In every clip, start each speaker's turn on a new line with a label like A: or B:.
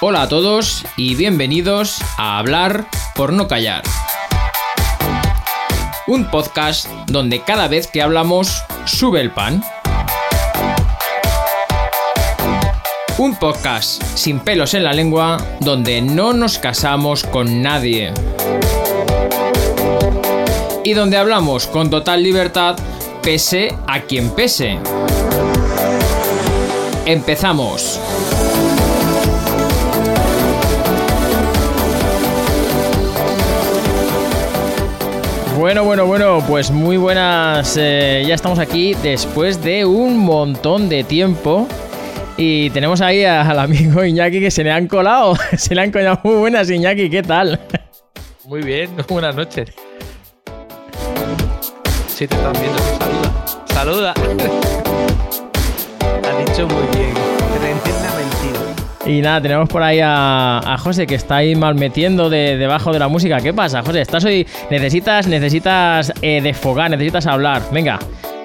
A: Hola a todos y bienvenidos a Hablar por no callar. Un podcast donde cada vez que hablamos sube el pan. Un podcast sin pelos en la lengua donde no nos casamos con nadie. Y donde hablamos con total libertad pese a quien pese. Empezamos.
B: Bueno, bueno, bueno, pues muy buenas. eh, ya estamos aquí después de un montón de tiempo. Y tenemos ahí a- al amigo Iñaki que se le han colado. Se le han colado muy buenas, Iñaki, ¿qué tal?
C: Muy bien, buenas noches. Si te están viendo, que saluda. Saluda. Ha dicho muy bien. Tremendamente.
B: Y nada, tenemos por ahí a, a José que está ahí mal metiendo de, debajo de la música. ¿Qué pasa, José? Estás hoy. Necesitas, necesitas eh, desfogar, necesitas hablar. Venga,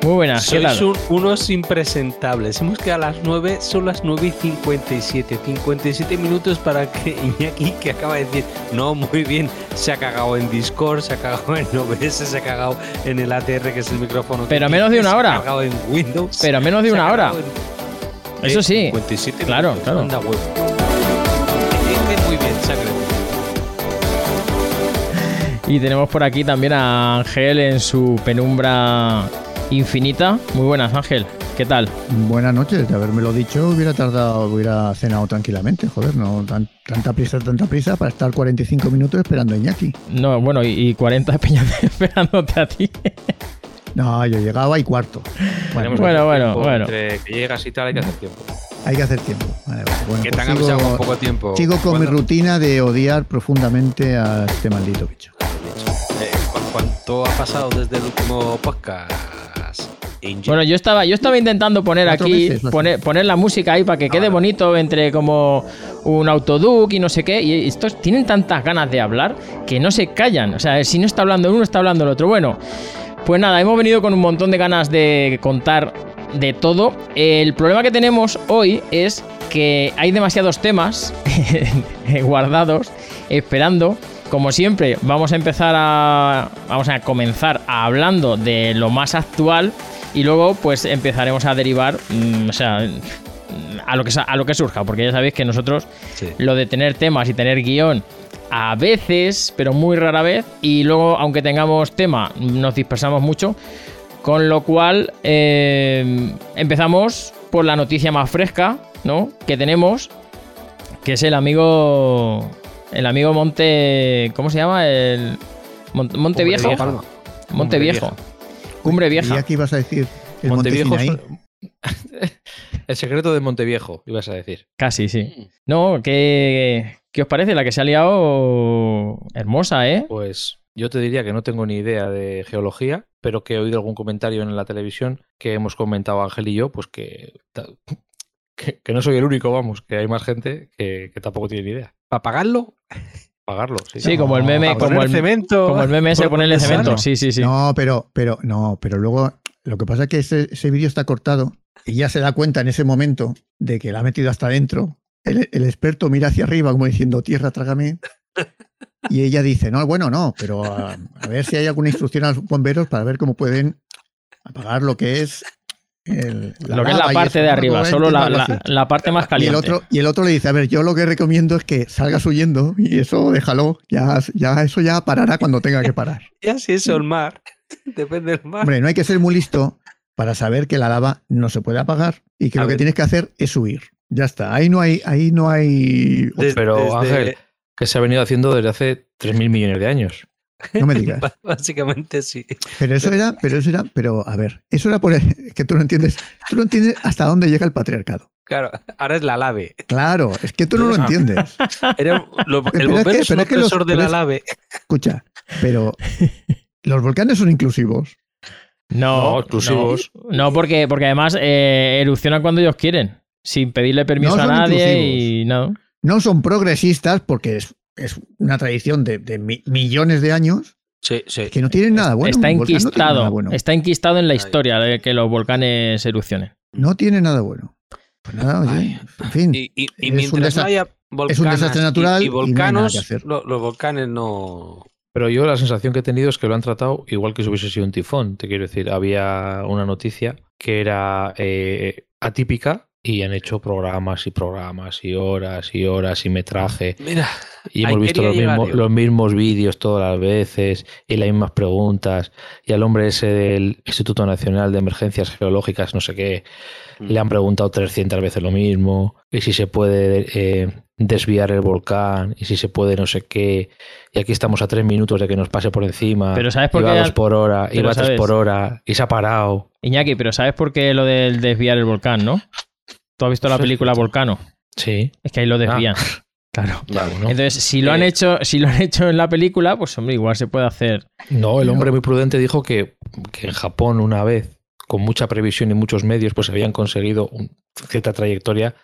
B: muy buenas, ¿qué
C: Sois
B: tal?
C: un- unos impresentables. Hemos quedado a las 9, son las 9 y 57. 57 minutos para que Iñaki, que acaba de decir, no, muy bien, se ha cagado en Discord, se ha cagado en OBS, se ha cagado en el ATR, que es el micrófono. que
B: Pero menos de una
C: tiene, se ha
B: hora.
C: cagado en Windows.
B: Pero menos de
C: se ha
B: una hora.
C: cagado en
B: Eso
C: Eh,
B: sí.
C: 57
B: Claro,
C: minutos,
B: claro.
C: anda huevo. Eh, eh, Muy bien, Sacre.
B: Y tenemos por aquí también a Ángel en su penumbra infinita. Muy buenas, Ángel. ¿Qué tal?
D: Buenas noches, de haberme lo dicho hubiera tardado, hubiera cenado tranquilamente, joder, no tan- tanta prisa, tanta prisa para estar 45 minutos esperando a Iñaki.
B: No, bueno, y, y 40 peñas esperándote a ti.
D: No, yo llegaba y cuarto. Bueno, pues,
B: Tenemos- Bueno, bueno, bueno.
C: Entre que llegas y tal hay que hacer tiempo.
D: hay que hacer tiempo. Vale, vale. Bueno,
C: que te
D: pues
C: han avisado
D: sigo-
C: con poco tiempo.
D: sigo con mi
C: ¿Cuándo?
D: rutina de odiar profundamente a este maldito bicho.
C: Eh, ¿cu- ¿Cuánto ha pasado desde el último podcast? Inge-
B: Bueno, yo estaba, yo estaba intentando poner
D: Cuatro
B: aquí,
D: veces, no sé.
B: poner, poner la música ahí para que quede bonito entre como un autoduc y no sé qué. Y estos tienen tantas ganas de hablar que no se callan. O sea, si no está hablando el uno, está hablando el otro. Bueno, pues nada, hemos venido con un montón de ganas de contar de todo. El problema que tenemos hoy es que hay demasiados temas guardados, esperando. Como siempre, vamos a empezar a. Vamos a comenzar hablando de lo más actual y luego, pues empezaremos a derivar, mm, o sea, mm, a lo, que, sa- a lo que surja, porque ya sabéis que nosotros
C: Sí.
B: lo de tener temas y tener guión a veces, pero muy rara vez, y luego, aunque tengamos tema, nos dispersamos mucho. Con lo cual, eh, empezamos por la noticia más fresca, ¿no? Que tenemos, que es el amigo. El amigo Monte. ¿Cómo se llama? El. Mon- Monte, Viejo.
C: Vieja.
B: Monte,
C: Cumbre
B: Viejo.
C: Vieja.
B: Cumbre Vieja.
D: Y aquí vas a decir el monte
C: Monteviejo.
D: Sinaí.
C: el secreto de Monteviejo, ibas a decir.
B: Casi, sí. No, ¿qué, ¿qué os parece? La que se ha liado hermosa, ¿eh?
C: Pues yo te diría que no tengo ni idea de geología, pero que he oído algún comentario en la televisión que hemos comentado Ángel y yo, pues que, ta- que, que no soy el único, vamos, que hay más gente que, que tampoco tiene ni idea. ¿Para pagarlo? Pagarlo, sí.
B: Sí, como el meme,
D: para
B: como el,
C: cemento.
B: como el meme ese
C: por
B: ponerle
C: donde
B: cemento.
D: sale.
B: Sí, sí, sí.
D: No, pero, pero, no, pero luego lo que pasa es que ese, ese vídeo está cortado y ya se da cuenta en ese momento de que la ha metido hasta adentro. El, el experto mira hacia arriba como diciendo, tierra, trágame. Y ella dice, no, bueno, no, pero a, a ver si hay alguna instrucción a los bomberos para ver cómo pueden apagar lo que es el-
B: Lo que es la
D: lava y
B: parte
D: eso,
B: de
D: ¿no?
B: arriba,
D: Algo
B: solo la,
D: así.
B: la- la parte más
D: Y el,
B: caliente.
D: otro, y el otro le dice, a ver, yo lo que recomiendo es que salgas huyendo y eso déjalo, ya, ya eso ya parará cuando tenga que parar.
C: Ya si eso el mar. Depende del mar.
D: Hombre, no hay que ser muy listo para saber que la lava no se puede apagar y que
C: A
D: lo
C: ver.
D: que tienes que hacer es huir. Ya está. Ahí no hay, ahí no hay.
E: Desde-
C: Pero
E: desde-
C: Ángel, que se ha venido haciendo desde hace 3.000 millones de años.
D: No me digas.
E: Ba- Básicamente sí.
D: Pero eso era, pero eso era, pero a ver, eso era por es que tú no entiendes, tú no entiendes hasta dónde llega el patriarcado.
E: Claro, ahora es la lave.
D: Claro, es que tú no lo
C: Ah.
D: entiendes.
E: Era lo-
D: es
E: el bombero
D: que-
E: es un
D: pero es que los-
E: opresor de
D: pero
E: la
D: es-
E: lave.
D: Escucha, pero los volcanes son inclusivos.
B: No,
C: No, exclusivos.
B: No, no, porque, porque además eh, erupcionan cuando ellos quieren, sin pedirle permiso
D: No
B: a
D: son
B: nadie
D: inclusivos.
B: y no.
D: No son progresistas porque es, es una tradición de, de mi- millones de años
E: Sí, sí.
D: que no tienen nada bueno.
B: está
D: Un volcán no tiene nada
B: enquistado,
D: bueno.
B: está enquistado en la
E: Ay.
B: historia de que los volcanes erupcionen.
D: No tiene nada bueno. Pues nada, oye,
E: Ay.
D: en fin.
E: Y, y- y
D: Es un
E: mientras
D: desa-
E: no haya volcanas
D: desastre
E: y-
D: natural
E: Y,
D: y no hay nada que
E: volcanos,
D: hacer.
E: lo- los volcanes no.
C: Pero yo la sensación que he tenido es que lo han tratado igual que si hubiese sido un tifón. Te quiero decir, había una noticia que era eh, atípica y han hecho programas y programas y horas y horas y metraje.
E: Mira,
C: Y hemos
E: Ahí
C: visto
E: quería
C: los
E: llegar
C: mismos,
E: yo.
C: los mismos vídeos todas las veces y las mismas preguntas. Y al hombre ese del Instituto Nacional de Emergencias Geológicas, no sé qué,
B: Mm.
C: le han preguntado 300 veces lo mismo. Y si se puede eh, desviar el volcán, y si se puede no sé qué. Y aquí estamos a tres minutos de que nos pase por encima.
B: Pero ¿sabes por
C: Iba
B: qué
C: a
B: al-
C: dos por hora,
B: pero
C: iba a tres
B: sabes?
C: por hora, y se ha parado.
B: Iñaki, pero ¿sabes por qué lo del desviar el volcán, no? ¿Tú has visto la
C: Eso es
B: película
C: cierto.
B: Volcano?
C: Sí.
B: Es que ahí lo desvían. Claro.
C: Bueno.
B: Entonces, si lo han
E: Eh,
B: hecho, si lo han hecho en la película, pues hombre, igual se puede hacer.
C: No, el hombre muy prudente dijo que, que en Japón una vez, con mucha previsión y muchos medios, pues habían conseguido un- cierta trayectoria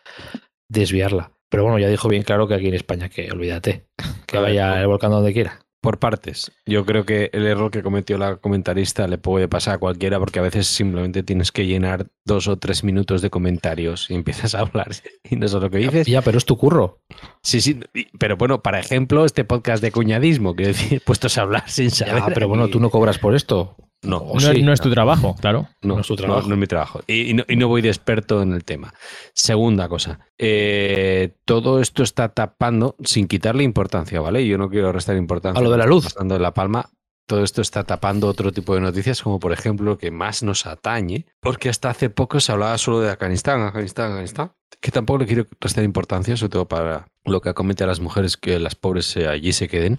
C: desviarla. Pero bueno, ya dijo bien claro que aquí en España, que olvídate, que
E: A ver,
C: vaya
E: por-
C: el volcán donde quiera.
E: Por partes. Yo creo que el error que cometió la comentarista le puede pasar a cualquiera porque a veces simplemente tienes que llenar dos o tres minutos de comentarios y empiezas a hablar y no sé lo que dices.
C: Ya, pero es tu curro.
E: Sí, sí, y- pero bueno, para ejemplo, este podcast de cuñadismo, quiero decir, puestos a hablar sin
C: Ya,
E: saber.
C: pero bueno,
E: aquí.
C: tú no cobras por esto.
E: No,
C: O
B: No,
C: Oh, sí.
B: no es tu trabajo, claro.
E: no,
C: no es tu
E: no-
C: trabajo.
E: no es mi trabajo. Y, y no, y no voy de experto en el tema. Segunda cosa, eh, todo esto está tapando, sin quitarle importancia, ¿vale? Yo no quiero restar importancia.
C: A lo de la luz.
E: Pasando de la palma, todo esto está tapando otro tipo de noticias, como por ejemplo lo que más nos atañe, porque hasta hace poco se hablaba solo de Afganistán, Afganistán, Afganistán, que tampoco le quiero restar importancia, sobre todo para lo que acomete a las mujeres, que las pobres eh, allí se queden,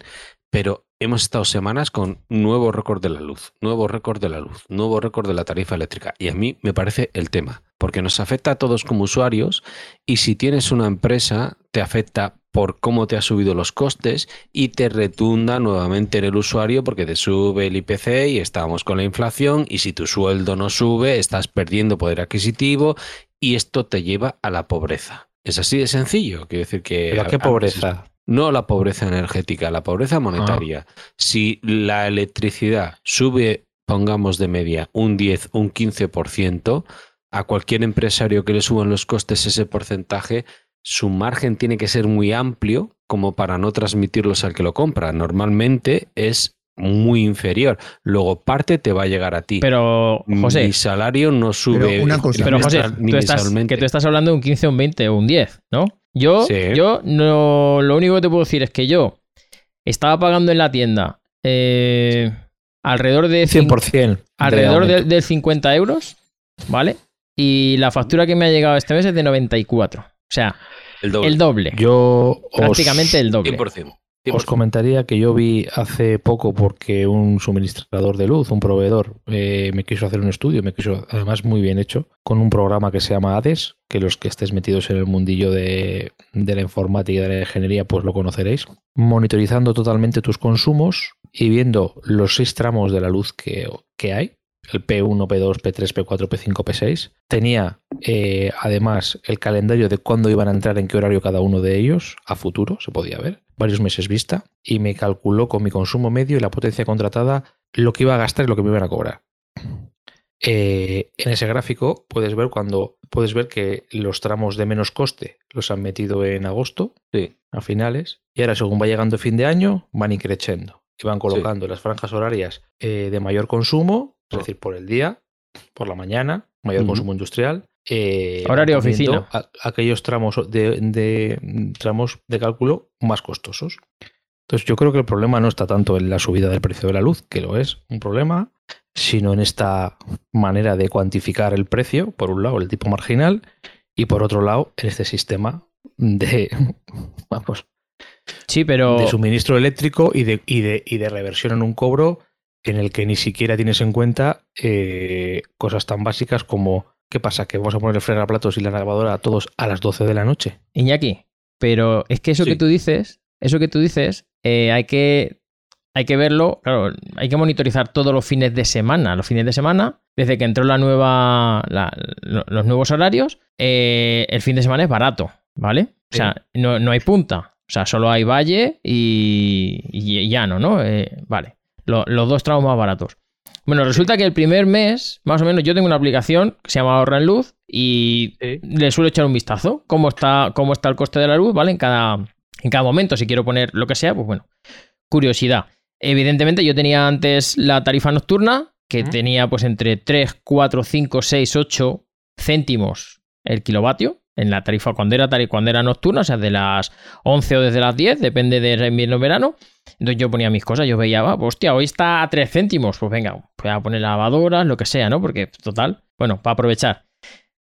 E: pero hemos estado semanas con nuevo récord de la luz, nuevo récord de la luz, nuevo récord de la tarifa eléctrica, y a mí me parece el tema, porque nos afecta a todos como usuarios, y si tienes una empresa, te afecta por cómo te ha subido los costes y te retunda nuevamente en el usuario porque te sube el IPC y estamos con la inflación y si tu sueldo no sube estás perdiendo poder adquisitivo y esto te lleva a la pobreza. Es así de sencillo, quiero decir que...
C: ¿Pero a qué pobreza?
E: No la pobreza energética, la
B: Ah.
E: pobreza monetaria. Si la electricidad sube, pongamos de media, un 10, un 15%, a cualquier empresario que le suban los costes ese porcentaje, su margen tiene que ser muy amplio como para no transmitirlos al que lo compra. Normalmente es muy inferior. Luego parte te va a llegar a ti.
B: Pero, José,
E: Mi salario no sube.
D: Pero una cosa-
B: pero José,
E: mensual- ni
B: tú estás,
E: mensualmente.
B: que tú estás hablando de un 15, un 20 o un 10, ¿no? Yo,
E: Sí.
B: yo no, lo único que te puedo decir es que yo estaba pagando en la tienda eh, alrededor de 100%.
C: 100%. de
B: alrededor
C: aumento.
B: del del 50 euros, ¿vale? Y la factura que me ha llegado este mes es de 94. O sea,
E: El doble.
B: el doble.
C: Yo os-
B: prácticamente el doble.
E: 100%.
C: Os
E: 100%.
C: comentaría que yo vi hace poco porque un suministrador de luz, un proveedor, eh, me quiso hacer un estudio, me quiso, además muy bien hecho, con un programa que se llama ADES, que los que estéis metidos en el mundillo de, de la informática y de la ingeniería, pues lo conoceréis, monitorizando totalmente tus consumos y viendo los seis tramos de la luz que, que hay, el P1, P2, P3, P4, P5, P6. Tenía eh, además el calendario de cuándo iban a entrar, en qué horario cada uno de ellos, a futuro, se podía ver, varios meses vista, y me calculó con mi consumo medio y la potencia contratada lo que iba a gastar y lo que me iban a cobrar. Eh, en ese gráfico puedes ver cuando puedes ver que los tramos de menos coste los han metido en agosto,
E: Sí.
C: a finales. Y ahora, según va llegando el fin de año, van increciendo. Y van colocando las franjas horarias eh, de mayor consumo, es decir, por el día, por la mañana, mayor
E: Ujú.
C: consumo industrial. eh,
B: Horario
C: van poniendo
B: oficina.
C: a- aquellos tramos de, de- tramos de cálculo más costosos. Entonces, yo creo que el problema no está tanto en la subida del precio de la luz, que lo es un problema, sino en esta manera de cuantificar el precio, por un lado, el tipo marginal, y por otro lado, en este sistema de, vamos,
B: Sí, pero.
C: de suministro eléctrico y de, y, de, y de reversión en un cobro en el que ni siquiera tienes en cuenta eh, cosas tan básicas como ¿qué pasa? ¿Que vamos a poner el fregaplatos y la lavadora a todos a las 12 de la noche?
B: Iñaki, pero es que eso
E: Sí.
B: que tú dices, eso que tú dices, eh, hay que. Hay que verlo, claro, hay que monitorizar todos los fines de semana. Los fines de semana, desde que entró la nueva. la- lo- los nuevos horarios, eh, el fin de semana es barato, ¿vale? O sea, no, no hay punta. O sea, solo hay valle y, y llano, ¿no? Eh, vale. Lo- los dos tramos más baratos. Bueno, resulta que el primer mes, más o menos, yo tengo una aplicación que se llama Ahorra en Luz y
C: Sí.
B: le suelo echar un vistazo. Cómo está, cómo está el coste de la luz, ¿vale? En cada, en cada momento, si quiero poner lo que sea, pues bueno. Curiosidad. Evidentemente, yo tenía antes la tarifa nocturna, que
A: Ujú.
B: tenía pues entre 3, 4, 5, 6, 8 céntimos el kilovatio. En la tarifa cuando era, tari- cuando era nocturna, o sea, de las 11 o desde las 10, depende de invierno o verano. Entonces yo ponía mis cosas, yo veía, va, pues, hostia, hoy está a 3 céntimos. Pues venga, voy a poner lavadoras, lo que sea, ¿no? Porque, total, bueno, para aprovechar.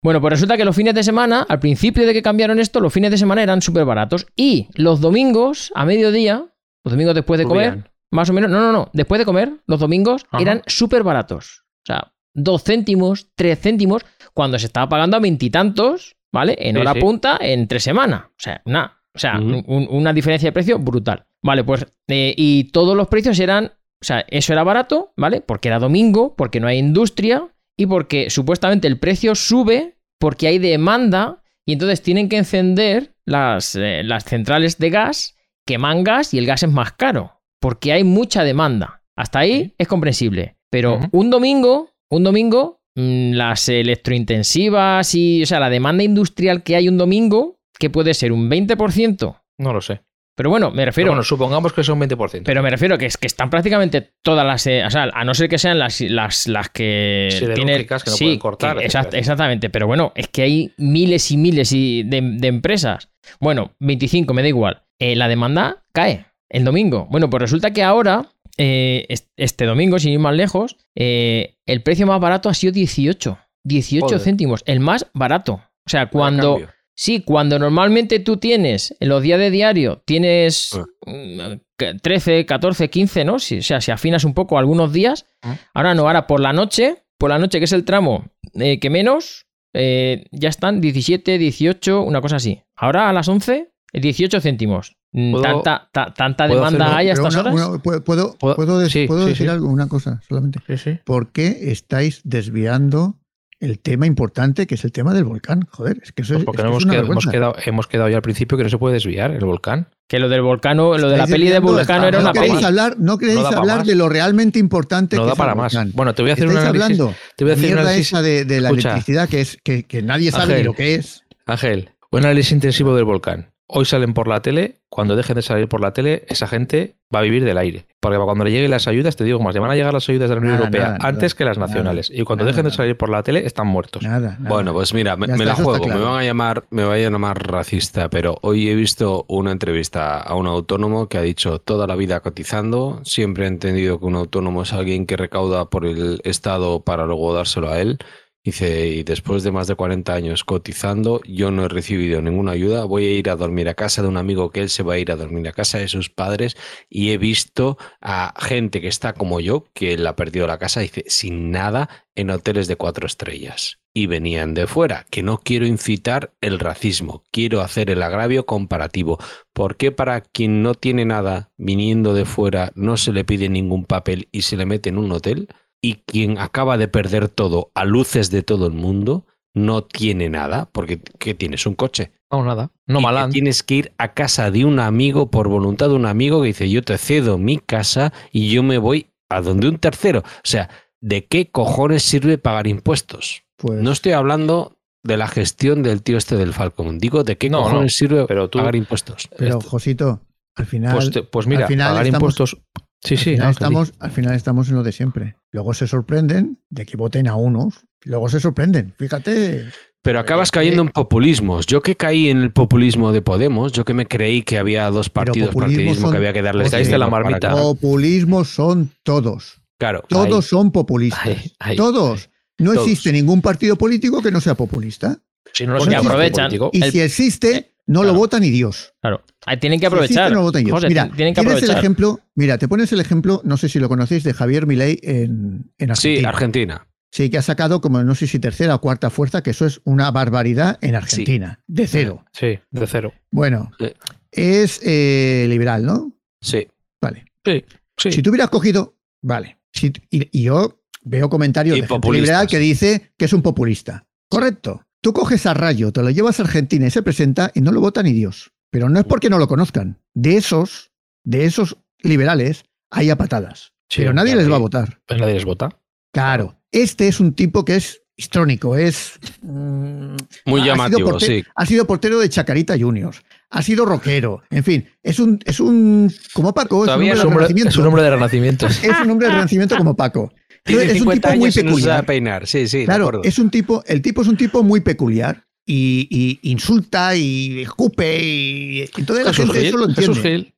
B: Bueno, pues resulta que los fines de semana, al principio de que cambiaron esto, los fines de semana eran súper baratos. Y los domingos, a mediodía, los domingos después de comer,
C: Subían.
B: más o menos, no, no, no, después de comer, los domingos
C: Ajá.
B: eran súper baratos. O sea, dos céntimos, tres céntimos, cuando se estaba pagando a veintitantos, ¿vale? En
C: Sí,
B: hora
C: sí.
B: punta, entre semana. O sea, una, o sea,
E: Ujú.
B: un- una diferencia de precio brutal. Vale, pues, eh, y todos los precios eran, o sea, eso era barato, ¿vale? Porque era domingo, porque no hay industria y porque supuestamente el precio sube porque hay demanda y entonces tienen que encender las, eh, las centrales de gas, queman gas y el gas es más caro, porque hay mucha demanda. Hasta ahí
C: Sí.
B: es comprensible, pero
C: Ujú.
B: un domingo, un domingo, mm, las electrointensivas y, o sea, la demanda industrial que hay un domingo, que puede ser un 20%,
C: No lo sé.
B: pero bueno, me refiero...
C: Pero bueno, supongamos que es un 20%.
B: Pero me refiero que es que están prácticamente todas las. eh, o sea, a no ser que sean las, las, las que.
C: Siderúrgicas que no pueden cortar,
B: que- exact-
C: etcétera.
B: exactamente. Pero bueno, es que hay miles y miles y de, de empresas. Bueno, 25, me da igual. Eh, la demanda cae el domingo. Bueno, pues resulta que ahora, eh, es- este domingo, sin ir más lejos, eh, el precio más barato ha sido 18. 18
C: Joder.
B: céntimos. El más barato. O sea,
E: Pero a
B: cuando.
E: cambio,
B: Sí, cuando normalmente tú tienes, en los días de diario, tienes
E: Ah.
B: mm, que- 13, 14, 15, ¿no? Si, o sea, si afinas un poco algunos días.
C: Ah.
B: Ahora no, ahora por la noche, por la noche que es el tramo eh, que menos, eh, ya están 17, 18, una cosa así. Ahora a las 11, 18 céntimos. Mm,
C: ¿Puedo-
B: Tanta, ta- tanta
C: puedo
B: demanda
C: hacer una-
B: hay a
D: Pero
B: estas
D: una-
B: horas.
D: una- ¿Puedo, puedo,
C: Puedo-
D: puedo des-
C: sí,
D: puedo
C: sí,
D: decir
C: sí.
D: algo? Una cosa solamente.
C: Sí, sí.
D: ¿Por qué estáis desviando el tema importante que es el tema del volcán? Joder, es que eso
C: Pues
D: es,
C: porque
D: es que
C: no
D: es
C: hemos,
D: una
C: quedado, hemos,
D: vergüenza.
C: quedado, hemos quedado ya al principio que no se puede desviar el volcán.
B: Que lo del volcano, lo de la
D: Estáis
B: peli de
D: desviando-
B: volcano era
D: no
B: una
D: queréis
B: peli.
D: Hablar, no queréis
C: No da pa'
D: hablar
C: más.
D: de lo realmente importante
C: No
D: que
C: da
D: es el
C: para más.
D: volcán.
C: Bueno, te voy a hacer un
D: Estáis
C: análisis.
D: hablando
C: te voy a hacer un
D: mierda
C: análisis.
D: esa de, de la
C: Escucha.
D: electricidad que, es, que, que nadie sabe
C: Ángel.
D: ni lo que es.
C: Ángel, un análisis intensivo del volcán. Hoy salen por la tele, cuando dejen de salir por la tele, esa gente va a vivir del aire. Porque cuando le lleguen las ayudas, te digo más, le van a llegar las ayudas de la Unión
D: Nada,
C: Europea
D: nada, nada,
C: antes que las
D: nada,
C: nacionales. y cuando
D: nada,
C: dejen de
D: nada.
C: salir por la tele, están muertos.
D: Nada. nada.
E: Bueno, pues mira, me,
D: Ah. Ya
E: me
D: está,
E: la
D: eso está
E: juego, me
D: claro.
E: van a llamar, me van a llamar racista, pero hoy he visto una entrevista a un autónomo que ha dicho toda la vida cotizando, siempre he entendido que un autónomo es alguien que recauda por el Estado para luego dárselo a él. Dice, y después de más de 40 años cotizando, yo no he recibido ninguna ayuda, voy a ir a dormir a casa de un amigo que él se va a ir a dormir a casa de sus padres y he visto a gente que está como yo, que le ha perdido la casa, dice, sin nada en hoteles de cuatro estrellas. Y venían de fuera, que no quiero incitar el racismo, quiero hacer el agravio comparativo. ¿Por qué para quien no tiene nada viniendo de fuera no se le pide ningún papel y se le mete en un hotel? Y quien acaba de perder todo a luces de todo el mundo no tiene nada, porque ¿qué tienes? Un coche.
C: No, nada. No
E: Y que
C: malán.
E: Tienes que ir a casa de un amigo por voluntad de un amigo que dice, yo te cedo mi casa y yo me voy a donde un tercero. O sea, ¿de qué cojones sirve pagar impuestos?
D: Pues-
E: No estoy hablando de la gestión del tío este del Falcon. Digo, ¿de qué
C: No,
E: cojones
C: no,
E: sirve
C: pero tú-
E: pagar impuestos?
D: pero,
C: Esto-
D: Josito, al final,
C: Pues, te- pues mira,
D: al final
C: pagar
D: estamos-
C: impuestos. Sí,
D: al,
C: sí.
D: final
C: Ángel,
D: estamos, al final estamos en lo de siempre. Luego se sorprenden de que voten a unos. Luego se sorprenden. Fíjate.
E: Pero acabas
D: es que-
E: cayendo en populismos. Yo que caí en el populismo de Podemos, yo que me creí que había dos partidos,
D: populismo
E: partidismo,
D: son-
E: que había que darles
D: Le caíste
E: dinero
C: la
E: para
C: marmita.
E: ganar.
D: Populismos son todos.
E: Claro, ahí.
D: Todos son populistas.
C: Ay, ay.
D: todos. No
E: Todos.
D: existe ningún partido político que no sea populista.
C: Si no lo
B: Porque
C: sé,
B: aprovechan.
C: político.
D: Y
B: El- eh,
D: si existe, no
B: claro.
D: lo vota ni Dios.
B: Claro. Ahí tienen que
D: Si existe,
B: aprovechar.
D: no lo votan ni Dios.
B: José,
D: mira,
B: tienen que
D: tienes el
B: aprovechar.
D: ejemplo, mira, te pones el ejemplo, no sé si lo conocéis, de Javier Milei en, en Argentina.
E: Sí, Argentina.
D: Sí, que ha sacado como no sé si tercera o cuarta fuerza, que eso es una barbaridad en Argentina, de cero.
C: Sí, de cero.
D: Bueno,
E: Sí.
D: es eh, liberal, ¿no?
E: Sí.
D: Vale.
C: Sí, sí.
D: Si tú hubieras cogido, vale. Si t- y, y yo veo comentarios
E: Y
D: de gente
E: populistas.
D: liberal que dice que es un populista. Correcto. Tú coges a Rayo, te lo llevas a Argentina y se presenta y no lo vota ni Dios. Pero no es porque no lo conozcan. De esos, de esos liberales, hay a patadas.
C: Sí,
D: pero nadie
C: ya
D: les
C: te-
D: va a votar.
C: Pues nadie les vota.
D: Claro, este es un tipo que es histrónico, es mm,
E: Muy
D: ha
E: llamativo,
D: sido porte-
E: sí.
D: Ha sido portero de Chacarita Juniors, ha sido rockero, en fin, es un, es un como Paco, es un
E: Todavía
D: hombre
C: Es
D: del
C: un hombre,
D: Pues renacimiento.
C: es un hombre de renacimiento. sí.
D: Es un hombre del renacimiento como Paco.
E: Tiene
D: es un
E: 50
D: tipo muy
E: años y no se sabe
D: peculiar.
E: peinar. Sí, sí, de
D: Claro,
E: acuerdo.
D: es un tipo, el tipo es un tipo muy peculiar y, y insulta y escupe y entonces la
E: Jesús
D: gente eso lo
E: Gil, Jesús
D: entiende.
E: Gil.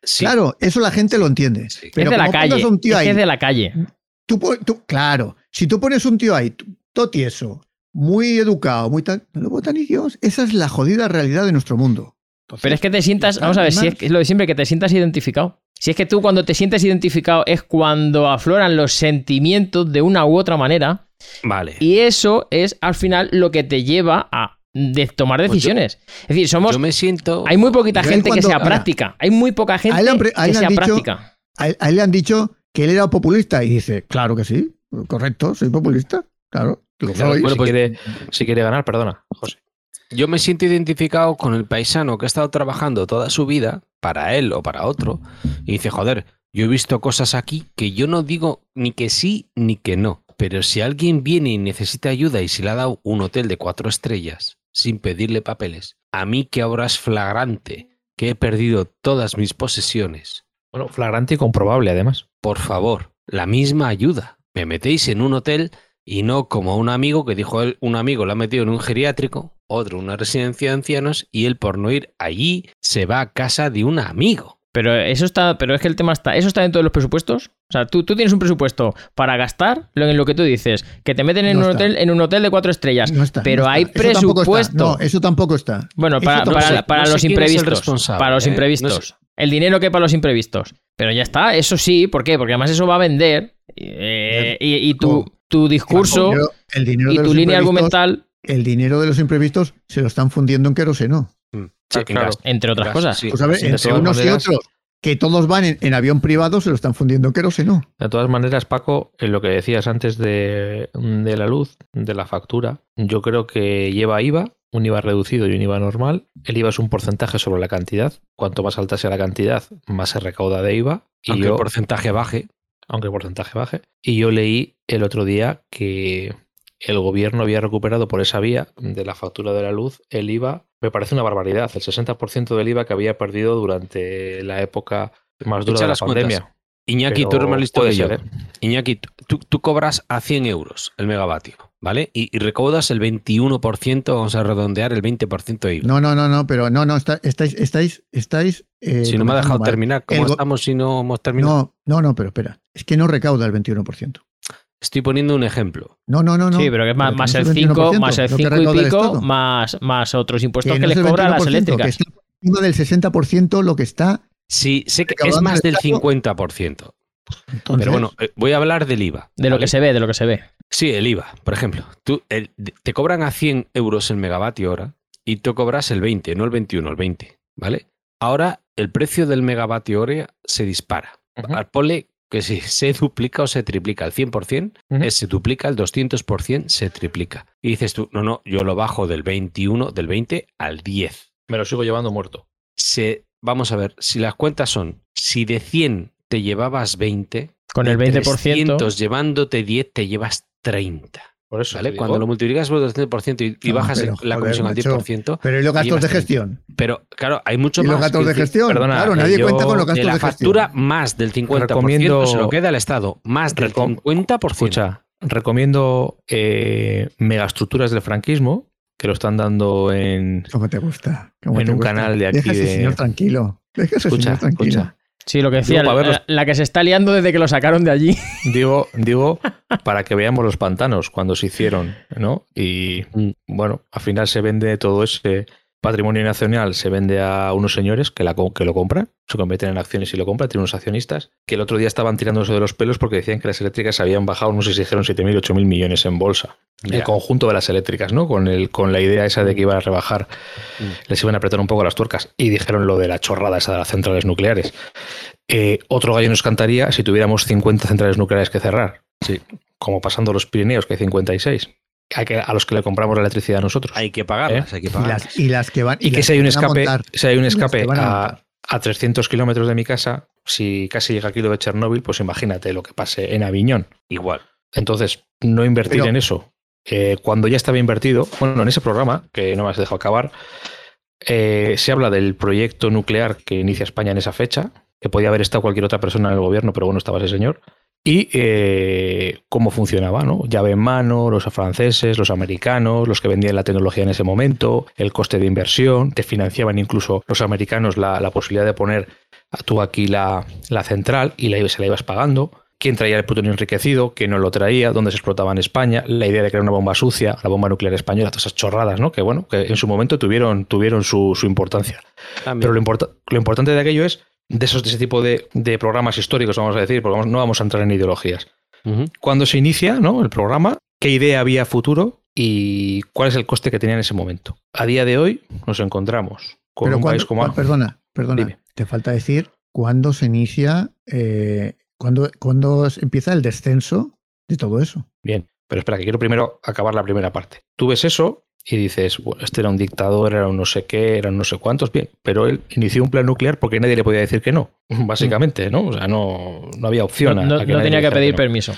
E: Sí,
D: Claro, eso la gente lo entiende.
E: Sí.
B: Es de la
D: como pongas
B: calle.
D: a un tío
B: es que
D: ahí,
B: es de la calle.
D: tú pon- tú- claro, si tú pones un tío ahí, t- todo tieso, muy educado, muy tal, no lo votan ni Dios. Esa es la jodida realidad de nuestro mundo.
B: Pero es que te sientas,
D: está,
B: vamos a ver, si
D: además.
B: es, que es lo de siempre, que te sientas identificado. Si es que tú cuando te sientes identificado es cuando afloran los sentimientos de una u otra manera
E: Vale.
B: y eso es al final lo que te lleva a de tomar
E: Pues yo-
B: decisiones. es decir, somos
E: Yo me siento.
B: hay muy poquita
D: Yo
B: gente que
D: cuando-
B: sea
D: ahora,
B: práctica, hay muy poca gente
D: a él han pre- a
B: que
D: él han
B: sea
D: dicho-
B: práctica.
D: A él, a él le han dicho que él era populista y dice, claro que sí, correcto, soy populista, claro. Digo,
C: Claro,
D: soy.
C: si,
E: Bueno, pues-
C: quiere, si quiere ganar, perdona, José.
E: Yo me siento identificado con el paisano que ha estado trabajando toda su vida, para él o para otro, y dice, joder, yo he visto cosas aquí que yo no digo ni que sí ni que no. Pero si alguien viene y necesita ayuda y se le ha dado un hotel de cuatro estrellas sin pedirle papeles, a mí que ahora es flagrante que he perdido todas mis posesiones,
C: Bueno, flagrante y comprobable, además.
E: por favor, la misma ayuda. Me metéis en un hotel y no como un amigo que dijo él, un amigo lo ha metido en un geriátrico, otro en una residencia de ancianos y él por no ir allí se va a casa de un amigo.
B: Pero eso está, pero es que el tema está, eso está dentro de los presupuestos. O sea, tú, tú tienes un presupuesto para gastar lo- en lo que tú dices, que te meten en
D: No
B: un
D: está.
B: hotel, en un hotel de cuatro estrellas.
D: No está,
B: pero
D: no
B: hay
D: está. Eso tampoco está.
B: presupuesto.
D: No, eso tampoco está.
B: Bueno,
D: Eso
B: para,
D: tampoco
B: para-
E: sé-
B: para
E: no sé
B: los
E: quién es el
B: imprevistos.
E: responsable,
B: Para los
E: ¿eh?
B: imprevistos.
E: No sé.
B: El dinero que para los imprevistos. Pero ya está, eso sí, ¿por qué? Porque además eso va a vender. eh, y, y tu, tu discurso
D: Yo, el dinero
B: y
D: de
B: tu
D: los
B: línea
D: imprevistos-
B: argumental,
D: El dinero de los imprevistos se lo están fundiendo en queroseno.
E: Sí,
C: Ah,
E: en
C: claro.
E: gasto,
B: entre otras
E: gasto,
B: cosas.
E: sí.
D: Pues a ver,
E: Sí, de
D: entre
E: todas
D: unos
E: maneras,
D: y otros, que todos van en, en avión privado, se lo están fundiendo en queroseno.
C: De todas maneras, Paco, en lo que decías antes de, de la luz, de la factura, yo creo que lleva IVA, un IVA reducido y un IVA normal. El IVA es un porcentaje sobre la cantidad. Cuanto más alta sea la cantidad, más se recauda de IVA. Y
E: aunque
C: yo-
E: el porcentaje baje,
C: aunque el porcentaje baje. Y yo leí el otro día que el gobierno había recuperado por esa vía de la factura de la luz el IVA. Me parece una barbaridad, el 60% del IVA que había perdido durante la época más dura
E: Echa
C: de la
E: las cuentas.
C: pandemia.
E: Iñaki, tú
C: Pero
E: eres más listo
C: puede
E: que yo.
C: ser, ¿eh?
E: Iñaki, tú- tú, tú cobras a 100 euros el megavatio, ¿vale? Y, y recaudas el 21%, vamos a redondear el 20% de IVA.
D: No, no, no, no, pero no, no, está- estáis, estáis, estáis. eh,
E: si no me ha dejado
D: comenzando mal.
E: terminar, ¿cómo
D: El go-
E: estamos si no hemos terminado?
D: No, no, no, pero espera. Es que no recauda el 21%.
E: Estoy poniendo un ejemplo.
D: No, no, no, no.
B: sí, pero que es más, más
D: que no
B: el
D: es el
B: 5,
D: 21%,
B: más el
D: lo que
B: 5
D: recauda
B: y
D: el
B: pico,
D: Estado.
B: más, más otros impuestos
D: Que
B: que,
D: no es
B: les
D: el
B: cobra a las
D: 21%, que
B: eléctricas.
D: está por encima del 60% lo que está.
E: Sí, sé que es
D: Recaudando
E: más
D: el
E: del
D: Estado.
E: 50%.
D: entonces,
E: Pero bueno, eh, voy a hablar del IVA.
B: De lo
E: ¿vale?
B: que se ve, de lo que se ve.
E: Sí, el IVA, por ejemplo. Tú, el- te cobran a 100 euros el megavatio hora y tú cobras el 20, no el 21, el 20, ¿vale? Ahora el precio del megavatio hora se dispara.
C: Ujú.
E: Al Ponle que si se duplica o se triplica el 100%,
C: Ujú.
E: eh, se duplica el 200%, se triplica. Y dices tú, no, no, yo lo bajo del 21, del 20 al 10
C: Me lo sigo llevando muerto.
E: se- vamos a ver, si las cuentas son, si de 100 te llevabas 20,
B: Con
E: de
B: el 20%.
E: 300 llevándote 10 te llevas 30.
C: Por eso.
E: ¿vale?
C: te
E: Cuando lo
C: digo,
E: multiplicas por 200% y, y
D: No,
E: bajas el-
D: pero,
E: la
D: joder,
E: comisión
D: macho.
E: al 10%,
D: pero ¿y los gastos
E: llevas
D: de
E: 30.
D: gestión?
E: pero claro, hay mucho
D: ¿Y los
E: más.
D: gastos
E: quiero
D: de
E: decir,
D: gestión?
C: perdona,
D: claro, nadie
C: yo-
D: cuenta con los
E: de
D: gastos de,
E: la
D: gestión.
E: factura, más del 50% se lo
C: Recomiendo-
E: queda al Estado, más del
C: Recom-
E: 50%.
C: Escucha, recomiendo eh, megaestructuras del franquismo, que lo están dando en.
D: ¿Cómo te gusta? ¿Cómo
C: En
D: te
C: un
D: gusta?
C: canal de aquí
D: Deja a ese
C: de-
D: señor tranquilo. Deja a ese
C: Escucha,
D: señor tranquilo.
C: escucha.
B: Sí, lo que decía,
C: Digo,
B: la,
C: para verlos.
B: la que se está liando desde que lo sacaron de allí.
C: Digo, digo, para que veamos los pantanos cuando se hicieron, ¿no? Y bueno, al final se vende todo ese patrimonio nacional, se vende a unos señores que, la, co- que lo compran, se convierten en acciones y lo compran, tienen unos accionistas, que el otro día estaban tirándose de los pelos porque decían que las eléctricas habían bajado, no sé si dijeron 7.000, 8.000 millones en bolsa. El
E: Ya.
C: conjunto de las eléctricas, ¿no? Con, el, con la idea esa de que iban a rebajar,
E: Mm.
C: les iban a apretar un poco las tuercas. Y dijeron lo de la chorrada esa de las centrales nucleares. Eh, otro gallo nos cantaría si tuviéramos 50 centrales nucleares que cerrar. Sí. Como pasando los Pirineos, que hay 56. A, que- a los que le compramos la electricidad a nosotros.
E: Hay que pagarlas,
C: ¿Eh?
E: hay que
D: Y
E: pagarlas.
D: las, y las que van.
C: y que
D: las
C: si hay un
D: van a
C: escape,
D: montar.
C: si hay un
D: las que
C: escape
D: van a
C: a,
D: montar.
C: a 300 kilómetros de mi casa, si casi llega aquí lo de Chernóbil, pues imagínate lo que pase en Aviñón.
E: Igual.
C: Entonces, no invertir
D: Pero-
C: en eso. eh, cuando ya estaba invertido, bueno, en ese programa, que no me has dejado acabar, eh, se habla del proyecto nuclear que inicia España en esa fecha, que podía haber estado cualquier otra persona en el gobierno, pero bueno, estaba ese señor. Y eh, cómo funcionaba, ¿no? Llave en mano, los franceses, los americanos, los que vendían la tecnología en ese momento, el coste de inversión, te financiaban incluso los americanos la, la posibilidad de poner a tú aquí la, la central y la, se la ibas pagando. Quién traía el plutonio enriquecido, quién no lo traía, dónde se explotaba en España, la idea de crear una bomba sucia, la bomba nuclear española, todas esas chorradas, ¿no? Que bueno, que en su momento tuvieron, tuvieron su- su importancia. Pero lo, importa- lo importante de aquello es de, esos, de ese tipo de, de programas históricos, vamos a decir, porque vamos- no vamos a entrar en ideologías.
E: Ujú.
C: Cuando se inicia ¿no? el programa, qué idea había a futuro y cuál es el coste que tenía en ese momento. A día de hoy nos encontramos con
D: Pero
C: un
D: cuando-
C: país como...
D: cua- Perdona, perdona.
C: Dime.
D: Te falta decir cuándo se inicia, eh, cuándo, cuándo se empieza el descenso de todo eso.
C: Bien, pero espera, que quiero primero acabar la primera parte. Tú ves eso y dices, bueno, este era un dictador, era un no sé qué, eran no sé cuántos, bien, pero él inició un plan nuclear porque nadie le podía decir que no, básicamente, ¿no? O sea, no, no había
B: No,
C: opción. a-
B: no- no
C: a nadie
B: tenía
C: dijera
B: que pedir
C: no.
B: permiso.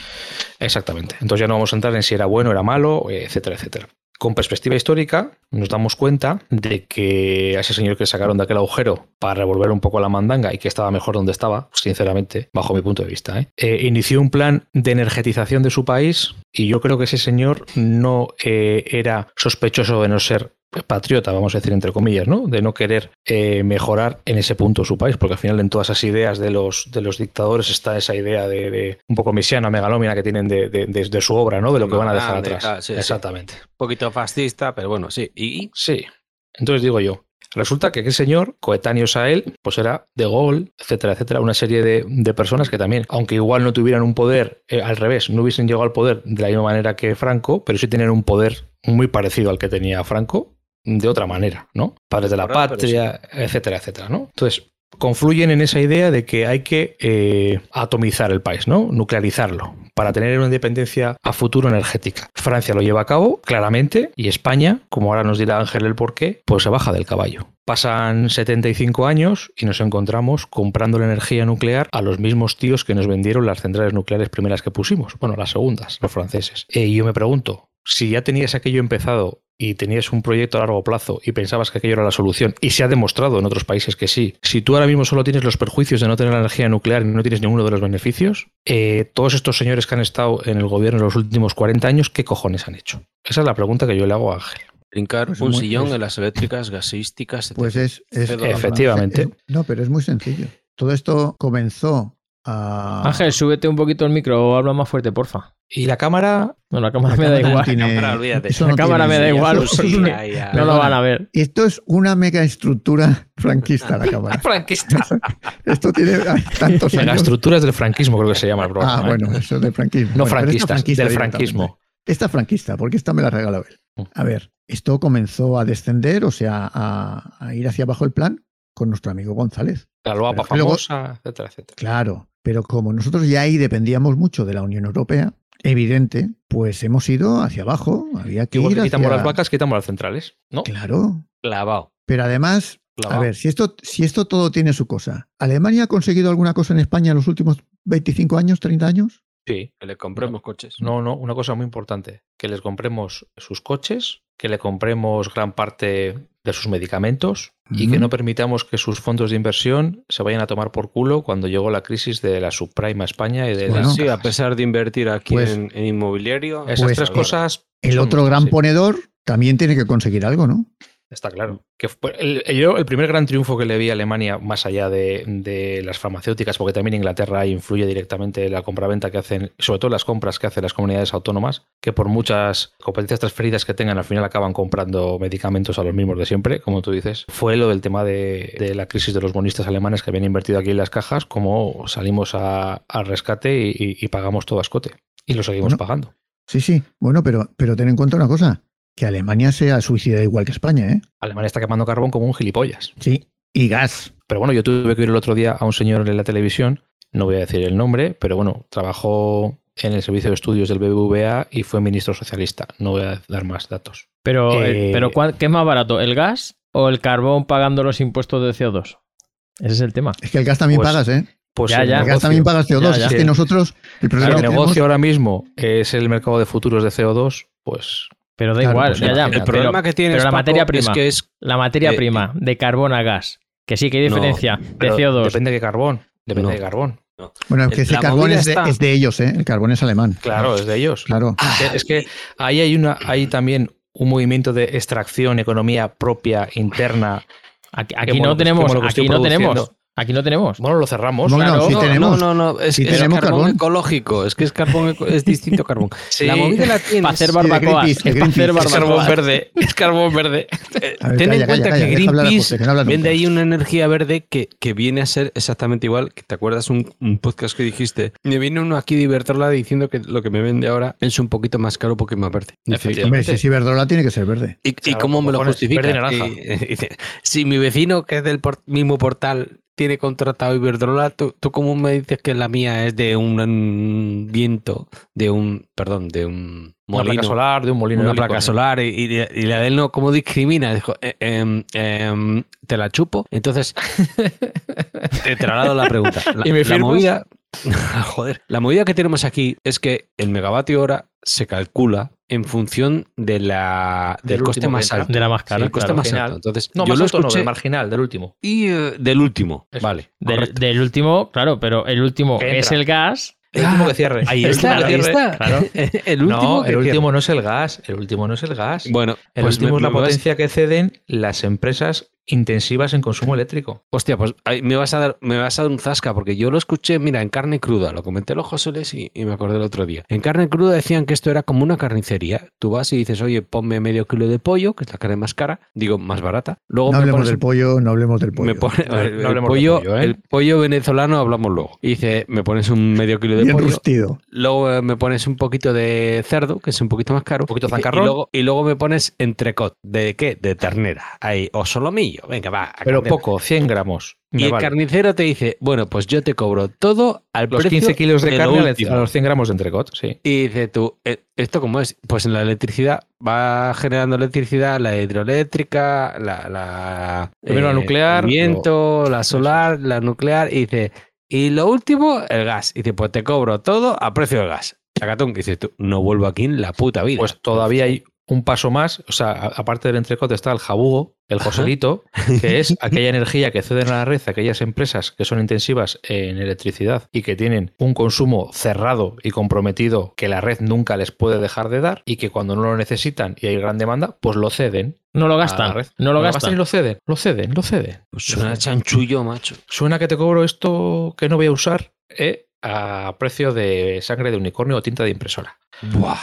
C: Exactamente. Entonces ya no vamos a entrar en si era bueno, era malo, etcétera, etcétera. Con perspectiva histórica, nos damos cuenta de que a ese señor que sacaron de aquel agujero para revolver un poco la mandanga y que estaba mejor donde estaba, pues, sinceramente, bajo mi punto de vista, ¿eh? Eh, inició un plan de energetización de su país y yo creo que ese señor no eh, era sospechoso de no ser patriota, vamos a decir entre comillas, ¿no? De no querer eh, mejorar en ese punto su país, porque al final en todas esas ideas de los, de los dictadores está esa idea de, de un poco misiana, megalómina que tienen de, de- de- de su obra, ¿no? De lo que van a dejar
E: Ah, de- ah,
C: atrás.
E: sí, sí.
C: Exactamente.
E: poquito fascista, pero bueno, sí. Y, y-
C: Sí. Entonces digo yo, resulta que aquel señor, coetáneos a él, pues era de Gaulle, etcétera, etcétera, una serie de, de personas que también, aunque igual no tuvieran un poder, eh, al revés, no hubiesen llegado al poder de la misma manera que Franco, pero sí tenían un poder muy parecido al que tenía Franco, de otra manera, ¿no? Padres de la
E: Ahora, pero
C: patria, etcétera, etcétera, ¿no? Entonces, confluyen en esa idea de que hay que eh, atomizar el país, ¿no? Nuclearizarlo para tener una independencia a futuro energética. Francia lo lleva a cabo, claramente, y España, como ahora nos dirá Ángel el porqué, pues se baja del caballo. Pasan 75 años y nos encontramos comprando la energía nuclear a los mismos tíos que nos vendieron las centrales nucleares primeras que pusimos, bueno, las segundas, los franceses. Eh, y yo me pregunto, si ya tenías aquello empezado y tenías un proyecto a largo plazo y pensabas que aquello era la solución, y se ha demostrado en otros países que sí, si tú ahora mismo solo tienes los perjuicios de no tener la energía nuclear y no tienes ninguno de los beneficios, eh, todos estos señores que han estado en el gobierno en los últimos 40 años, ¿qué cojones han hecho? Esa es la pregunta que yo le hago a Ángel.
E: brincar
D: Pues
E: un
D: muy-
E: sillón
D: pues-
E: en las eléctricas gasísticas. etc.
D: Pues es. es-
C: Efectivamente.
D: es- no, pero es muy sencillo. Todo esto comenzó a.
B: Ángel, súbete un poquito el micro o habla más fuerte, porfa.
C: Y la cámara,
B: No, la cámara
D: La
B: me da
D: cámara
B: igual.
D: tiene-
E: cámara, olvídate.
D: eso
B: La
D: no
B: cámara
D: tiene-
B: me da
E: Sí,
B: igual.
E: eso sí,
B: No
E: ahí, ahí.
B: No lo van a ver.
D: Esto es una mega estructura franquista, la cámara.
A: Franquista.
D: Esto tiene ay, tantos
C: las
D: años.
C: estructuras del franquismo creo que se llama el programa.
D: Ah,
C: ¿eh?
D: bueno, eso es del franquismo.
C: No
D: Bueno, pero esta
C: franquistas, del
D: directamente.
C: franquismo.
D: Esta franquista, porque esta me la regaló
B: Mm.
D: él. A ver, esto comenzó a descender, o sea, a, a ir hacia abajo el plan con nuestro amigo González.
C: La loapa
D: Pero luego-
C: famosa, etcétera, etcétera.
D: Claro, pero como nosotros ya ahí dependíamos mucho de la Unión Europea, evidente, pues hemos ido hacia abajo. Había que
C: Igual
D: ir
C: que quitamos
D: hacia-
C: las vacas, quitamos las centrales, ¿no?
D: Claro,
E: Clavado.
D: pero además, a
E: clavado.
D: ver, si esto, si esto todo tiene su cosa. ¿Alemania ha conseguido alguna cosa en España en los últimos 25 años, 30 años?
C: Sí.
E: Que le compremos coches.
C: No, no, una cosa muy importante, que les compremos sus coches, que le compremos gran parte de sus medicamentos y que
D: Ujú.
C: no permitamos que sus fondos de inversión se vayan a tomar por culo cuando llegó la crisis de la subprime a España y de
D: Bueno.
C: las
E: Pues sí, a
C: cajas.
E: pesar de invertir aquí
D: Pues-
E: en, en inmobiliario.
C: Esas
D: Pues,
C: tres cosas...
D: El
C: son-
D: otro gran
C: sí,
D: ponedor también tiene que conseguir algo, ¿no?
C: Está claro. Mm. Que fue el, el- yo el primer gran triunfo que le vi a Alemania, más allá de, de las farmacéuticas, porque también Inglaterra ahí influye directamente la compraventa que hacen, sobre todo las compras que hacen las comunidades autónomas, que por muchas competencias transferidas que tengan, al final acaban comprando medicamentos a los mismos de siempre, como tú dices. Fue lo del tema de, de la crisis de los bonistas alemanes que habían invertido aquí en las cajas, como salimos a- al rescate y, y- y pagamos todo a escote. Y lo seguimos
D: Bueno.
C: pagando.
D: Sí, sí. Bueno, pero, pero ten en cuenta una cosa, que Alemania sea suicida igual que España, ¿eh?
C: Alemania está quemando carbón como un gilipollas.
D: Sí. Y gas.
C: Pero bueno, yo tuve que ir el otro día a un señor en la televisión, no voy a decir el nombre, pero bueno, trabajó en el servicio de estudios del BBVA y fue ministro socialista. No voy a dar más datos.
B: Pero, eh,
C: Eh,
B: pero ¿cuál- ¿qué es más barato? ¿El gas o el carbón pagando los impuestos de CO2? Ese es el tema.
D: Es que el gas también
C: Pues-
D: pagas, ¿eh?
C: Pues
B: Ya,
C: el
B: ya.
D: Porque
C: negocio-
D: también pagas CO2.
B: Ya, ya.
D: Es que nosotros, el
C: si
D: problema
C: el
D: que tenemos-
C: negocio ahora mismo es el mercado de futuros de CO2, pues
B: Pero da
D: Claro,
B: igual,
D: pues
B: ya, ya,
E: el
B: pero
E: problema que tiene
B: pero la materia
E: es
B: prima.
E: que es
B: la materia
E: eh,
B: prima de carbón a gas, que sí que hay
E: No,
B: diferencia de
C: pero
B: CO2.
C: depende de qué carbón. Depende
E: No.
C: de qué carbón.
D: Bueno, es que
E: La
D: ese carbón
E: movida
D: es de,
E: está- Ah,
D: es de ellos, ¿eh? El carbón es alemán.
C: Claro, es de ellos.
D: Claro.
C: Es que ahí hay una, hay también un movimiento de extracción, economía propia, interna.
B: Aquí,
C: qué
B: aquí
C: mono
B: no
C: que- qué
B: tenemos,
C: mono que
B: aquí
C: estoy
B: no tenemos,
C: produciendo.
B: aquí no tenemos.
C: Bueno, lo cerramos.
D: Bueno,
B: claro.
D: sí
E: No,
D: tenemos.
E: No, no, no, es,
D: Sí
E: es
D: tenemos
E: carbón,
D: carbón.
E: ecológico, es que es carbón, eco- es distinto carbón.
C: Sí.
E: La movida la tiene.
B: Para hacer
D: de
B: barbacoas,
D: Greenpeace, de
B: es para hacer
D: Greenpeace.
C: Es carbón
B: barbacoas.
C: verde. Es carbón verde.
D: A ver,
E: Eh, Ten
D: calla,
E: en cuenta
D: calla,
E: que
D: calla, deja hablar a
E: Greenpeace
D: José, que no habla
E: Vende
D: nunca.
E: ahí una energía verde que, que viene a ser exactamente igual. que ¿Te acuerdas un, un podcast que dijiste? Me viene uno aquí de Iberdrola diciendo que lo que me vende ahora es un poquito más caro porque más verde. Dice,
C: Efectivamente.
D: Hombre, si es Iberdrola, tiene que ser verde.
E: ¿Y, y
C: Claro,
E: cómo me lo
C: cojones,
E: justifica?
C: verde y naranja.
E: Y- y dice, si mi vecino, que es del por- mismo portal, tiene contratado Iberdrola, ¿tú, tú cómo me dices que la mía es de un, mm, viento, de un, perdón, de un
C: Una
E: molino?
C: placa solar, de un molino.
E: una
C: eólico,
E: placa
C: ¿no?
E: solar y, y la- y la de él no, ¿cómo discrimina? Dijo, eh, em, em, te la chupo. Entonces, te traslado la pregunta. La,
C: ¿Y me
E: la
C: firmas?
E: movida, joder, la movida que tenemos aquí es que el megavatio hora se calcula en función de la, del,
C: Del
E: coste
C: último
E: más
C: que entra.
E: alto.
B: de la más cara,
E: el coste
B: claro.
E: más
C: final.
E: alto. Entonces,
C: No,
E: yo
C: más
E: lo
C: alto no,
E: escuché
C: del marginal, del último.
E: y eh, del último.
C: Eso.
E: Vale.
B: Del,
E: correcto.
B: del último, claro, pero el último
C: Que
B: es
C: entra.
B: el gas.
C: El último que cierre.
E: Ah, Ahí
C: El
E: está,
C: último que
E: ahí
C: cierre.
E: está.
C: Claro.
E: El último.
C: No,
E: que
C: el
E: cierra.
C: último no es el gas. El último no es el gas.
E: Bueno,
C: El
E: pues
C: último
E: me-
C: es la
E: me vas-
C: potencia que ceden las empresas intensivas en consumo eléctrico.
E: Hostia, pues ahí me vas a dar, me vas a dar un zasca, porque yo lo escuché, mira, en carne cruda, lo comenté los Josoles y, y me acordé el otro día. En carne cruda decían que esto era como una carnicería. Tú vas y dices, oye, ponme medio kilo de pollo, que es la carne más cara, digo, más barata. Luego
D: No
E: me
D: hablemos
E: pones
D: del pollo, no hablemos del pollo.
E: me pone-
C: No, no
E: el, el
C: hablemos de
E: pollo,
C: pollo, ¿eh?
E: el pollo venezolano hablamos luego. Y dice, me pones un medio kilo de
D: Bien
E: pollo,
D: rustido.
E: luego eh, me pones un poquito de cerdo, que es un poquito más caro. Un
C: poquito
E: y,
C: zancarrón.
E: luego, y luego me pones entrecot. ¿De qué? De ternera. Ahí, o solomillo. Venga, va. a
C: Pero
E: carne-
C: poco, 100 gramos.
E: y
C: Me
E: el
C: vale.
E: carnicero te dice, bueno, pues yo te cobro todo al
C: Los
E: precio
C: 15 kilos de
E: lo
C: carne a la-
E: último".
C: a los 100 gramos de entrecot, sí.
E: Y dice tú, "Eh, ¿esto cómo es? Pues en la electricidad va generando electricidad, la hidroeléctrica, la, la, eh,
C: Primero la nuclear,
E: el viento, la solar, la nuclear, y dice, y lo último, el gas. Y dice, pues te cobro todo a precio del gas. Chacatón, que dices tú, no vuelvo aquí en la puta vida.
C: Pues todavía hay un paso más. O sea, a- aparte del entrecot está el jabugo, el joselito, que es aquella energía que ceden a la red aquellas empresas que son intensivas en electricidad y que tienen un consumo cerrado y comprometido que la red nunca les puede dejar de dar y que cuando no lo necesitan y hay gran demanda, pues lo ceden.
B: No lo
C: a la
B: gastan,
C: red.
B: no lo
C: y
B: gastan.
C: lo ceden, lo ceden, lo ceden.
E: Pues suena chanchullo, macho.
C: Suena que te cobro esto que no voy a usar ¿eh? a precio de sangre de unicornio o tinta de impresora.
E: Buah.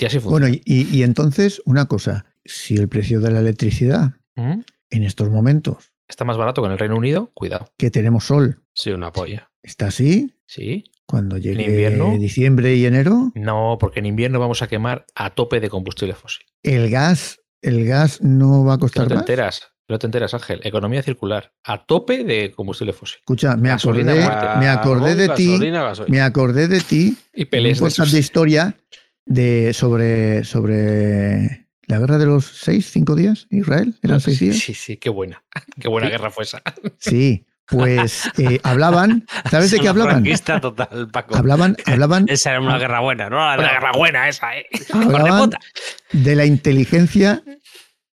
C: Y así funciona.
D: Bueno, y, y- y entonces, una cosa. Si el precio de la electricidad
C: ¿Mm?
D: en estos momentos,
C: Está más barato que en el Reino Unido, cuidado.
D: que tenemos sol,
E: Sí, una polla.
D: está así,
C: Sí.
D: cuando llegue
C: invierno?
D: diciembre y enero,
C: No, porque en invierno vamos a quemar a tope de combustible fósil.
D: el gas, el gas no va a
C: Que No
D: costar
C: te
D: más.
C: enteras, no te enteras, Ángel. Economía circular, a tope de combustible fósil.
D: Escucha, me
C: Gasolina,
D: acordé,
C: muerte.
D: me acordé de ti,
E: Gasolina, gasolina.
D: me acordé de ti
C: Y
D: en un
C: peleas de
D: podcast de
C: esos.
D: historia de sobre, sobre la guerra de los seis, cinco días, Israel, eran seis
C: Ah, Sí,
D: días.
C: sí, sí, qué buena. Qué buena guerra fue esa.
D: Sí, pues eh, hablaban, ¿sabes de qué
E: Una
D: hablaban?
E: franquista total, Paco.
D: Hablaban, hablaban,
E: Esa era una guerra buena, ¿no? La,
C: Una
E: guerra
C: guerra buena esa, ¿eh?
D: hablaban
E: puta.
D: de la inteligencia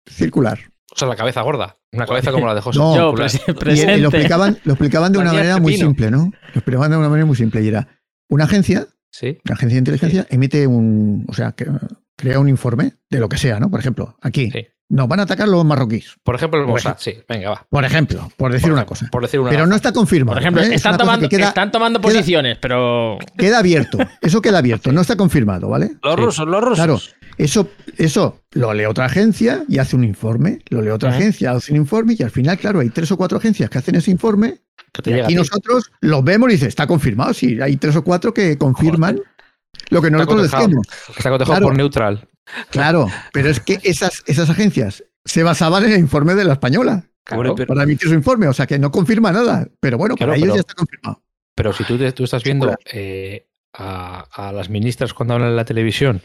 D: circular.
C: O sea, la cabeza gorda. Una cabeza como la de José.
D: No,
B: Yo,
C: circular.
B: pres-
D: Y, eh, lo,
B: presente.
D: explicaban, lo explicaban de
E: La
D: una
E: mía es
D: manera muy
E: pepino.
D: simple, ¿no? Lo explicaban de una manera muy simple y era una agencia,
C: Sí.
D: una agencia de inteligencia, emite un, o sea, que, eh, crea un informe de lo que sea, ¿no? Por ejemplo, aquí
C: Sí.
D: nos van a atacar los marroquíes,
C: Por ejemplo, el
D: Por
C: Mossad. Sí, venga, va.
D: por ejemplo, por Pues decir
C: Por
D: una
C: ejemplo,
D: cosa.
C: Por decir una.
D: Pero no está confirmado.
B: Por ejemplo,
D: ¿eh? Es
B: están,
D: una cosa
B: tomando,
D: que queda,
B: están tomando
D: queda-
B: posiciones, pero
D: queda abierto. Eso queda abierto, no está confirmado, ¿vale?
E: Los
C: Sí.
E: rusos, los rusos.
D: Claro, eso, eso lo lee otra agencia y hace un informe, lo lee otra
C: Ajá.
D: agencia, hace un informe y al final, claro, hay tres o cuatro agencias que hacen ese informe
C: que te
D: y
C: llega a
D: aquí
C: ti.
D: nosotros los vemos y dice, está confirmado, sí, hay tres o cuatro que confirman lo que nosotros
C: cotejado.
D: decimos.
C: Está cotejado
D: Claro.
C: por neutral.
D: Claro, pero es que esas, esas agencias se basaban en el informe de la española
E: Hombre,
C: Claro.
E: pero-
D: para emitir su informe, o sea que no confirma nada, pero bueno,
C: Claro,
D: para ellos
C: pero-
D: ya está confirmado.
C: Pero si tú, te- tú estás viendo eh, a, a las ministras cuando hablan en la televisión,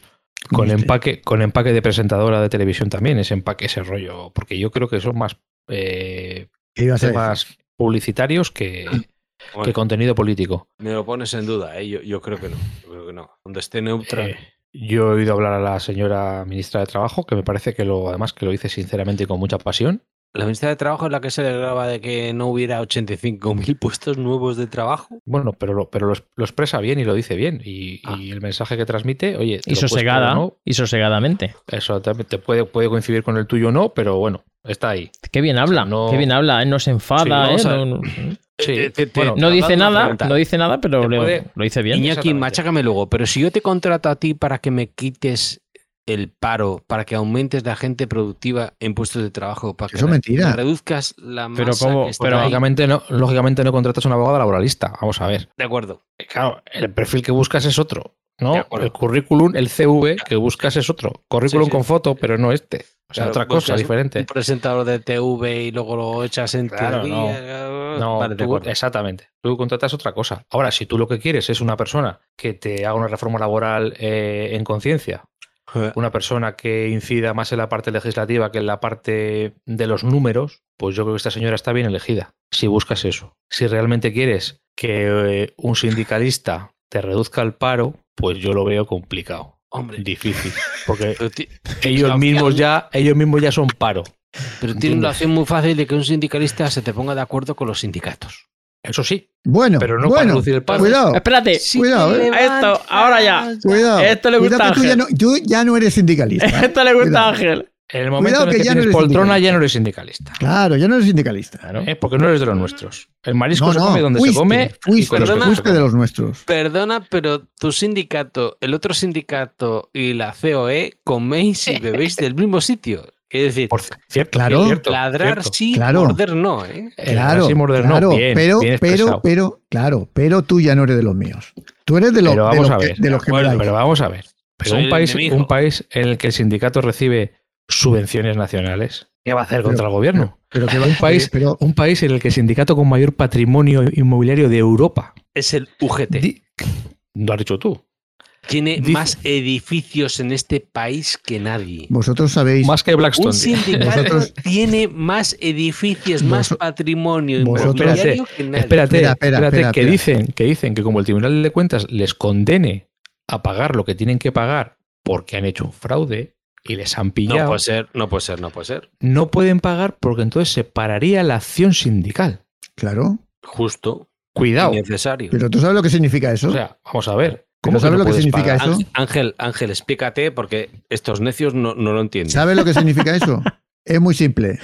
C: con
D: Ministra.
C: empaque, con empaque de presentadora de televisión también, ese empaque, ese rollo, porque yo creo que son más eh,
D: ¿Qué ibas a decir?
C: temas publicitarios que, que contenido político.
E: Me lo pones en duda, ¿eh? yo, yo creo que no. Yo creo que no. Donde esté neutral.
C: Eh, yo he oído hablar a la señora ministra de Trabajo, que me parece que lo, además que lo hice sinceramente y con mucha pasión.
E: La ministra de Trabajo es la que se alegraba de que no hubiera 85.000 puestos nuevos de trabajo.
C: Bueno, pero lo, pero lo, es- lo expresa bien y lo dice bien. Y,
E: Ah.
C: y el mensaje que transmite, oye, te
B: Y
C: lo puedes
B: sosegada,
C: creer o no,
B: y sosegadamente.
C: eso te, te puede, puede coincidir con el tuyo o no, pero bueno, está ahí.
B: Qué bien habla,
C: no-
B: qué bien habla, ¿eh? no se
E: Sí,
B: enfada,
E: vamos
B: ¿eh?
E: a
B: no,
E: ver.
B: no-
C: Sí,
E: Eh, te- te-
C: bueno,
B: no dice
E: Tratando de
B: nada,
E: afrontar.
B: no dice nada, pero
C: Te
B: lo,
C: puede-
B: lo dice bien.
E: Iñaki,
C: Exactamente.
E: machácame luego, pero si yo te contrato a ti para que me quites el paro, para que aumentes la gente productiva en puestos de trabajo, para que
D: Eso es
E: re-
D: mentira.
E: reduzcas la masa
B: Pero cómo-
E: que está
C: Pero
E: ahí.
C: lógicamente no, lógicamente no contratas a un abogado laboralista. Vamos a ver.
E: de acuerdo.
C: Eh, Claro, el perfil que buscas es otro. ¿no?
E: De acuerdo.
C: El currículum, el CV que buscas es otro. Currículum
E: Sí, sí.
C: con foto, pero no este. O sea,
E: Claro,
C: otra
E: buscas
C: cosa
E: un-
C: diferente.
E: Un presentador de TV y luego lo echas en
C: Claro,
E: teoría.
C: No,
E: Vale, de
C: tú-
E: acuerdo.
C: exactamente. Tú contratas otra cosa. Ahora, si tú lo que quieres es una persona que te haga una reforma laboral eh, en conciencia, una persona que incida más en la parte legislativa que en la parte de los números, pues yo creo que esta señora está bien elegida, si buscas eso. Si realmente quieres que eh, un sindicalista te reduzca el paro, pues yo lo veo complicado,
E: Hombre,
C: difícil, porque
E: pero ti-
C: ellos mismos ya, ellos mismos ya son paro.
E: Pero tiene
C: Entiendo.
E: una opción muy fácil de que un sindicalista se te ponga de acuerdo con los sindicatos.
C: Eso sí,
D: Bueno,
C: pero no para
D: bueno,
C: reducir el paro.
D: cuidado,
B: Espérate,
D: cuidado, eh.
B: esto, ahora ya.
D: cuidado.
B: Esto le gusta
D: cuidado que tú
B: a
D: ya, no,
B: Ángel.
D: tú ya no eres sindicalista.
B: Esto le gusta a
D: Cuidado.
B: Ángel.
C: En el momento
D: Cuidado
C: en el
D: que
C: que,
D: ya no
C: tienes
D: eres
C: poltrona
D: sindicalista.
C: ya no eres sindicalista.
D: eh. Claro, ya no eres sindicalista.
C: ¿eh? Porque no eres de los nuestros. El marisco
D: No,
C: se
D: no,
C: come donde
D: fuiste,
C: se come.
D: fuiste,
C: y con los que
E: perdona.
C: se
D: fuiste
C: come.
D: de los nuestros.
E: Perdona, pero tu sindicato, el otro sindicato y la COE coméis y bebéis del mismo sitio. Es decir,
C: Por cierto,
D: Claro.
C: cierto,
E: ladrar
C: cierto.
E: sí,
D: Claro.
E: morder no. ¿eh?
C: El
D: Claro,
C: así morder no,
D: claro,
C: bien,
D: pero,
C: bien
D: pero,
C: expresado.
D: pero, claro, pero tú ya no eres de los míos. Tú eres de, los
C: Pero
D: de
C: vamos
D: los
C: a
D: que-
C: ver,
D: de los que
E: bueno,
D: me dais.
C: Pero vamos a ver. Pero
E: Soy
C: un
E: el
C: país,
E: enemigo.
C: un país en el que el sindicato recibe subvenciones nacionales, ¿qué va a hacer contra el gobierno?
D: Pero que va-
C: un país-
D: pero-
C: Un país en el que el sindicato con mayor patrimonio inmobiliario de Europa.
E: Es el UGT.
C: Di- Lo has dicho tú.
E: Tiene
C: dice-
E: más edificios en este país que nadie.
D: vosotros sabéis,
C: Más que
E: Un
C: Blackstone.
E: sindicato
D: Vosotros-
E: tiene más edificios, más
D: Vosot-
E: patrimonio
D: Vosotros-
E: inmobiliario que nadie.
C: Espérate,
D: Espera, espera,
C: espérate,
D: espera,
C: que
D: espera.
C: dicen, que dicen que como el Tribunal de Cuentas les condene a pagar lo que tienen que pagar porque han hecho un fraude y les han pillado,
E: No
C: no, pues
E: puede ser, no puede ser, no puede ser.
C: pueden pagar porque entonces se pararía la acción sindical.
D: claro,
E: Justo,
C: Cuidado.
E: necesario.
D: pero tú sabes lo que significa eso.
C: O sea, vamos a ver.
D: ¿Pero sabes lo que
C: puedes
D: significa
C: pagar?
D: eso?
E: Ángel, Ángel, Ángel, explícate porque estos necios no, no lo entienden.
D: ¿Sabes lo que significa eso? es muy simple.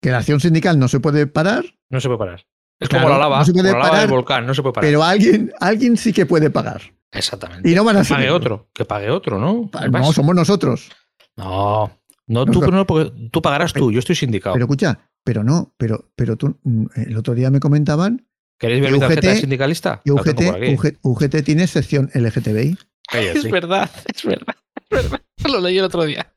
D: Que la acción sindical no se puede parar,
C: No se puede parar. Es
D: Claro,
C: como la lava,
D: no se puede
C: como la lava
D: parar,
C: del volcán, no se puede parar.
D: pero alguien, alguien sí que puede pagar.
C: Exactamente.
D: Y no van a
C: Que pague
D: ser.
C: otro, que pague otro, ¿no? ¿Qué pasa?
D: No, somos nosotros.
C: No, no, tú, no, porque tú pagarás tú, yo estoy sindicado.
D: Pero escucha, pero no, pero, pero tú, mm, el otro día me comentaban
C: ¿Queréis ver
D: y
C: mi tarjeta de
D: UGT,
C: sindicalista?
D: que
C: La tengo
D: UGT,
C: por aquí.
D: UG- UGT tiene sección LGTBI.
E: Calla, sí.
C: Es verdad, es verdad, es verdad. Lo leí el otro día.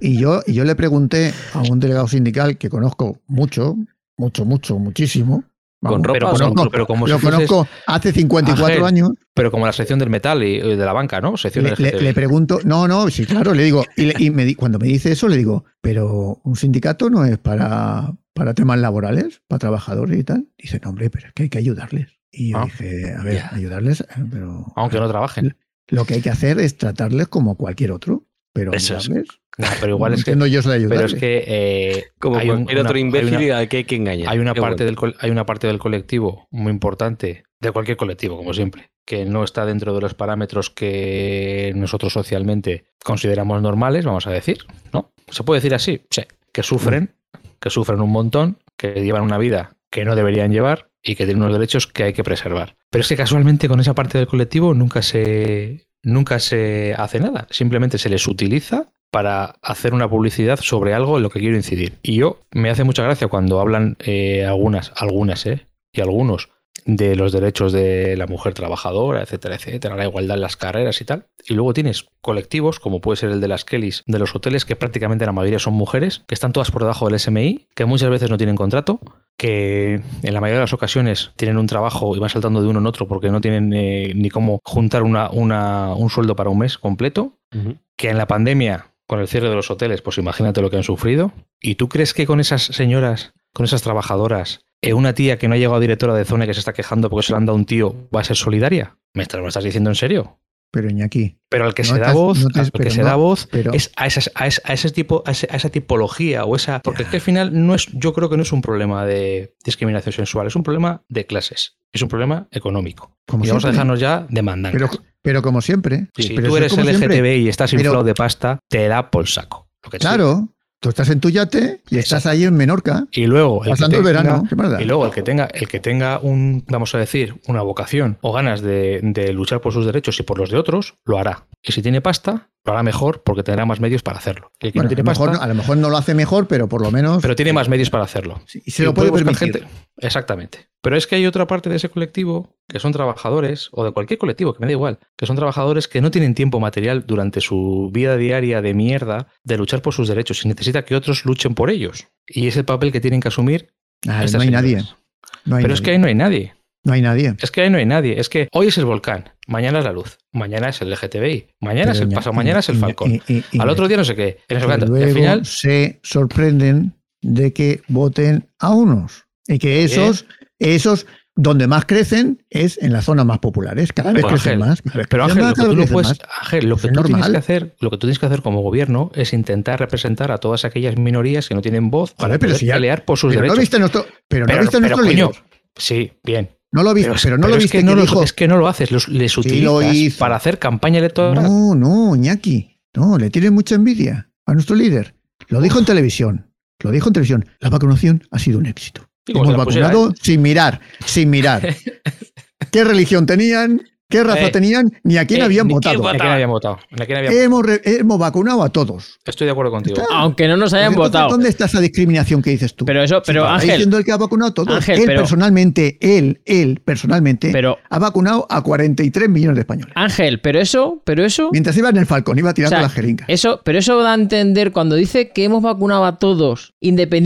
D: Y yo, y yo le pregunté a un delegado sindical que conozco mucho, mucho, mucho, muchísimo.
E: Con ropa
D: lo
E: o
D: conozco,
E: con
C: ropa? Pero como
D: lo
C: si fueses-
D: conozco hace 54
C: Ángel,
D: años.
C: Pero como la sección del metal y y de la banca, ¿no? Sección
D: Le,
C: de
D: le- le pregunto, no, no, sí, claro, le digo, y, le- y me di- cuando me dice eso, le digo, pero un sindicato no es para, para temas laborales, para trabajadores y tal. Dice, no, hombre, pero es que hay que ayudarles. Y yo
C: Ah,
D: dije, a ver,
E: ya.
D: ayudarles, eh, pero
C: Aunque no trabajen.
D: lo que hay que hacer es tratarles como cualquier otro, pero
E: Eso es.
D: ayudarles.
C: No, pero igual
D: no
C: es que.
D: entiendo yo eso de
C: Pero es
D: ayudarles.
C: que. eh,
E: Como
C: hay un-
E: cualquier otro
C: una-
E: imbécil
C: hay una-
E: al que hay que engañar.
C: Hay una,
E: Qué
C: parte
E: bueno.
C: del, col- hay una parte del colectivo muy importante, de cualquier colectivo, como siempre, que no está dentro de los parámetros que nosotros socialmente consideramos normales, vamos a decir, ¿no? ¿Se puede decir así? Sí. Que sufren, que sufren un montón, que llevan una vida que no deberían llevar y que tienen unos derechos que hay que preservar. Pero es que casualmente con esa parte del colectivo nunca se, nunca se hace nada, simplemente se les utiliza para hacer una publicidad sobre algo en lo que quiero incidir. Y yo me hace mucha gracia cuando hablan eh, algunas, algunas, ¿eh? Y algunos de los derechos de la mujer trabajadora, etcétera, etcétera, la igualdad en las carreras y tal. Y luego tienes colectivos, como puede ser el de las Kellys, de los hoteles, que prácticamente la mayoría son mujeres, que están todas por debajo del SMI, que muchas veces no tienen contrato, que en la mayoría de las ocasiones tienen un trabajo y van saltando de uno en otro porque no tienen eh, ni cómo juntar una- una- un sueldo para un mes completo
E: Ujú.
C: que en la pandemia, con el cierre de los hoteles, pues imagínate lo que han sufrido. ¿Y tú crees que con esas señoras, con esas trabajadoras, eh, una tía que no ha llegado a directora de zona y que se está quejando porque se le han dado un tío va a ser solidaria. ¿Me estás, me lo estás diciendo en serio?
D: Pero Iñaki,
C: Pero al que
D: No
C: se da
D: estás-
C: voz,
D: no te-
C: al que
D: pero
C: se
D: no,
C: da voz
D: pero-
C: es a, esas- a es- a ese tipo, a, ese- a esa tipología o esa. Porque es que al final no es, yo creo que no es un problema de discriminación sexual, es un problema de clases, es un problema económico.
D: como
C: y vamos a
D: siempre.
C: dejarnos ya de mandangas.
D: pero, pero como siempre.
C: si
D: pero
C: tú
D: eso es
C: eres
D: como
C: LGTBI
D: siempre.
C: y estás
D: Pero-
C: inflado de pasta, te da por saco. Lo que te
D: Claro, tú estás en tu yate y estás
C: Exacto.
D: ahí en Menorca,
C: digo. Y luego, el que
D: pasando el
C: tenga-
D: verano. ¿Qué más da?
C: Y luego el que tenga, el que tenga un, vamos a decir, una vocación o ganas de, de luchar por sus derechos y por los de otros, lo hará. Y si tiene pasta, lo hará mejor porque tendrá más medios para hacerlo. Y el que
D: Bueno,
C: no tiene
D: a, lo mejor,
C: pasta,
D: a lo mejor no lo hace mejor, pero por lo menos
C: pero tiene más medios para hacerlo.
D: sí, se
C: Y
D: lo puede
C: buscar
D: permitir.
C: gente- Exactamente. Pero es que hay otra parte de ese colectivo que son trabajadores, o de cualquier colectivo, que me da igual, que son trabajadores que no tienen tiempo material durante su vida diaria de mierda de luchar por sus derechos y necesita que otros luchen por ellos. Y es el papel que tienen que asumir.
D: Ah, no
C: estas
D: hay nadie.
C: señoras.
D: No hay
C: Pero es que
D: nadie.
C: ahí no hay nadie.
D: no hay nadie.
C: Es que ahí no hay nadie. Es que hoy es el volcán, mañana es la luz, mañana es el LGTBI, mañana es
D: Pero
C: el
D: Iña-
C: pasado, mañana es el
D: Iña-
C: falcón.
D: Iña- Iña-
C: Al
D: Iña-
C: otro día no sé qué. En el
D: pero
C: Socanto. Y
D: luego
C: al final,
D: se sorprenden de que voten a unos y que esos, esos donde más crecen es en las zonas más populares. Cada vez
C: Pero,
D: crecen
C: Ángel,
D: más. cada vez
C: Pero
D: crecen
C: Ángel, lo
D: más,
C: que
D: cada
C: tú
D: vez
C: no
D: crecen
C: puedes-
D: más.
C: Ángel, lo
D: Es
C: que tú tienes
D: normal.
C: que hacer, lo que tú tienes que hacer como gobierno es intentar representar a todas aquellas minorías que no tienen voz para
D: Joder, pero
C: poder
D: si ya-
C: pelear por sus
D: Pero no
C: derechos.
D: viste nuestro, pero no
C: Pero-
D: viste
C: pero,
D: nuestro
C: coño,
D: libro.
C: Sí, bien.
D: No lo viste,
C: Pero,
D: pero, no lo
C: pero
D: viste
C: es que, no
D: que
C: lo,
D: dijo-
C: es que no lo haces, los- les
D: Sí, lo
C: utilizas
D: hizo.
C: para hacer campaña electoral.
D: No, no, Iñaki. No, le tiene mucha envidia a nuestro líder. Lo dijo en televisión. Lo dijo en televisión. La vacunación ha sido un éxito.
C: Y como
D: Hemos
C: se la pusiera,
D: vacunado sin mirar, sin mirar. ¿Qué religión tenían? ¿Qué raza
C: Eh,
D: tenían? Ni a quién
C: eh,
D: habían
C: ni
D: votado.
C: ¿A quién habían votado? ¿A quién habían-
D: Hemos, re- hemos vacunado a todos.
C: Estoy de acuerdo contigo.
D: Eh, Está-
B: Aunque no nos hayan
D: Entonces,
B: votado.
D: ¿Dónde está esa discriminación que dices tú?
B: Pero eso,
D: Si
B: pero
D: está
B: Ángel,
D: diciendo el que ha vacunado a todos.
B: Ángel,
D: él
B: pero-
D: personalmente, él, él personalmente,
B: pero
D: ha vacunado a 43 millones de españoles.
B: Ángel, pero eso, pero eso,
D: Mientras iba en el Falcón, iba tirando
B: O sea,
D: las jeringas.
B: eso, pero eso da a entender cuando dice que hemos vacunado a todos,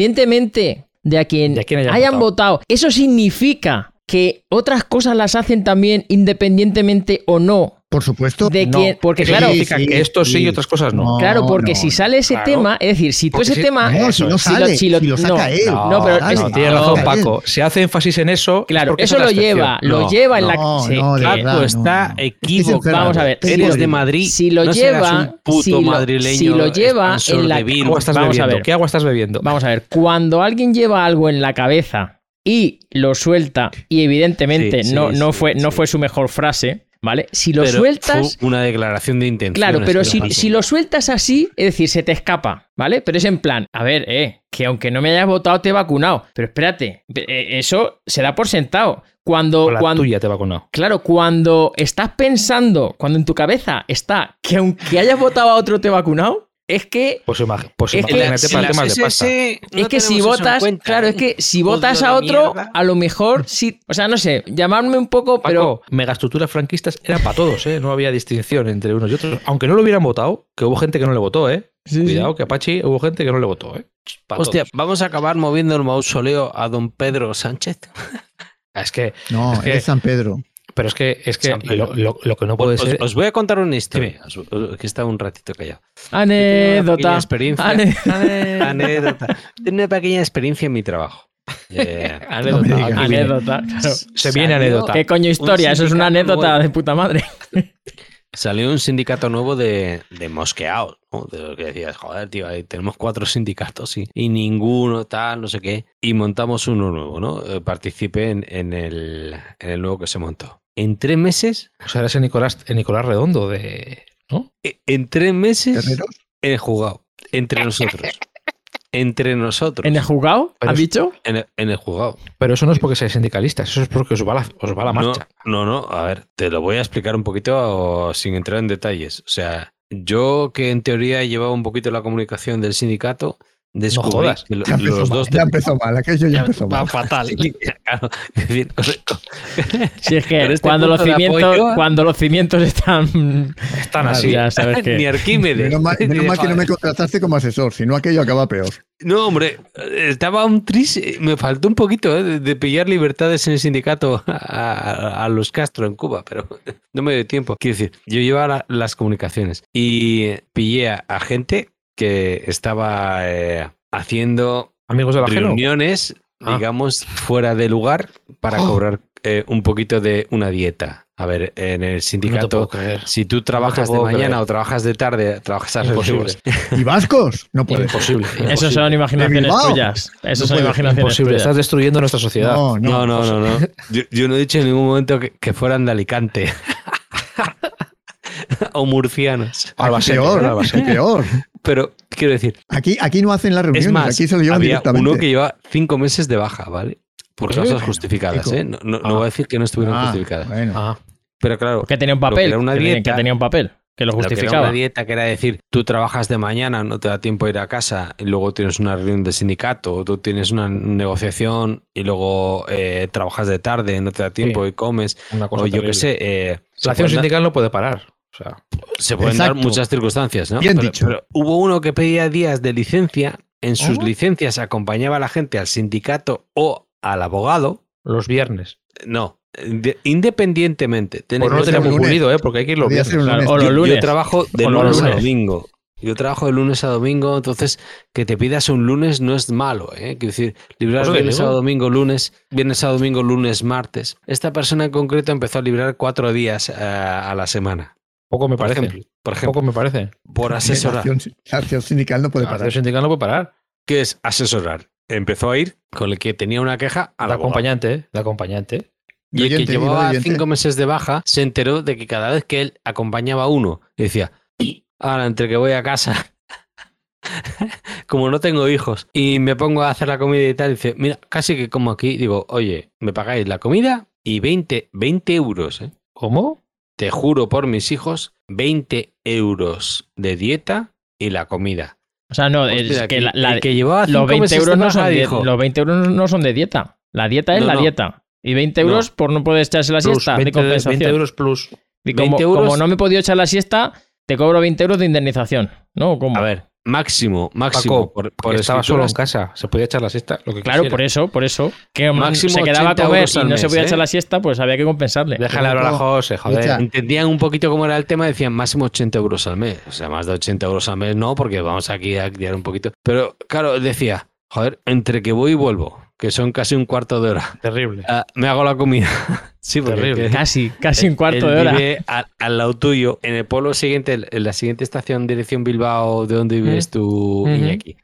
B: independientemente de a quien,
C: De a quién hayan
B: votado. Eso significa que otras cosas las hacen también independientemente o no
D: Por supuesto.
B: de
C: No,
B: quién, porque
C: eso
B: claro,
C: significa
D: sí,
C: que esto sí,
D: sí.
C: y otras cosas no.
D: No,
B: claro, porque
D: no,
B: si sale ese
C: claro.
B: tema, es decir, si tú
C: Porque
B: ese
C: si-
B: tema,
D: No, si
C: Eso
D: no
B: es. Si lo-
D: sale,
B: si
D: si
B: lo-
D: lo,
B: no,
D: saca él.
B: no, pero
D: sale,
B: es-
C: no, tiene
B: no.
C: razón Paco. Si hace énfasis en eso, es
B: claro,
C: porque
B: eso
C: es
B: lo
C: una
B: lleva,
C: excepción.
B: lo
C: No,
B: lleva en la
D: no,
B: se-
D: no, de
B: claro,
D: verdad,
E: Paco
D: no,
E: está
D: no.
E: equivocado.
D: Es
B: Vamos a ver,
D: es
E: Eres de
D: horrible.
E: Madrid.
B: si lo
E: no
B: lleva,
E: serás un puto
B: si, lo,
E: madrileño
B: si lo lleva
E: expansor
B: en la
E: de
C: ¿Qué
E: vino.
C: agua estás
B: vamos a
C: bebiendo?
B: ver,
C: ¿Qué agua estás bebiendo?
B: Vamos a ver, cuando alguien lleva algo en la cabeza y lo suelta, y evidentemente
E: Sí, sí,
B: no, no,
E: sí,
B: fue, no
E: sí.
B: fue su mejor frase, ¿vale? Si lo
E: Pero
B: sueltas.
E: fue una declaración de intenciones.
B: Claro, pero si,
E: Paco.
B: si lo sueltas así, es decir, se te escapa, ¿vale? Pero es en plan, a ver, eh, que aunque no me hayas votado, te he vacunado. Pero espérate, eh, eso se da por sentado. Cuando,
C: Con la
B: cuando,
C: tuya te he vacunado.
B: Claro, cuando estás pensando, cuando en tu cabeza está que aunque hayas votado a otro te he vacunado, es que
C: Pues, imag- pues
B: Es que
C: imagínate
B: si
C: para
B: las
C: temas de pasta.
B: es que si votas, claro,
E: eh,
B: es que si
E: Odio
B: votas
E: Pues de
B: a otro,
E: mierda.
B: a lo mejor sí, o sea, no sé, llamarme un poco, pero
C: Pero megaestructuras franquistas era para todos, ¿eh? No había distinción entre unos y otros. Aunque no lo hubieran votado, que hubo gente que no le votó, ¿eh? Cuidado, que Apache hubo gente que no le votó, ¿eh? Pa'
E: Hostia,
C: todos.
E: vamos a acabar moviendo el mausoleo a don Pedro Sánchez.
C: Es que,
D: No,
C: Es
D: es,
C: que-
D: San Pedro.
C: pero es que, es que
E: San Pedro.
C: lo, lo- lo que no puede
E: Os,
C: ser.
E: pues os voy a contar una historia. Os- os- que está un ratito callado.
B: anécdota.
E: Yo tengo una pequeña
B: Ane-
E: Anécdota. Tengo una pequeña experiencia en mi trabajo. Eh,
D: No
C: Anécdota,
D: me digas.
C: aquí viene.
B: Anécdota. claro.
C: Se viene
E: Salió-
C: anécdota.
B: ¿Qué coño historia? Eso es una
E: sindicato
B: anécdota
E: nuevo.
B: de puta madre.
E: Salió un sindicato nuevo de, de mosqueados, ¿no? De lo que decías, joder, tío, ahí tenemos cuatro sindicatos y, y ninguno tal, no sé qué. Y montamos uno nuevo, ¿no? Eh, Participé en, en el, en el nuevo que se montó. En tres meses,
C: O sea, era ese Nicolás, el Nicolás Redondo de. ¿No?
E: eh, en tres meses,
D: Guerreros.
E: he jugado. Entre nosotros. Entre nosotros.
B: ¿En el jugado?
C: Pero
B: ¿Has
C: es-
B: dicho?
E: En el, en el jugado.
C: Pero eso no es porque seáis sindicalistas, eso es porque os va la, os va la marcha.
E: No, no, no, a ver, te lo voy a explicar un poquito o sin entrar en detalles. O sea, yo que en teoría llevaba un poquito la comunicación del sindicato, descubrí
C: jodas.
E: que lo-
D: Ya empezó,
E: los
D: mal,
E: dos...
D: ya empezó mal, aquello ya empezó mal.
E: fatal.
B: Si es que
E: Pero este
B: cuando los
E: punto de
B: cimientos,
E: apoyo-
B: cuando los cimientos están
C: Están así.
B: ya sabes
E: Ni
B: que
E: Arquímedes.
D: Menos mal,
E: ni
D: menos
E: de
D: mal que no me
E: padre.
D: contrataste como asesor, si no aquello acaba peor.
E: No, hombre, estaba un tris, me faltó un poquito eh, de, de pillar libertades en el sindicato a, a- a los Castro en Cuba, pero no me dio tiempo. Quiero decir, yo llevaba la- las comunicaciones y pillé a, a gente que estaba eh, haciendo
C: Amigos de la
E: reuniones Ah. digamos, fuera de lugar
C: ¡Oh!
E: para cobrar eh, un poquito de una dieta. A ver, en el
C: No te puedo
E: sindicato,
C: creer.
E: si tú trabajas de
C: puedo
E: mañana
C: creer.
E: o trabajas de tarde, trabajas a
C: eh. Imposible.
E: las
D: ¿Y vascos? No puede ser.
C: Imposible.
B: Eso
C: imposible.
B: son imaginaciones
D: Bilbao.
B: tuyas. Eso
D: No
B: son
D: puede-
B: imaginaciones
C: Imposible.
B: tuyas.
C: Estás destruyendo nuestra sociedad.
D: No,
E: No,
D: no.
E: no, no, no. Yo, yo no he dicho en ningún momento que, que fueran de Alicante. o murcianos.
D: Aquí
C: Albacete,
E: ¿eh?
D: peor,
C: ¿no? Albacete.
D: aquí peor.
E: Pero quiero decir,
D: Aquí, aquí no hacen las reuniones,
E: es más,
D: aquí se lo llevan
E: había
D: directamente.
E: uno que lleva cinco meses de baja, ¿vale? Por
C: ¿Qué?
E: causas justificadas,
D: chico.
E: ¿eh? No, no- no
C: Ah.
E: voy a decir que no estuvieron
D: Ah,
E: justificadas.
D: bueno.
C: Ah,
E: Pero claro,
B: Que tenía un
E: Lo que
B: papel.
E: era una
B: que tenía-
E: dieta.
B: que tenía un papel. Que lo
E: Lo que era
B: justificaba.
E: una dieta que era decir, tú trabajas de mañana, no te da tiempo a ir a casa, y luego tienes una reunión de sindicato, o tú tienes una negociación y luego eh, trabajas de tarde, no te da tiempo y comes,
C: una cosa
E: o yo
C: terrible.
E: qué sé. eh,
C: La
E: se, pueden
C: acción
E: dar,
C: sindical no puede parar. O sea,
E: se pueden dar
D: Exacto.
E: muchas circunstancias, ¿no?
D: Bien
E: pero,
D: dicho.
E: pero hubo uno que pedía días de licencia, en sus licencias acompañaba a la gente al sindicato o al abogado.
C: los viernes.
E: No, de- independientemente. ten en
C: Pues no lo
E: cuenta-
D: ser un
C: tenemos
D: lunes.
C: pulido, ¿eh? Porque hay que ir los
D: Podía
C: viernes.
D: ser un
B: Claro,
D: lunes.
B: o los
E: yo, yo
B: lunes.
E: trabajo de
B: O los
E: lunes a
B: lunes.
E: domingo. Yo trabajo de lunes a domingo, entonces que te pidas un lunes no es malo, ¿eh? Quiero decir, librar
C: Por eso te
E: viernes a
C: digo.
E: domingo, lunes, viernes a domingo, lunes, martes. Esta persona en concreto empezó a librar cuatro días eh, a la semana.
C: Poco me
E: Por
C: parece.
E: ejemplo, por ejemplo,
C: Poco me parece.
E: por
D: La
E: asesorar.
D: acción, la acción sindical no puede
E: Ah,
C: La acción
D: parar.
C: sindical no puede parar.
E: ¿Qué es asesorar? Empezó a ir con el que tenía una queja al
C: de
E: abogado.
C: acompañante, ¿eh? de acompañante.
E: Y el que
D: Oyente,
E: llevaba
D: iba oyente.
E: cinco meses de baja se enteró de que cada vez que él acompañaba a uno, decía, ahora entre que voy a casa, como no tengo hijos, y me pongo a hacer la comida y tal, dice, mira, casi que como aquí, digo, oye, me pagáis la comida y 20, 20 euros, ¿eh?
C: ¿Cómo?
E: te juro por mis hijos, 20 euros de dieta y la comida.
B: O sea, no,
E: Hostia,
B: es que
E: el-
B: la- la-
E: el que llevaba
B: los
E: cinco
B: 20
E: meses
B: euros
E: de
B: no
E: baja
B: son die-
E: dijo,
B: los 20 euros no son de dieta. La dieta es
E: No,
B: la
E: no.
B: dieta. Y 20
E: No.
B: euros por no poder echarse la
C: Plus,
B: siesta
C: 20,
B: de compensación.
C: 20 euros plus.
B: y como,
E: 20 euros.
B: como no me he podido echar la siesta, te cobro 20 euros de indemnización. ¿No? ¿Cómo?
E: a ver, máximo, máximo,
C: Paco,
E: por,
C: Por
E: por
C: estaba solo en
E: escrituras,
C: casa. Se podía echar la siesta. Lo que
B: Claro,
C: quisiera.
B: por eso, por eso. Que
E: Máximo
B: se quedaba a
E: 80
B: comer
E: euros
B: y no
E: al
B: se
E: mes,
B: podía
E: ¿eh?
B: echar la siesta, pues había que compensarle.
C: Déjale hablar a
D: Pero-
C: José, joder.
D: Escucha.
E: entendían un poquito cómo era el tema, decían máximo 80 euros al mes. O sea, más de 80 euros al mes no, porque vamos aquí a criar un poquito. Pero claro, decía, joder, entre que voy y vuelvo, que son casi un cuarto de hora,
C: Terrible.
E: ah, me hago la comida. sí, porque
C: Terrible.
E: que-
B: Casi, casi un cuarto
E: él
B: de hora.
E: vive a- al lado tuyo, en el pueblo siguiente, en la siguiente estación, dirección Bilbao, de donde vives tú,
C: Ujú.
E: Iñaki.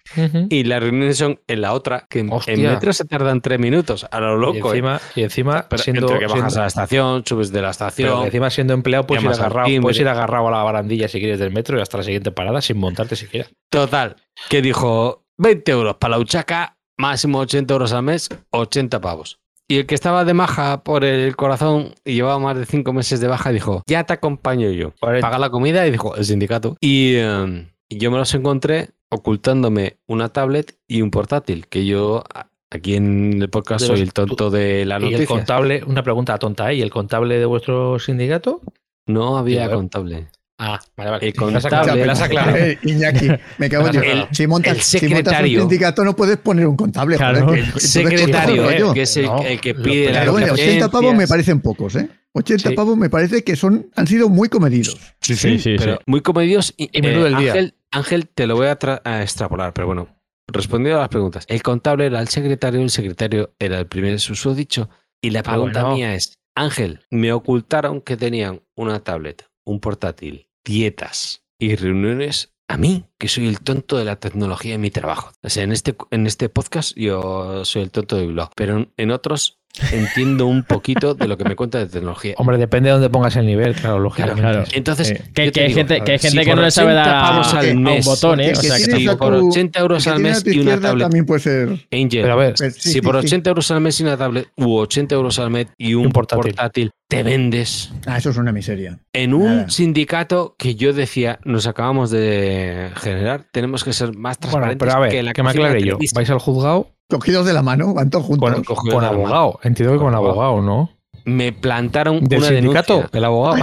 E: Y las reuniones son en la otra, que en- en
C: Hostia.
E: metro se tardan tres minutos, a lo
C: y
E: loco. ¿eh?
C: encima, y encima
E: Pero
C: siendo,
E: entre que bajas
C: siendo-
E: a la estación, subes de la
C: pero
E: estación,
C: encima siendo empleado puedes ir,
E: Llamas al
C: agarrado,
E: timbre.
C: puedes ir agarrado a la barandilla si quieres del metro y hasta la siguiente parada sin montarte siquiera.
E: Total, que dijo 20 euros para la uchaca, máximo 80 euros al mes, 80 pavos. Y el que estaba de maja por el corazón y llevaba más de cinco meses de baja dijo, ya te acompaño yo.
C: Cuarenta.
E: Paga la comida y dijo, el sindicato. Y eh, yo me los encontré ocultándome una tablet y un portátil, que yo a- aquí en el podcast
C: De
E: soy
C: los-
E: el tonto de la
C: y el
E: noticia.
C: contable, una pregunta tonta, ¿eh? ¿Y el contable de vuestro sindicato?
E: No había
C: Digo, eh.
E: contable.
C: Ah, vale, vale.
E: El
C: Me la has
E: contable.
C: aclarado, me la has aclarado.
D: Eh, Iñaki, me cago en Dios.
E: El-
D: si montas,
E: el
D: si montas un
E: secretario.
D: sindicato no puedes poner un contable. joder,
B: Claro.
D: que- entonces,
E: Secretario,
D: ¿qué
E: eh,
D: rollo?
E: que es el,
C: No,
E: el que
C: lo
E: pide la
D: Pero bueno, 80 pavos me
E: licencias.
D: parecen pocos, ¿eh? 80
C: Sí.
D: pavos me parece que son, han sido muy comedidos.
E: Sí,
B: sí, sí,
E: pero
B: sí.
E: Muy comedidos y, eh,
C: Y menudo el día.
E: Ángel, Ángel, te lo voy a, tra- a extrapolar, pero bueno, respondiendo a las preguntas. El contable era el secretario, el secretario era el primer susodicho. Y la pregunta
C: bueno.
E: mía es, Ángel, me ocultaron que tenían una tablet, un portátil, dietas y reuniones a mí, que soy el tonto de la tecnología en mi trabajo. O sea, en este, en este podcast yo soy el tonto de blog, pero en- en otros entiendo un poquito de lo que me cuenta de tecnología.
C: Hombre, depende de dónde pongas el nivel, claro, lógicamente.
B: claro.
E: Entonces,
B: Sí. Que,
E: yo te
B: que hay
E: digo,
B: gente, que, hay
C: si
B: gente que
E: por
B: no le sabe
E: 80
B: dar a,
E: pavos al
B: a un
E: mes,
B: botón, ¿eh?
D: porque
B: o sea,
D: que
B: que
D: tienes
E: si
D: a
B: tampoco-
E: por
D: tu-
E: 80 euros
D: El que
E: al
D: tiene
E: mes
D: a tu
E: y una
D: izquierda
E: tablet.
D: También puede ser.
E: Angel,
C: Pero a ver,
D: Pero sí,
E: si por
D: sí, sí.
E: 80 euros al mes y una tablet u 80 euros al mes y un,
C: un portátil.
E: portátil. te vendes
D: Ah, eso es una miseria.
E: en un
D: Nada.
E: sindicato que yo decía, nos acabamos de generar, tenemos que ser más
C: bueno,
E: transparentes
C: pero a ver, que,
E: la
C: me
E: cocina
C: aclare yo.
E: triste.
C: ¿Vais al juzgado
D: Cogidos de la mano, van todos juntos.
C: con,
E: cogido
C: con
E: de la mano.
C: abogado? Entiendo que con abogado, ¿no?
E: Me plantaron
C: ¿Del
E: una
C: sindicato?
E: denuncia.
C: ¿El abogado?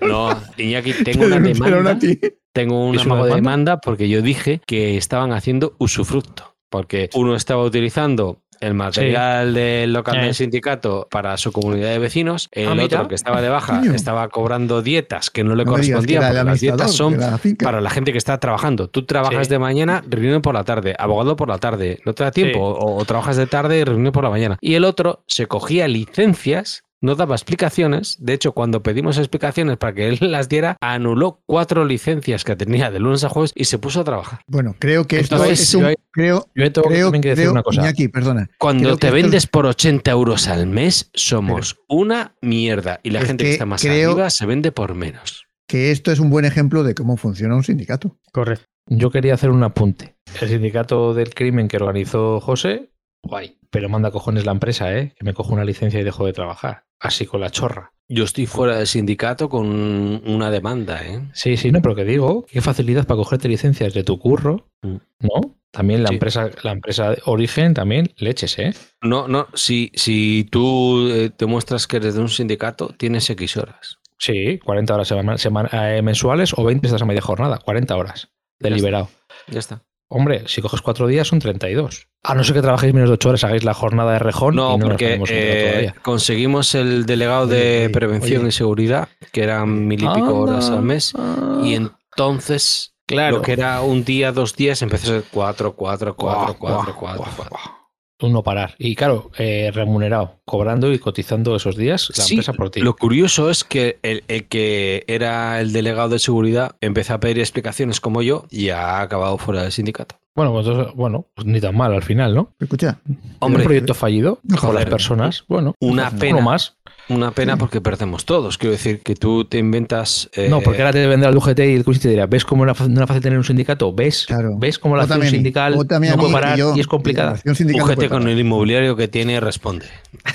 E: No, Iñaki,
D: Te
E: tengo una
D: denunciaron
E: demanda.
D: a ti.
E: Tengo un
C: ¿Es una
E: amago de
C: demanda?
E: demanda porque yo dije que estaban haciendo usufructo. Porque uno estaba utilizando el material del local del sindicato para su comunidad de vecinos, el
C: Ah,
E: otro
C: mira.
E: que estaba de baja
D: Coño.
E: estaba cobrando dietas que no le
D: No me digas que
E: correspondían,
D: era
E: porque
D: el
E: las
D: administrador
E: dietas son
D: de la finca.
E: para la gente que está trabajando. Tú trabajas
C: Sí.
E: de mañana, reunión por la tarde, abogado por la tarde, no te da tiempo,
C: Sí.
E: o, o trabajas de tarde, reunión por la mañana. Y el otro se cogía licencias. No daba explicaciones. De hecho, cuando pedimos explicaciones para que él las diera, anuló cuatro licencias que tenía de lunes a jueves y se puso a trabajar.
D: Bueno, creo que esto
E: Entonces,
D: es un.
E: yo ahí-
D: Creo,
C: Yo tengo
D: creo,
C: también que decir
D: creo-
C: una cosa.
D: Iñaki, perdona.
E: Cuando
D: Creo que
E: te
D: esto es-
E: vendes por 80 euros al mes, somos una mierda. Y la
D: Es
E: gente que,
D: que
E: está más
D: creo-
E: arriba se vende por menos.
D: Que esto es un buen ejemplo de cómo funciona un sindicato.
B: Correcto.
C: Yo quería hacer un apunte. El sindicato del crimen que organizó José, guay. Pero manda cojones la empresa, ¿eh? Que me cojo una licencia y dejo de trabajar. Así con la chorra.
E: Yo estoy fuera del sindicato con una demanda, ¿eh?
C: Sí, sí, no, pero que digo, qué facilidad para cogerte licencias de tu curro,
E: Mm.
C: ¿no? También la
E: Sí.
C: empresa, la empresa de origen, también leches, ¿eh?
E: No, no, si, si tú eh, te muestras que eres de un sindicato, tienes X horas.
C: Sí, 40 horas sema- sema- eh, mensuales o 20 estás a media jornada, 40 horas, deliberado.
E: Ya está.
C: Hombre, si coges cuatro días son 32. A no ser que trabajéis menos de 8 horas, hagáis la jornada de rejón.
E: No,
C: y nos
E: porque
C: podemos enterar
E: eh,
C: todavía.
E: conseguimos el delegado
D: Oye,
E: de
D: oye,
E: prevención
D: oye.
E: y seguridad, que eran mil y pico horas al mes, y
C: en
E: entonces
A: Claro.
E: lo que era un día, dos días, empezó a ser cuatro, cuatro, cuatro,
C: Guau,
E: cuatro,
C: guau,
E: cuatro,
C: guau,
E: cuatro.
C: Tú no parar. Y claro, eh, remunerado, cobrando y cotizando esos días la
E: Sí,
C: empresa por ti.
E: Lo curioso es que el, el que era el delegado de seguridad empezó a pedir explicaciones como yo y ha acabado fuera del sindicato.
C: Bueno, pues, entonces, bueno, pues ni tan mal al final, ¿no?
D: Escucha,
E: Hombre,
C: un proyecto fallido por las
E: joder.
C: personas. Bueno, pues,
E: Una
C: uno
E: pena.
C: más.
E: Una pena porque perdemos todos. Quiero decir que tú te inventas. eh,
C: No, porque ahora te vendrá el UGT y el CUSI te dirá, ¿ves cómo era fa- no era fácil tener un sindicato? ¿Ves?
D: Claro.
C: ¿Ves cómo la
D: vótame
C: acción
D: a mí,
C: sindical
D: vótame a
C: no
D: mí
C: puede parar
D: yo-
C: y es complicada?
D: la acción sindical no
E: UGT
D: puede
E: con
D: parar.
E: el inmobiliario que tiene responde.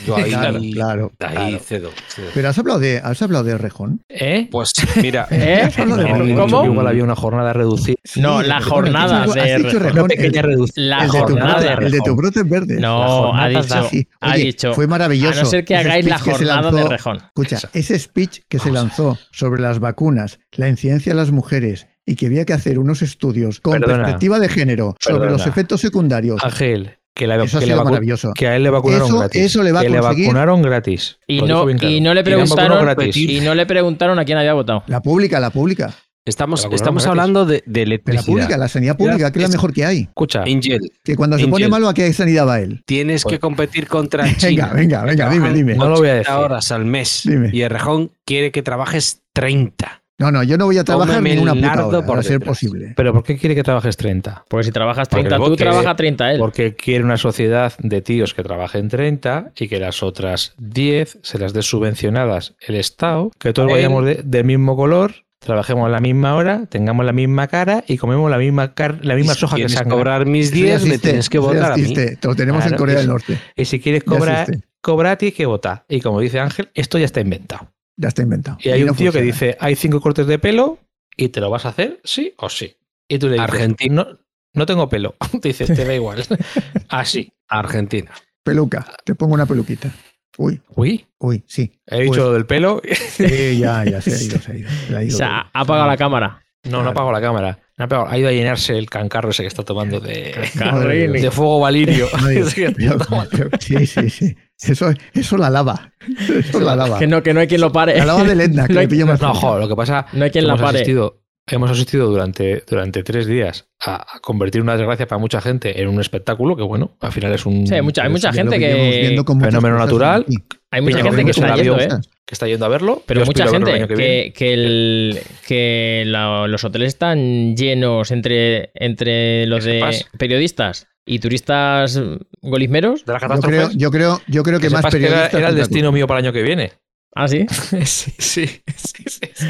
E: Yo ahí,
D: Claro, claro,
E: ahí
D: claro.
E: cedo, cedo.
D: Pero has hablado de, has hablado de Rejón.
B: ¿Eh?
E: Pues mira,
B: ¿Eh?
D: has hablado de
C: No,
D: Rejón.
C: dicho
B: ¿Cómo?
C: que Igual había una jornada reducida.
D: Sí,
B: No,
D: de
B: la
D: Rejón.
B: jornada
D: Has dicho-
B: de
D: has dicho
B: Rejón.
D: Rejón, el-
C: reducida.
B: La
D: el de tu
B: jornada
D: brote-
B: de
D: el de tu
B: Rejón.
D: brote verde.
B: No, ha
C: jornada
B: dicho, ha dicho.
D: Fue
B: A
D: maravilloso.
B: no ser que
D: Ese
B: hagáis la
D: speech que se
B: jornada de
D: lanzó-
B: Rejón.
D: Escucha,
E: Eso.
D: ese speech que se
E: Vamos a
D: lanzó sobre las vacunas, la incidencia de las mujeres y que había que hacer unos estudios con
C: Perdona.
D: perspectiva de género sobre
C: Perdona.
D: los efectos secundarios,
C: Ángel, que, la,
D: eso ha
C: que, le
D: sido
C: vacu-
D: maravilloso.
C: que a él le vacunaron
D: Eso-
C: gratis.
D: eso le va a
C: que le
D: conseguir-
C: vacunaron gratis.
B: Y no,
C: Lo dijo bien claro.
B: y no le
C: Que le han vacunado
B: preguntaron
C: gratis.
B: y no le preguntaron a quién había votado.
D: La pública, la pública.
E: estamos,
C: Pero con
E: estamos
C: los gratis.
E: hablando de, de
D: De la pública,
E: electricidad.
D: la sanidad pública, que es la
E: Es-
D: mejor que hay.
C: Escucha,
E: Angel,
D: Que cuando se
E: Angel.
D: pone malo, ¿a qué sanidad va él?
E: tienes que
C: Joder.
E: competir contra China.
D: Venga, venga, venga, dime,
E: Trabajan
D: dime.
C: No lo voy a
E: 80
C: decir.
E: horas al mes.
D: Dime.
E: Y Errejón quiere que trabajes 30.
D: No, no, yo no voy a trabajar
E: Cómeme
D: ni una
E: el
D: puta
E: nardo
D: hora,
E: por
D: a ser
E: detrás.
D: posible.
C: ¿pero por qué quiere que trabajes 30?
B: Porque si trabajas
C: Porque
B: 30
C: el
B: tú,
C: bote-
B: trabaja 30 él.
C: Porque quiere una sociedad de tíos que trabajen 30 y que las otras 10 se las dé subvencionadas el Estado, que todos
E: Él-
C: vayamos de- del mismo color, trabajemos a la misma hora, tengamos la misma cara y comemos la misma, car- la misma
E: si
C: soja que
E: quieres
C: se
E: cobrar mis
D: Eso ya
E: 10, me
D: existe,
E: tienes que
D: eso ya
E: votar a mí.
D: existe, Te lo tenemos en
C: Claro
D: Corea
C: que
D: del
C: sí.
D: Norte.
C: Y si quieres
D: Ya este.
C: cobrar,
D: existe.
C: cobrar tienes que votar. Y como dice Ángel, esto ya está inventado.
D: Ya está inventado.
C: Y hay
D: no
C: un tío que
D: funciona.
C: dice, hay cinco cortes de pelo y te lo vas a hacer sí o sí. Y tú le dices,
E: Argentino.
C: no, no tengo pelo. Te dice, te da igual. Así.
E: Argentina.
D: Peluca, te pongo una peluquita. Uy,
C: Uy,
D: uy, sí.
C: he dicho lo del pelo.
D: Sí, ya, ya se ha ido, se ha ido. Se ha
B: o
D: ido.
B: sea, ha apagado la cámara.
C: No, no apago la cámara. No apago. Ha ido a llenarse el cancarro ese que está tomando de,
D: Madre mía.
C: de fuego valirio.
D: Madre
C: Es que-
D: mía, Sí, sí, sí. Eso, eso la lava. Eso la lava.
B: Que no, que no hay quien lo pare.
D: La lava de Lenda, que
B: No
D: le
B: hay-
D: pilló más.
C: no,
D: cerca.
C: jo, lo que pasa
B: No hay quien la
C: hemos
B: pare.
C: asistido, hemos asistido durante, durante tres días a, a convertir una desgracia para mucha gente en un espectáculo que, bueno, al final es un
B: Sí, hay mucha, hay
C: es-
B: mucha
D: Ya lo
B: gente
D: veníamos
B: que,
D: viendo con muchas
C: fenómeno
D: cosas
C: natural,
D: aquí.
B: hay mucha
C: Pero
B: gente que
C: vemos un
B: está
C: avión,
B: yendo, ¿eh?
C: que está yendo a verlo.
B: Pero
C: Yo
B: mucha
C: espero verlo el
B: gente
C: año
B: que,
C: que viene.
B: que el- que la- los hoteles están llenos entre, entre los
C: Que
B: de
C: sepas.
B: periodistas y turistas golismeros.
C: de las
D: Yo creo,
C: catástrofes.
D: yo creo, yo creo que,
C: que
D: más
C: sepas que era,
D: periodistas.
C: era el
D: que
C: destino mío para el año que viene.
B: Ah, sí.
C: sí, sí, sí, sí, sí.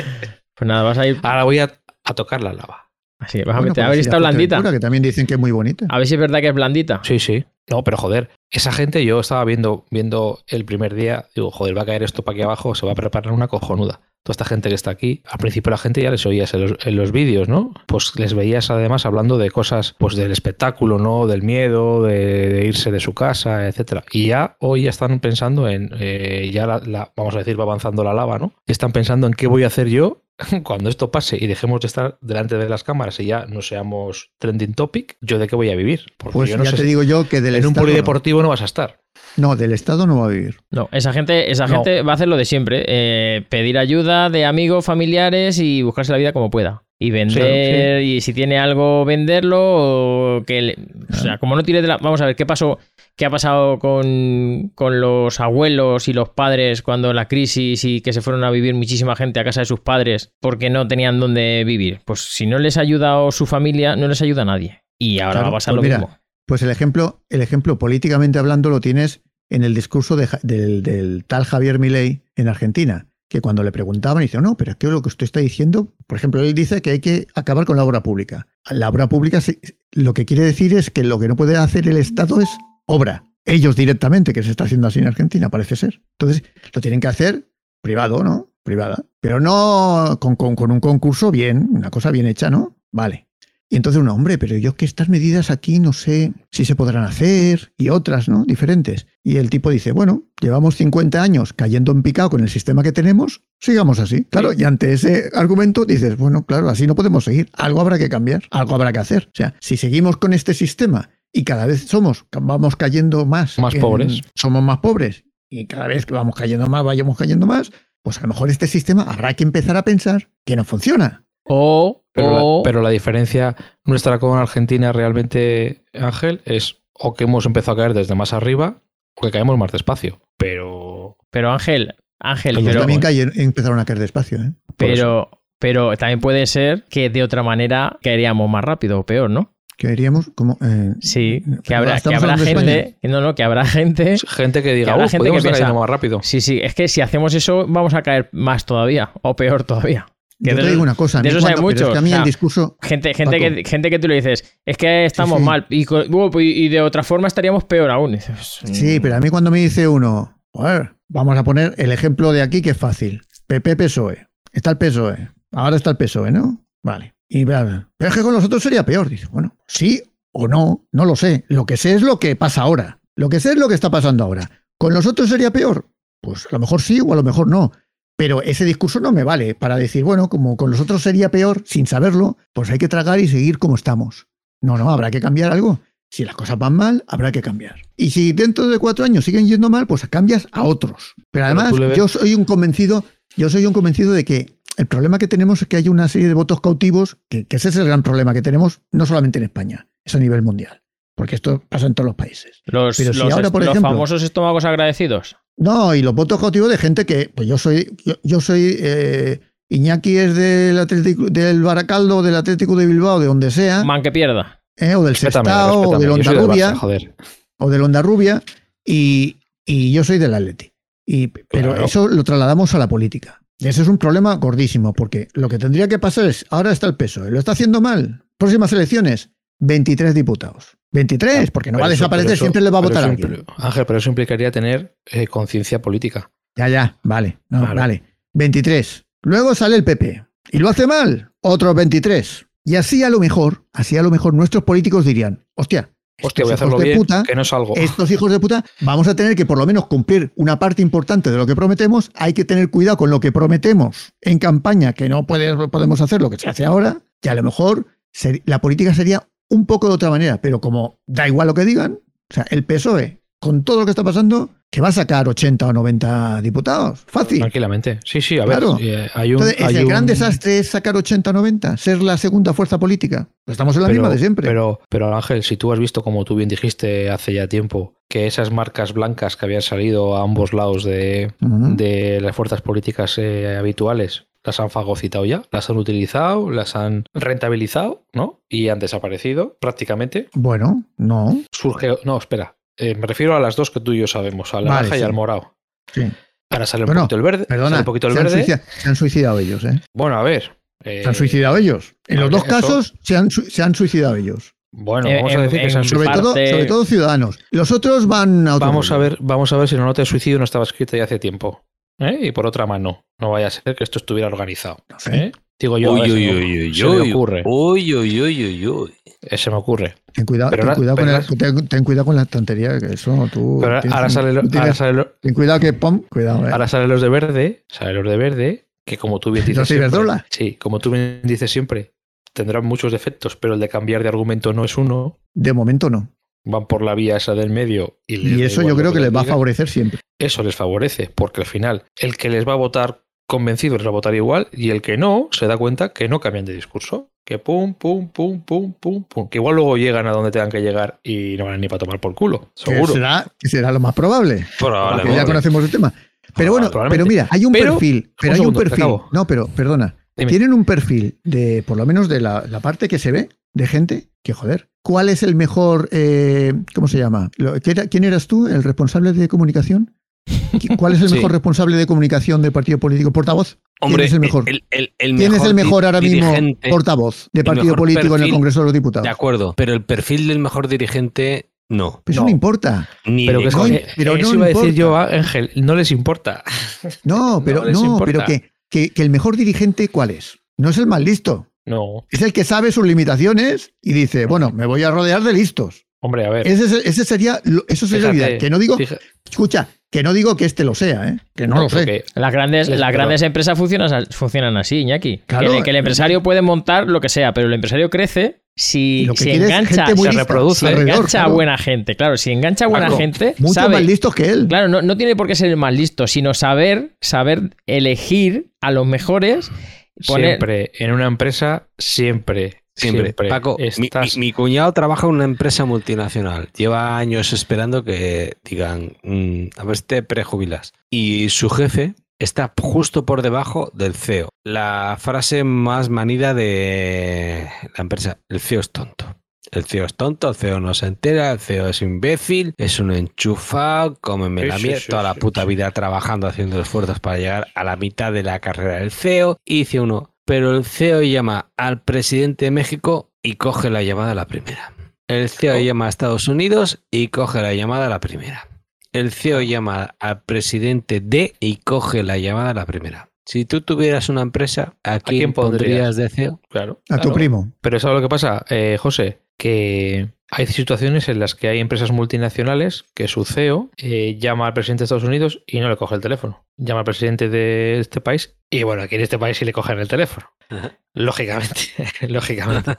B: Pues nada, vas a ir
C: Ahora voy a, a tocar la lava.
B: así. Vas a,
D: Bueno,
B: meter- a
D: pues
B: ver si
D: sí,
B: está blandita.
D: Fuerteventura, Que también dicen que es muy bonita.
C: Ah,
B: A ver si es verdad que es blandita.
C: Sí, sí. No, pero joder, esa gente yo estaba viendo, viendo el primer día, digo, joder, va a caer esto para aquí abajo, se va a preparar una cojonuda. Toda esta gente que está aquí, al principio la gente ya les oías en los, en los vídeos, ¿no? Pues les veías además hablando de cosas, pues del espectáculo, ¿no? Del miedo, de, de irse de su casa, etcétera. Y ya hoy ya están pensando en, eh, ya la, la- vamos a decir, va avanzando la lava, ¿no? Y están pensando en qué voy a hacer yo cuando esto pase y dejemos de estar delante de las cámaras y ya no seamos trending topic, ¿yo de qué voy a vivir? Porque
D: Pues
C: yo no
D: ya
C: sé
D: te
C: si-
D: digo yo que del
C: en un
D: Estado
C: polideportivo no vas a estar.
D: no. No, del Estado no va a vivir.
B: No, esa gente, esa
C: No.
B: gente va a hacer lo de siempre. eh, pedir ayuda de amigos, familiares y buscarse la vida como pueda. Y vender, y si tiene algo, venderlo. O, que le- o sea, como no tire de la. Vamos a ver, ¿qué pasó? ¿Qué ha pasado con, con los abuelos y los padres cuando la crisis y que se fueron a vivir muchísima gente a casa de sus padres porque no tenían dónde vivir? Pues si no les ha ayudado su familia, no les ayuda a nadie. Y ahora
D: Claro,
B: va a pasar
D: pues
B: lo
D: mira,
B: mismo.
D: Pues el ejemplo, el ejemplo políticamente hablando lo tienes en el discurso de Ja- del, del tal Javier Milei en Argentina, que cuando le preguntaban dice, no, pero es que lo que usted está diciendo, por ejemplo, él dice que hay que acabar con la obra pública. La obra pública se- lo que quiere decir es que lo que no puede hacer el Estado es obra. Ellos directamente, que se está haciendo así en Argentina, parece ser. Entonces, lo tienen que hacer privado, ¿no? Privada. Pero no con, con- con un concurso bien, una cosa bien hecha, ¿no? Vale. Y entonces un hombre, pero yo que estas medidas aquí no sé si se podrán hacer y otras, ¿no? Diferentes. Y el tipo dice, bueno, llevamos 50 años cayendo en picado con el sistema que tenemos, sigamos así. Claro, y ante ese argumento dices, bueno, claro, así no podemos seguir, algo habrá que cambiar, algo habrá que hacer. O sea, si seguimos con este sistema y cada vez somos, vamos cayendo más.
C: Más pobres.
D: Somos más pobres y cada vez que vamos cayendo más, vayamos cayendo más, pues a lo mejor este sistema habrá que empezar a pensar que no funciona.
B: O,
C: Pero,
B: o-
C: la, pero la diferencia nuestra con Argentina realmente, Ángel, es o que hemos empezado a caer desde más arriba o que caemos más despacio. Pero
B: pero Ángel, Ángel,
D: Ellos
B: pero.
D: también cayeron- empezaron a caer despacio. ¿eh?
C: Por
B: Pero, pero también puede ser que de otra manera caeríamos más rápido o peor, ¿no?
D: que veríamos como eh,
B: Sí, que
D: Pero
B: habrá, que
D: estamos
B: habrá
D: hablando de
B: gente. No, no, que habrá gente.
C: gente que diga,
B: habrá
C: "Uf,
B: gente que
C: podemos estar
B: piensa-
C: cayendo más rápido.
B: Sí, sí, es que si hacemos eso, vamos a caer más todavía o peor todavía. Que
D: yo
B: de-
D: te digo una cosa a
B: de
D: mí
B: eso sabe
D: cuando- pero
B: mucho,
D: es que a mí
B: o sea,
D: el discurso
B: Gente, gente,
D: Paco.
B: que, gente que tú le dices, es que estamos
D: sí.
B: mal y, co- uh, pues, y de otra forma estaríamos peor aún. Y dices,
D: sí pero a mí cuando me dice uno "Joder, vamos a poner el ejemplo de aquí que es fácil PP PSOE E. está el PSOE E. ahora está el PSOE no vale y bla, bla. pero es que con los otros sería peor dice bueno sí o no no lo sé lo que sé es lo que pasa ahora lo que sé es lo que está pasando ahora con los otros sería peor pues a lo mejor sí o a lo mejor no Pero ese discurso no me vale para decir, bueno, como con los otros sería peor, sin saberlo, pues hay que tragar y seguir como estamos. No, no, habrá que cambiar algo. Si las cosas van mal, habrá que cambiar. Y si dentro de cuatro años siguen yendo mal, pues cambias a otros. Pero además,
C: tú le ves-
D: yo soy un convencido, yo soy un convencido de que el problema que tenemos es que hay una serie de votos cautivos, que, que ese es el gran problema que tenemos, no solamente en España, es a nivel mundial. Porque esto pasa en todos los países.
B: los,
D: pero si
B: los
D: ahora,
B: est-
D: por
B: los
D: ejemplo-
B: famosos estómagos agradecidos.
D: No, y los votos cautivos de gente que, pues yo soy, yo, yo soy, eh, Iñaki es del Atlético, del Baracaldo, del Atlético de Bilbao, de donde sea,
B: Man que pierda.
D: eh, o del
C: Respétame,
D: Sestao, o
C: respétame.
D: del
C: Yo soy del Barça,
D: Ondarrubia,
C: joder.
D: o del Ondarrubia, y, y yo soy del Atleti. Y, pero
C: Claro.
D: eso lo trasladamos a la política. Y Ese es un problema gordísimo, porque lo que tendría que pasar es, ahora está el peso, E, lo está haciendo mal, próximas elecciones, 23 diputados. 23, porque no
C: Pero
D: va a
C: eso-
D: desaparecer,
C: pero eso-
D: siempre le va a
C: pero
D: votar
C: eso
D: alguien.
C: impli- Ángel, pero eso implicaría tener eh, conciencia política.
D: Ya, ya, vale, no,
C: Claro.
D: vale. 23. Luego sale el PP y lo hace mal, otros 23. Y así a lo mejor, así a lo mejor nuestros políticos dirían, hostia,
C: Hostia, voy a
D: estos
C: hacerlo
D: hijos de
C: bien,
D: puta,
C: que no salgo.
D: estos hijos de puta, vamos a tener que por lo menos cumplir una parte importante de lo que prometemos, hay que tener cuidado con lo que prometemos en campaña, que no puede- podemos hacer lo que se hace ahora, que a lo mejor ser- la política sería un poco de otra manera, pero como da igual lo que digan, o sea, el PSOE, con todo lo que está pasando, que va a sacar 80 o 90 diputados, fácil.
C: Tranquilamente. Sí, sí, a ver.
D: Claro.
C: eh, hay un,
D: Entonces, ¿es
C: hay
D: el gran
C: un-
D: desastre es sacar 80 o 90, ser la segunda fuerza política. Pues estamos en la misma de siempre.
C: Pero, pero, Ángel, si tú has visto, como tú bien dijiste hace ya tiempo, que esas marcas blancas que habían salido a ambos lados de,
D: Ujú.
C: de las fuerzas políticas eh, habituales, las han fagocitado ya, las han utilizado, las han rentabilizado, ¿no? Y han desaparecido prácticamente.
D: Bueno, no.
C: Surge. No, espera. Eh, me refiero a las dos que tú y yo sabemos, a
D: Vale,
C: la naranja y
D: sí.
C: al morado.
D: Sí.
C: Ahora sale un
D: Bueno,
C: poquito el verde. sale
D: Perdona,
C: un poquito el
D: se, han
C: verde.
D: suicida- se han suicidado ellos, ¿eh?
C: Bueno, a ver.
D: Se han
C: eh,
D: suicidado ellos. En los
C: hombre,
D: dos
C: eso-
D: casos se han, su- se han suicidado ellos.
C: Bueno,
B: Eh,
C: vamos a
B: en-
C: decir que se han
B: en
C: suicidado.
D: Sobre
B: Parte-
D: todo, sobre todo ciudadanos. Los otros van a otro
C: Vamos a
D: rollo.
C: ver, vamos a ver si la nota de suicidio no estaba escrita ya hace tiempo. ¿eh? Y por otra mano, no vaya a ser que esto estuviera organizado.
D: No sé.
C: ¿eh? Digo yo, a
E: Uy,
C: ver si
E: uy,
C: me-
E: uy, uy,
C: se me
E: uy,
C: ocurre.
E: uy, uy, uy, uy, uy.
C: eh, se me ocurre.
D: Ten cuidado,
C: Pero
D: ten,
C: ahora-
D: cuidado con
C: pero
D: la, ten, ten cuidado con la tontería, que eso tú.
C: Pero ahora-
D: tienes
C: ahora
D: un-
C: sale, lo-
D: tú tienes-
C: ahora sale lo-
D: ten cuidado que pom, cuidado. ¿eh?
C: ahora salen los de verde, salen los de verde que como tú bien dices.
D: ¿Los
C: siempre-
D: ciberdola?
C: Sí, como tú bien dices siempre, tendrán muchos defectos, pero el de cambiar de argumento no es uno.
D: De momento no.
C: Van por la vía esa del medio. Y, les
D: Y
C: da
D: eso
C: igual
D: yo
C: lo
D: creo que les va a
C: digan.
D: favorecer siempre.
C: Eso les favorece, porque al final el que les va a votar convencido les va a votar igual y el que no se da cuenta que no cambian de discurso. Que pum, pum, pum, pum, pum, pum. Que igual luego llegan a donde tengan que llegar y no van ni para tomar por culo.
D: Que
C: Seguro.
D: será, que será lo más probable.
E: Probablemente.
D: porque ya conocemos el tema. Pero bueno,
C: Ah, Probablemente.
D: pero mira, hay un
C: Pero-
D: perfil. Pero hay un
C: segundo, te
D: perfil.
C: acabo.
D: No, pero perdona.
C: Dime.
D: Tienen un perfil de, por lo menos de la, la parte que se ve, de gente que, joder, ¿cuál es el mejor, eh, ¿cómo se llama? Lo- ¿quién era- ¿Quién eras tú, el responsable de comunicación? ¿Qui- ¿Cuál es el
E: Sí.
D: mejor responsable de comunicación del partido político? ¿Portavoz?
E: Hombre,
D: ¿Quién es el mejor?
E: El, el- el
D: ¿Quién es el
E: di-
D: mejor ahora mismo
E: dirigente-
D: portavoz de
E: el
D: partido
E: mejor
D: político en el
E: perfil?
D: Congreso de los Diputados?
E: De acuerdo, pero el perfil del mejor dirigente, no.
D: Pues eso
C: No.
D: no importa.
E: Ni
C: Pero
E: de
C: que es-
D: No,
E: coña.
C: eh,
D: pero
C: eso
D: no
C: iba a decir
D: importa.
C: yo, ah, Ángel, no les importa.
D: No,
C: No
D: pero
C: les
D: no,
C: importa.
D: pero que, que- que el mejor dirigente, ¿cuál es? No es el más listo.
C: No,
D: Es el que sabe sus limitaciones y dice, bueno, me voy a rodear de listos.
C: hombre, a ver.
D: Ese, es- ese sería, lo- eso sería
C: Fíjate,
D: la vida. Que no digo,
C: fija-
D: escucha, que no digo que este lo sea, ¿eh? Que no, lo sé.
C: porque-
B: Las grandes,
C: Sí,
B: las
C: pero-
B: grandes empresas funcionan, as- funcionan así, Iñaki. Que
D: Claro. eh,
B: el- que, el empresario puede montar lo que sea, pero el empresario crece si,
D: Lo que
B: si
D: quiere es
B: engancha,
D: gente muy
B: si
D: lista
B: reproduce,
D: alrededor,
B: engancha a
D: claro.
B: buena gente. Claro, si engancha a buena
C: Claro.
B: gente,
D: Mucho
B: sabe.
D: más listos que él.
B: Claro, no, no tiene por qué ser el más listo, sino saber, saber elegir a los mejores. poner-
C: Siempre, en una empresa, siempre,
E: Siempre.
C: siempre.
E: Paco, mi-
C: estás-
E: mi, mi cuñado trabaja en una empresa multinacional. Lleva años esperando que digan, mm, a ver, te prejubilas. Y su jefe está justo por debajo del CEO. La frase más manida de la empresa, el CEO es tonto. El CEO es tonto, el CEO no se entera, el CEO es imbécil, es un enchufado, cómeme
C: Sí,
E: la
C: sí,
E: mierda,
C: sí,
E: toda la
C: sí,
E: puta
C: sí.
E: vida trabajando, haciendo esfuerzos para llegar a la mitad de la carrera del CEO. Y dice uno, pero el CEO llama al presidente de México y coge la llamada a la primera. El
C: Oh.
E: CEO llama a Estados Unidos y coge la llamada a la primera. El CEO
C: Oh.
E: llama al presidente de y coge la llamada a la primera. Si tú tuvieras una empresa, ¿a quién,
C: quién pondrías?
E: pondrías de CEO?
C: claro,
D: A tu
C: claro.
D: primo.
C: Pero ¿sabes lo que pasa, eh, José? Que hay situaciones en las que hay empresas multinacionales que su CEO eh, llama al presidente de Estados Unidos y no le coge el teléfono. Llama al presidente de este país y bueno, aquí en este país sí le cogen el teléfono.
E: Ajá.
C: Lógicamente, lógicamente.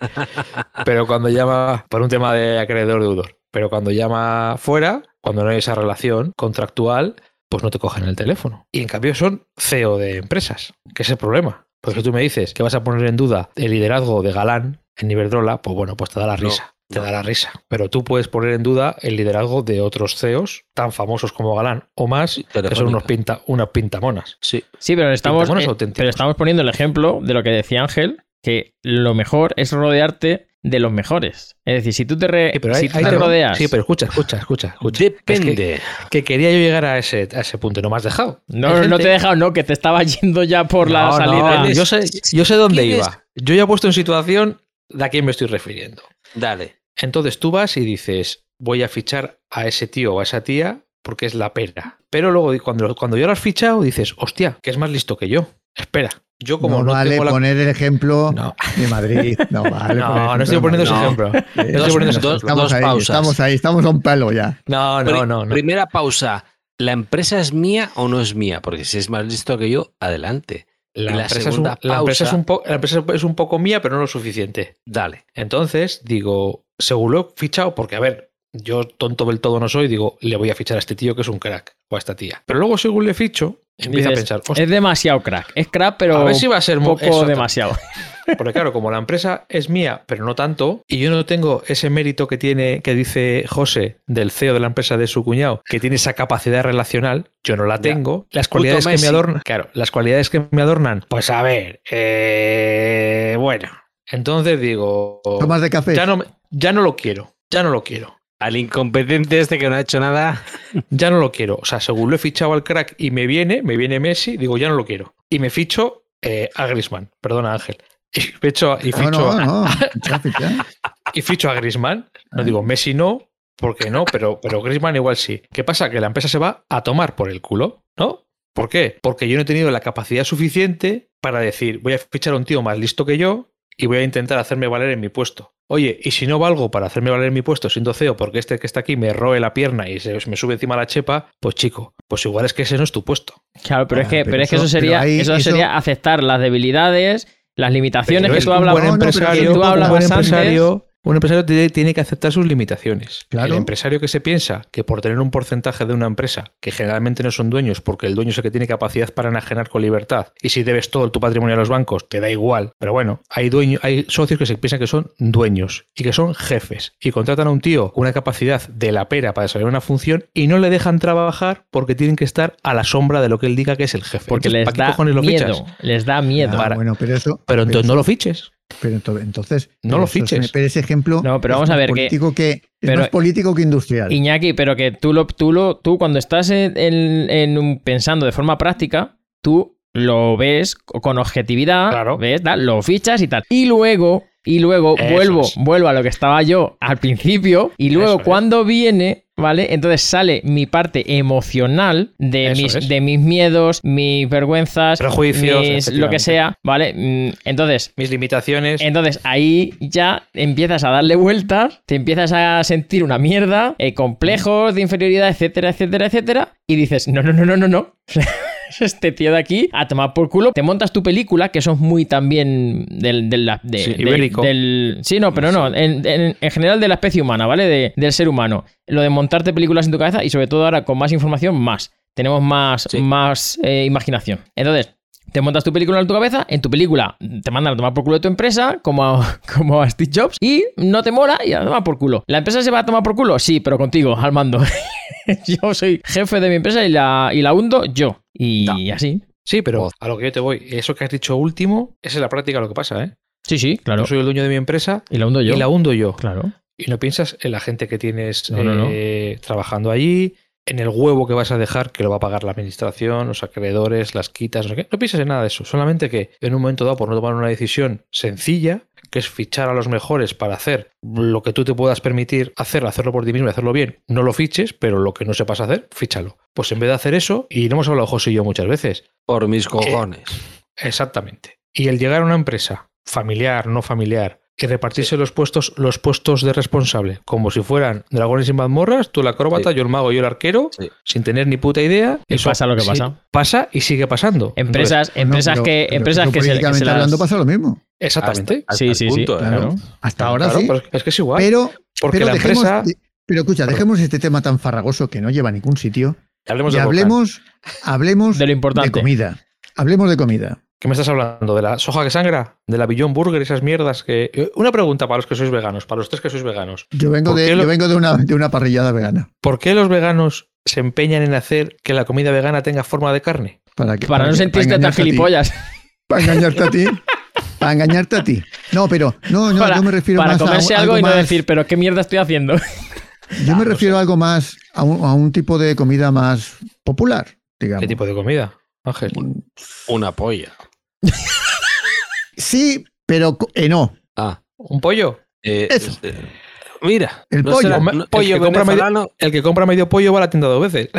C: Pero cuando llama, por un tema de acreedor deudor, pero cuando llama fuera, cuando no hay esa relación contractual, pues no te cogen el teléfono. Y en cambio son CEO de empresas, que es el problema. Porque si tú me dices que vas a poner en duda el liderazgo de Galán en Iberdrola, pues bueno, pues te da la risa. Te da la risa. Pero tú puedes poner en duda el liderazgo de otros CEOs tan famosos como Galán o más, que son unos
E: Telefónica.
C: pinta, unas pintamonas.
E: Sí,
B: Sí, pero estamos,
C: Pintamonos
B: eh,
C: auténticos.
B: pero estamos poniendo el ejemplo de lo que decía Ángel, que lo mejor es rodearte de los mejores. Es decir, si tú te, re-
C: Sí, pero
B: si
C: ahí-
B: tú
C: ahí
B: te
C: te-
B: rodeas...
C: Sí, pero escucha, escucha, escucha. escucha. Es que-
E: depende.
C: que quería yo llegar a ese, a ese punto y no me has dejado.
B: No,
C: Hay
B: no
C: gente-
B: te he dejado, no, que te estaba yendo ya por la
C: No, no,
B: salida.
E: Él es-
C: yo, sé, yo sé dónde
E: ¿Quién es?
C: iba. Yo ya he puesto en situación de a quién me estoy refiriendo.
E: Dale.
C: Entonces tú vas y dices, voy a fichar a ese tío o a esa tía porque es la pera. Pero luego cuando, cuando ya lo has fichado dices, hostia, que es más listo que yo. Espera, yo como
D: no,
C: no,
D: vale
C: tengo la...
D: poner el ejemplo
C: No,
D: de Madrid. No vale. poner el
C: no, no estoy
D: ejemplo
C: poniendo
D: de
C: ese
E: No.
D: Madrid.
C: ejemplo. No
D: Eh,
C: estoy poniendo ese
E: dos-
C: ejemplo.
D: Estamos
E: dos
D: ahí,
E: pausas.
D: estamos ahí, estamos a un palo ya.
C: No, Ah, no,
E: Pri-
C: no. no.
E: Primera pausa. ¿La empresa es mía o no es mía? Porque si es más listo que yo, adelante.
C: La,
E: la
C: empresa es un-
E: segunda
C: la empresa es
E: pausa-
C: un po- la empresa es un poco mía, pero no lo suficiente.
E: Dale.
C: Entonces, digo, seguro he fichado, porque a ver, yo tonto del todo no soy, digo, le voy a fichar a este tío que es un crack o a esta tía. Pero luego, según le ficho, empieza
B: Dices,
C: a pensar, "Hostia,
B: Es demasiado crack. Es crack, pero
C: a ver si va a ser
B: un
C: mo-
B: poco
C: eso".
B: demasiado.
C: Porque claro, como la empresa es mía, pero no tanto, y yo no tengo ese mérito que tiene, que dice José, del CEO de la empresa de su cuñado, que tiene esa capacidad relacional, yo no la tengo. Las cualidades que
E: Messi.
C: me adornan, claro, las cualidades que me adornan, pues a ver, eh, bueno. Entonces digo,
D: Tomas de café.
C: ya no, me- ya no lo quiero, ya no lo quiero.
E: Al incompetente este que no ha hecho nada.
C: ya no lo quiero. O sea, según lo he fichado al crack y me viene, me viene Messi, digo, ya no lo quiero. Y me ficho eh, a Grisman, perdona Ángel. Y ficho, y
D: No,
C: ficho,
D: no,
C: a-
D: no. Ya, ya.
C: Y ficho a Grisman. No digo Messi no, porque no, pero, pero Grisman igual sí. ¿Qué pasa? Que la empresa se va a tomar por el culo, ¿no? ¿Por qué? Porque yo no he tenido la capacidad suficiente para decir, voy a fichar a un tío más listo que yo y voy a intentar hacerme valer en mi puesto. Oye, y si no valgo para hacerme valer en mi puesto siendo CEO porque este que está aquí me roe la pierna y se me sube encima la chepa, pues chico, pues igual es que ese no es tu puesto.
B: Claro, pero
D: Ah,
B: es que,
D: pero
B: pero es que eso,
D: eso-
B: sería,
D: pero ahí-
B: eso,
D: eso-
B: sería aceptar las debilidades, las limitaciones
C: Pero
B: que
C: es
B: tú
C: un
B: hablas.
C: buen
D: no, pero es que
C: empresario,
B: tú hablas
C: un buen
B: antes.
C: empresario, un empresario tiene, tiene que aceptar sus limitaciones.
D: Claro.
C: El empresario que se piensa que por tener un porcentaje de una empresa, que generalmente no son dueños, porque el dueño es el que tiene capacidad para enajenar con libertad, y si debes todo tu patrimonio a los bancos, te da igual. Pero bueno, hay dueño, hay socios que se piensan que son dueños y que son jefes, y contratan a un tío con una capacidad de la pera para desarrollar una función y no le dejan trabajar porque tienen que estar a la sombra de lo que él diga que es el jefe.
B: Porque
C: Entonces,
B: les
C: ¿pa' qué
B: da,
C: cojones lo
B: miedo,
C: fichas?
B: les da miedo.
D: Ah,
C: para-
D: bueno, pero eso.
C: Pero entonces no lo fiches.
D: Pero ento- entonces.
C: No
D: eso
C: lo
D: es-
C: fiches.
D: Pero ese ejemplo.
B: No, pero
D: es
B: vamos a
D: más
B: ver que-
D: político que. es
B: pero-
D: más político que industrial.
B: Iñaki, pero que tú lo, tú lo, tú cuando estás en, en- en un- pensando de forma práctica, tú lo ves co- con objetividad,
C: Claro.
B: ves, tal, lo fichas y tal. Y luego, y luego
C: Eso
B: vuelvo,
C: es.
B: vuelvo a lo que estaba yo al principio, y luego
C: Eso es.
B: cuando viene, ¿vale? Entonces sale mi parte emocional de,
C: Eso
B: mis,
C: es.
B: de mis miedos, mis vergüenzas,
C: Prejuicios,
B: mis- lo que
C: efectivamente.
B: sea, ¿vale? Mm, Entonces,
C: Mis limitaciones.
B: entonces ahí ya empiezas a darle vueltas, te empiezas a sentir una mierda, eh, complejos de inferioridad, etcétera, etcétera, etcétera, y dices, no, no, no, no, no, no. Este tío de aquí a tomar por culo. Te montas tu película, que eso es muy también del. del, la- de-
C: Sí,
B: de-
C: ibérico.
B: del- sí, no, pero no. En, en- en general de la especie humana, ¿vale? De- del ser humano. Lo de montarte películas en tu cabeza y sobre todo ahora con más información, más. Tenemos más,
C: Sí.
B: más eh, imaginación. Entonces, te montas tu película en tu cabeza, en tu película te mandan a tomar por culo de tu empresa, como a, como a Steve Jobs, y no te mola y a tomar por culo. ¿La empresa se va a tomar por culo? Sí, pero contigo, al mando. yo soy jefe de mi empresa y la, y la hundo yo. Y así.
C: Sí, pero
E: Oh.
C: a lo que yo te voy, eso que has dicho último, es en la práctica lo que pasa, ¿eh?
B: Sí, sí, claro.
C: Yo soy el dueño de mi empresa
B: Y la hundo yo.
C: y la hundo yo.
B: Claro.
C: Y no piensas en la gente que tienes
B: No, no, no.
C: eh, trabajando allí, en el huevo que vas a dejar, que lo va a pagar la administración, los acreedores, las quitas, no sé qué. No piensas en nada de eso. Solamente que en un momento dado, por no tomar una decisión sencilla, que es fichar a los mejores para hacer lo que tú te puedas permitir hacer, hacerlo por ti mismo y hacerlo bien, no lo fiches, pero lo que no sepas hacer, fíchalo. Pues en vez de hacer eso, y lo hemos hablado José y yo muchas veces,
E: Por
C: Eh,
E: mis cojones.
C: Exactamente. Y el llegar a una empresa, familiar, no familiar, y repartirse los puestos, los puestos de responsable, como si fueran dragones y mazmorras, tú la acróbata,
E: Sí.
C: yo el mago, yo el arquero,
E: Sí.
C: sin tener ni puta idea.
B: Y
C: eso
B: pasa lo que
C: sí-
B: pasa.
C: Pasa y sigue pasando.
B: Empresas,
D: No,
B: empresas
D: pero-
B: que,
D: pero
B: empresas
D: eso
B: que, se, que se
D: políticamente
B: las-
D: hablando pasa lo mismo.
C: Entonces, exactamente.
E: Hasta-
B: Sí,
E: hasta
B: sí,
E: el
B: sí,
E: punto, ¿eh?
B: claro. pues
D: Hasta ahora
C: Claro,
D: sí.
C: pero es que es igual.
D: Pero,
C: porque
D: pero
C: la
D: dejemos,
C: empresa.
D: de- pero escucha, dejemos este tema tan farragoso que no lleva a ningún sitio
C: Hablemos
D: y
C: del volcán.
D: hablemos, hablemos
B: de lo
D: de
B: importante.
D: comida. Hablemos de comida.
C: ¿Qué me estás hablando? ¿De la soja que sangra? ¿De la Beyond Burger? Esas mierdas que. Eh, Una pregunta para los que sois veganos, para los tres que sois veganos.
D: Yo vengo
C: ¿Por
D: de,
C: qué lo-
D: yo vengo de una, de una parrillada vegana.
C: ¿Por qué los veganos se empeñan en hacer que la comida vegana tenga forma de carne?
D: Para, que,
B: Para no
D: que-
B: sentirte tan
D: engañarte a ti.
B: gilipollas.
D: Para engañarte a ti. Para engañarte a ti. No, pero no, no,
B: para
D: yo me refiero
B: para
D: más a
B: comerse
D: a
B: algo, y no
D: más-
B: decir, "Ah, pero qué mierda estoy haciendo.
D: Yo me refiero a algo más, a un, a un tipo de comida más popular, digamos.
C: ¿Qué tipo de comida? Ángel.
E: Una polla.
D: Sí, pero co- eh, no.
E: Ah,
C: ¿Un pollo?
E: eh,
D: Eso.
E: eh, mira.
D: El pollo.
E: será-
C: El que compra medio-
E: venezolano.
C: El que compra medio pollo va a la tienda dos veces.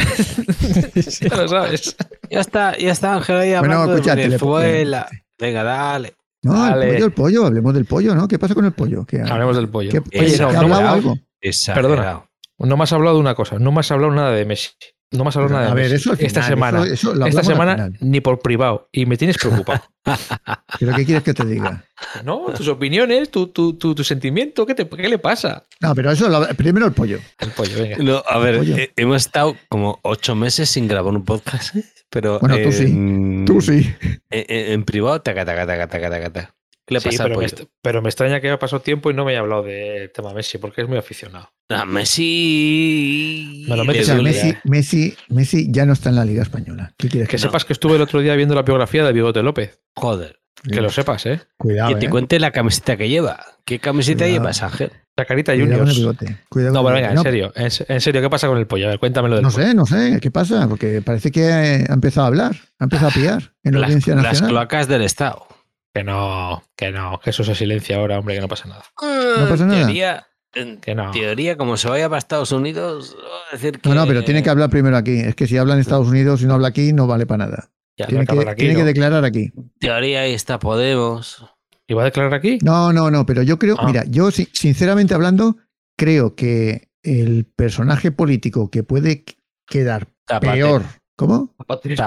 C: ya lo sabes.
E: Ya está, ya está, Ángel ahí
D: Bueno,
E: hablando
D: escucha,
E: de
D: tele-
E: Venezuela. Venga, dale.
D: No,
C: Vale.
D: el pollo, el pollo, hablemos del pollo, ¿no? ¿Qué pasa con el pollo? ¿Qué,
C: Hablemos del pollo. Eh,
D: ¿qué-
E: ¿Qué
D: oye,
E: es
D: ¿se
E: eso?
D: ha
E: ¿Qué
D: hablado
E: hablado?
D: algo?
E: Exagerado.
C: Perdona. No me has hablado de una cosa. No me has hablado nada de Messi. No me has hablado nada de
D: a ver,
C: Messi.
D: eso al
C: esta
D: final,
C: semana.
D: eso- eso lo
C: esta
D: hablamos al
C: semana
D: final.
C: ni por privado. Y me tienes preocupado.
D: ¿Pero qué quieres que te diga?
C: no, tus opiniones, tu, tu, tu, tu sentimiento, ¿qué, te- qué le pasa?
D: No, pero eso, lo- primero el pollo.
C: El pollo, venga.
E: No, a ver,
D: Pollo.
E: eh, hemos estado como ocho meses sin grabar un podcast, ¿eh? pero.
D: Bueno, tú sí.
E: en-
D: Tú sí.
E: En, E, en- en privado, taca, taca, taca, taca, taca, taca. ¿Qué le
C: Sí,
E: pasa al
C: pero, me,
E: pollo?
C: est- pero me extraña que haya pasado tiempo y no me haya hablado del tema Messi, porque es muy aficionado.
E: Ah, Messi.
C: Me lo metes
D: O
E: Le
D: sea,
E: duele.
D: Messi, Messi, Messi ya no está en la Liga Española. ¿Qué quieres
C: Que
D: que,
C: sepas que estuve el otro día viendo la biografía de Bigote López.
E: Joder.
D: te
C: Que
D: diga?
C: lo sepas, ¿eh?
D: Cuidado,
E: que te
D: eh.
E: cuente la camiseta que lleva. ¿Qué camiseta
D: Cuidado.
E: llevas, Ángel?
C: La carita
D: Cuidado con el
C: Juniors.
D: bigote. Cuidado
C: No,
D: con
C: pero
D: el
C: venga, en
D: bigote.
C: serio. En, se- en serio, ¿qué pasa con el pollo? A ver, cuéntamelo del
D: No, no
C: pollo.
D: sé, no sé. ¿Qué pasa? Porque parece que ha empezado a hablar. Ha empezado a pillar en la
E: Las,
D: Audiencia
E: las
D: Nacional.
E: cloacas del Estado.
C: Que no, que no, que eso se silencia ahora, hombre, que no pasa nada.
E: No
D: pasa nada.
E: Teoría, en
C: Que no.
E: teoría, como se vaya para Estados Unidos, va a decir que.
D: No, no, pero tiene que hablar primero aquí. Es que si habla en Estados Unidos y no habla aquí, no vale para nada.
E: Ya,
D: Tiene
C: Habrá que
D: que,
C: hablar aquí,
D: tiene que
C: ¿no?
D: declarar aquí.
E: Teoría, ahí está Podemos.
C: ¿Y va a declarar aquí?
D: No, no, no, pero yo creo,
C: Ah.
D: mira, yo si- sinceramente hablando, creo que el personaje político que puede qu- quedar
E: Zapatero.
D: peor. ¿Cómo?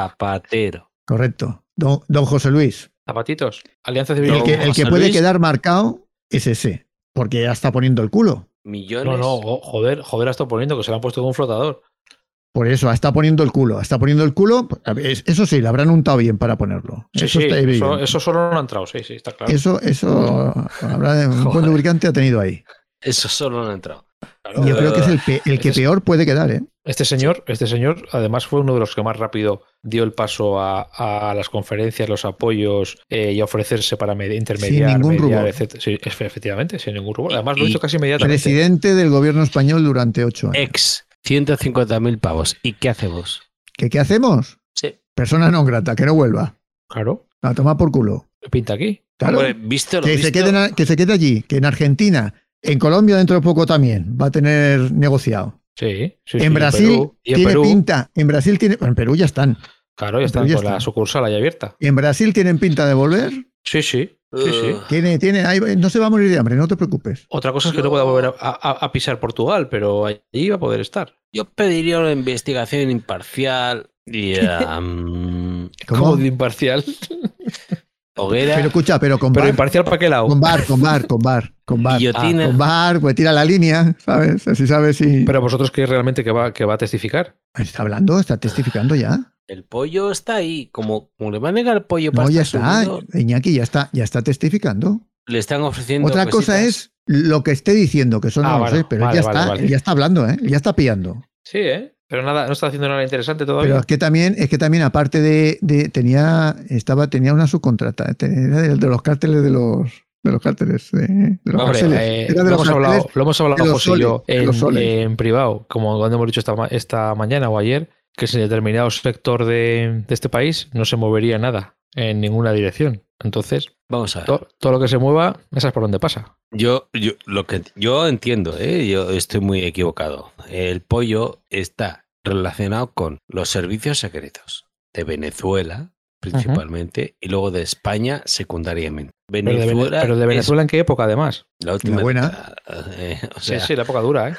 E: Zapatero.
D: Correcto. Don, don José Luis.
C: Zapatitos. Alianza Civil.
D: El que, el que
E: José
D: puede
E: Luis.
D: quedar marcado es ese, porque ya está poniendo el culo.
E: Millones.
C: No, no, jo- joder, joder, ha estado poniendo que se le han puesto con un flotador.
D: Por eso, está poniendo el culo. Está poniendo el culo. a ver, es- Eso sí, le habrán untado bien para ponerlo.
C: Sí,
D: eso
C: sí,
D: está evidente.
C: eso, eso solo no ha entrado, sí, sí, está claro.
D: Eso, eso, habrá de- un buen
E: Joder.
D: lubricante ha tenido ahí.
E: Eso solo no ha entrado.
C: Claro.
D: Y Yo creo que es el, pe- el que
C: Este es-
D: peor puede quedar, ¿eh?
C: Este señor, este señor, además fue uno de los que más rápido dio el paso a, a las conferencias, los apoyos eh, y a ofrecerse para med- intermediar,
D: ningún
C: mediar,
D: rubor.
C: etcétera. Sí, efe- efectivamente, sin ningún rubor. Además
E: Y-
C: lo hizo casi inmediatamente.
D: Presidente del gobierno español durante ocho años.
E: Ex 150.000 pavos. ¿Y qué hace vos?
D: ¿Qué, qué hacemos?
E: Sí.
D: Persona no grata, que no vuelva.
C: Claro,
D: A tomar por culo.
C: ¿qué pinta aquí.
D: Claro.
E: Hombre, visto lo
D: que,
E: visto,
D: se quede, na- que se quede allí, que en Argentina, en Colombia dentro de poco también va a tener negociado.
C: Sí, sí, sí, y
D: en Brasil
C: Perú- y en
D: tiene
C: Perú,
D: pinta, en Brasil tiene, en Perú ya están.
C: Claro, ya
D: en
C: están
D: Perú ya
C: con la
D: está.
C: sucursal ahí abierta.
D: En Brasil tienen pinta de volver.
C: Sí, sí, sí, sí.
E: Ugh.
D: Tiene, tiene, ahí va- no se va a morir de hambre, no te preocupes.
C: Otra cosa es que no
E: Yo-
C: pueda volver a, a- a pisar Portugal, pero allí va a poder estar.
E: Yo pediría una investigación imparcial y am,
D: ¿Cómo?
C: Como de imparcial.
E: hoguera,
D: Pero escucha, pero con
C: Pero
D: bar,
C: imparcial para qué lado.
D: con bar, con bar, con bar, con bar.
E: guillotina.
D: Con bar, pues tira la línea, ¿sabes? Así sabes si.
C: Pero vosotros creéis realmente que va, que va a testificar.
D: Está hablando, está testificando ya.
E: El pollo está ahí. Como, como le van a negar pollo para
D: No, ya
E: Estados
D: está.
E: Unidos,
D: Iñaki ya está, ya está testificando.
E: le están ofreciendo.
D: Otra cosa
E: cositas.
D: es lo que esté diciendo, que eso no
C: Ah,
D: lo
C: bueno,
D: sé, pero
C: vale,
D: él ya,
C: vale,
D: está,
C: vale.
D: él ya está hablando, ¿eh? Él ya está pillando.
C: Sí, ¿eh? Pero nada, no está haciendo nada interesante
D: Pero
C: todavía.
D: es que también, es que también aparte de, de- tenía, estaba, tenía una subcontrata, ¿eh? Tenía de, de los cárteles de los de los cárteles, de, de los
C: Hombre,
D: cárteles.
C: eh,
D: Era de
C: lo,
D: los
C: hemos
D: cárteles.
C: hablado, lo hemos hablado
D: los
C: José y yo
D: soles, de los
C: en,
D: soles.
C: en privado, como cuando hemos dicho esta, ma- esta mañana o ayer, que sin determinado sector de, de este país no se movería nada en ninguna dirección. Entonces,
E: Vamos a ver.
C: to- todo lo que se mueva, esa es por donde pasa.
E: Yo, yo, lo que, yo entiendo, ¿eh? yo estoy muy equivocado. El pollo está relacionado con los servicios secretos de Venezuela, principalmente, y luego de España, secundariamente.
C: Pero de, Vene-
E: Venezuela,
C: pero de
E: es
C: Venezuela, ¿en qué época además?
E: la última.
D: buena.
E: década, eh, o sea,
C: sí, sí, la época dura, ¿eh?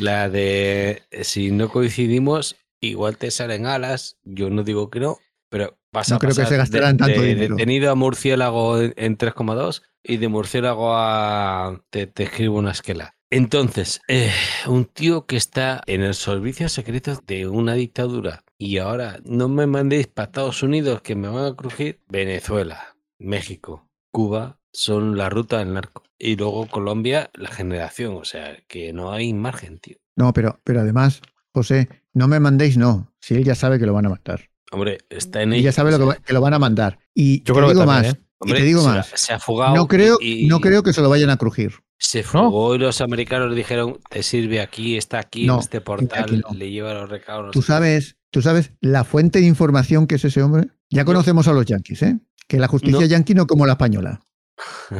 E: la de eh, si no coincidimos, igual te salen alas. Yo no digo que no, pero vas a
D: No creo que
E: pasar
D: se gastaran
E: de-
D: tanto
E: de
D: dinero.
E: Detenido a murciélago en, en 3,2 y de murciélago a. Te, te escribo una esquela. Entonces, eh, un tío que está en el servicio secreto de una dictadura y ahora no me mandéis para Estados Unidos que me van a crujir. Venezuela, México, Cuba son la ruta del narco. Y luego Colombia, la generación. O sea, que no hay margen, tío.
D: No, pero, pero además, José, no me mandéis, no. Si él ya sabe que lo van a matar.
E: Hombre, está en
D: Él Mm, ya sabe lo que, va- que lo van a mandar. Y te
C: Yo creo que
D: digo
C: también,
D: más,
C: ¿eh?
D: y te digo
E: se,
D: más.
E: ha- se ha fugado.
D: no creo,
E: y- y
D: no creo que se lo vayan a crujir.
E: Se fugó y los americanos dijeron: Te sirve aquí, está aquí,
D: No,
E: en este portal,
D: aquí no. Pues
E: le lleva los recados. no
D: ¿Tú
E: sé qué.
D: sabes, ¿Tú sabes la fuente de información que es ese hombre? Ya conocemos a los yanquis, ¿eh? Que la justicia
E: No.
D: yanqui no como la española,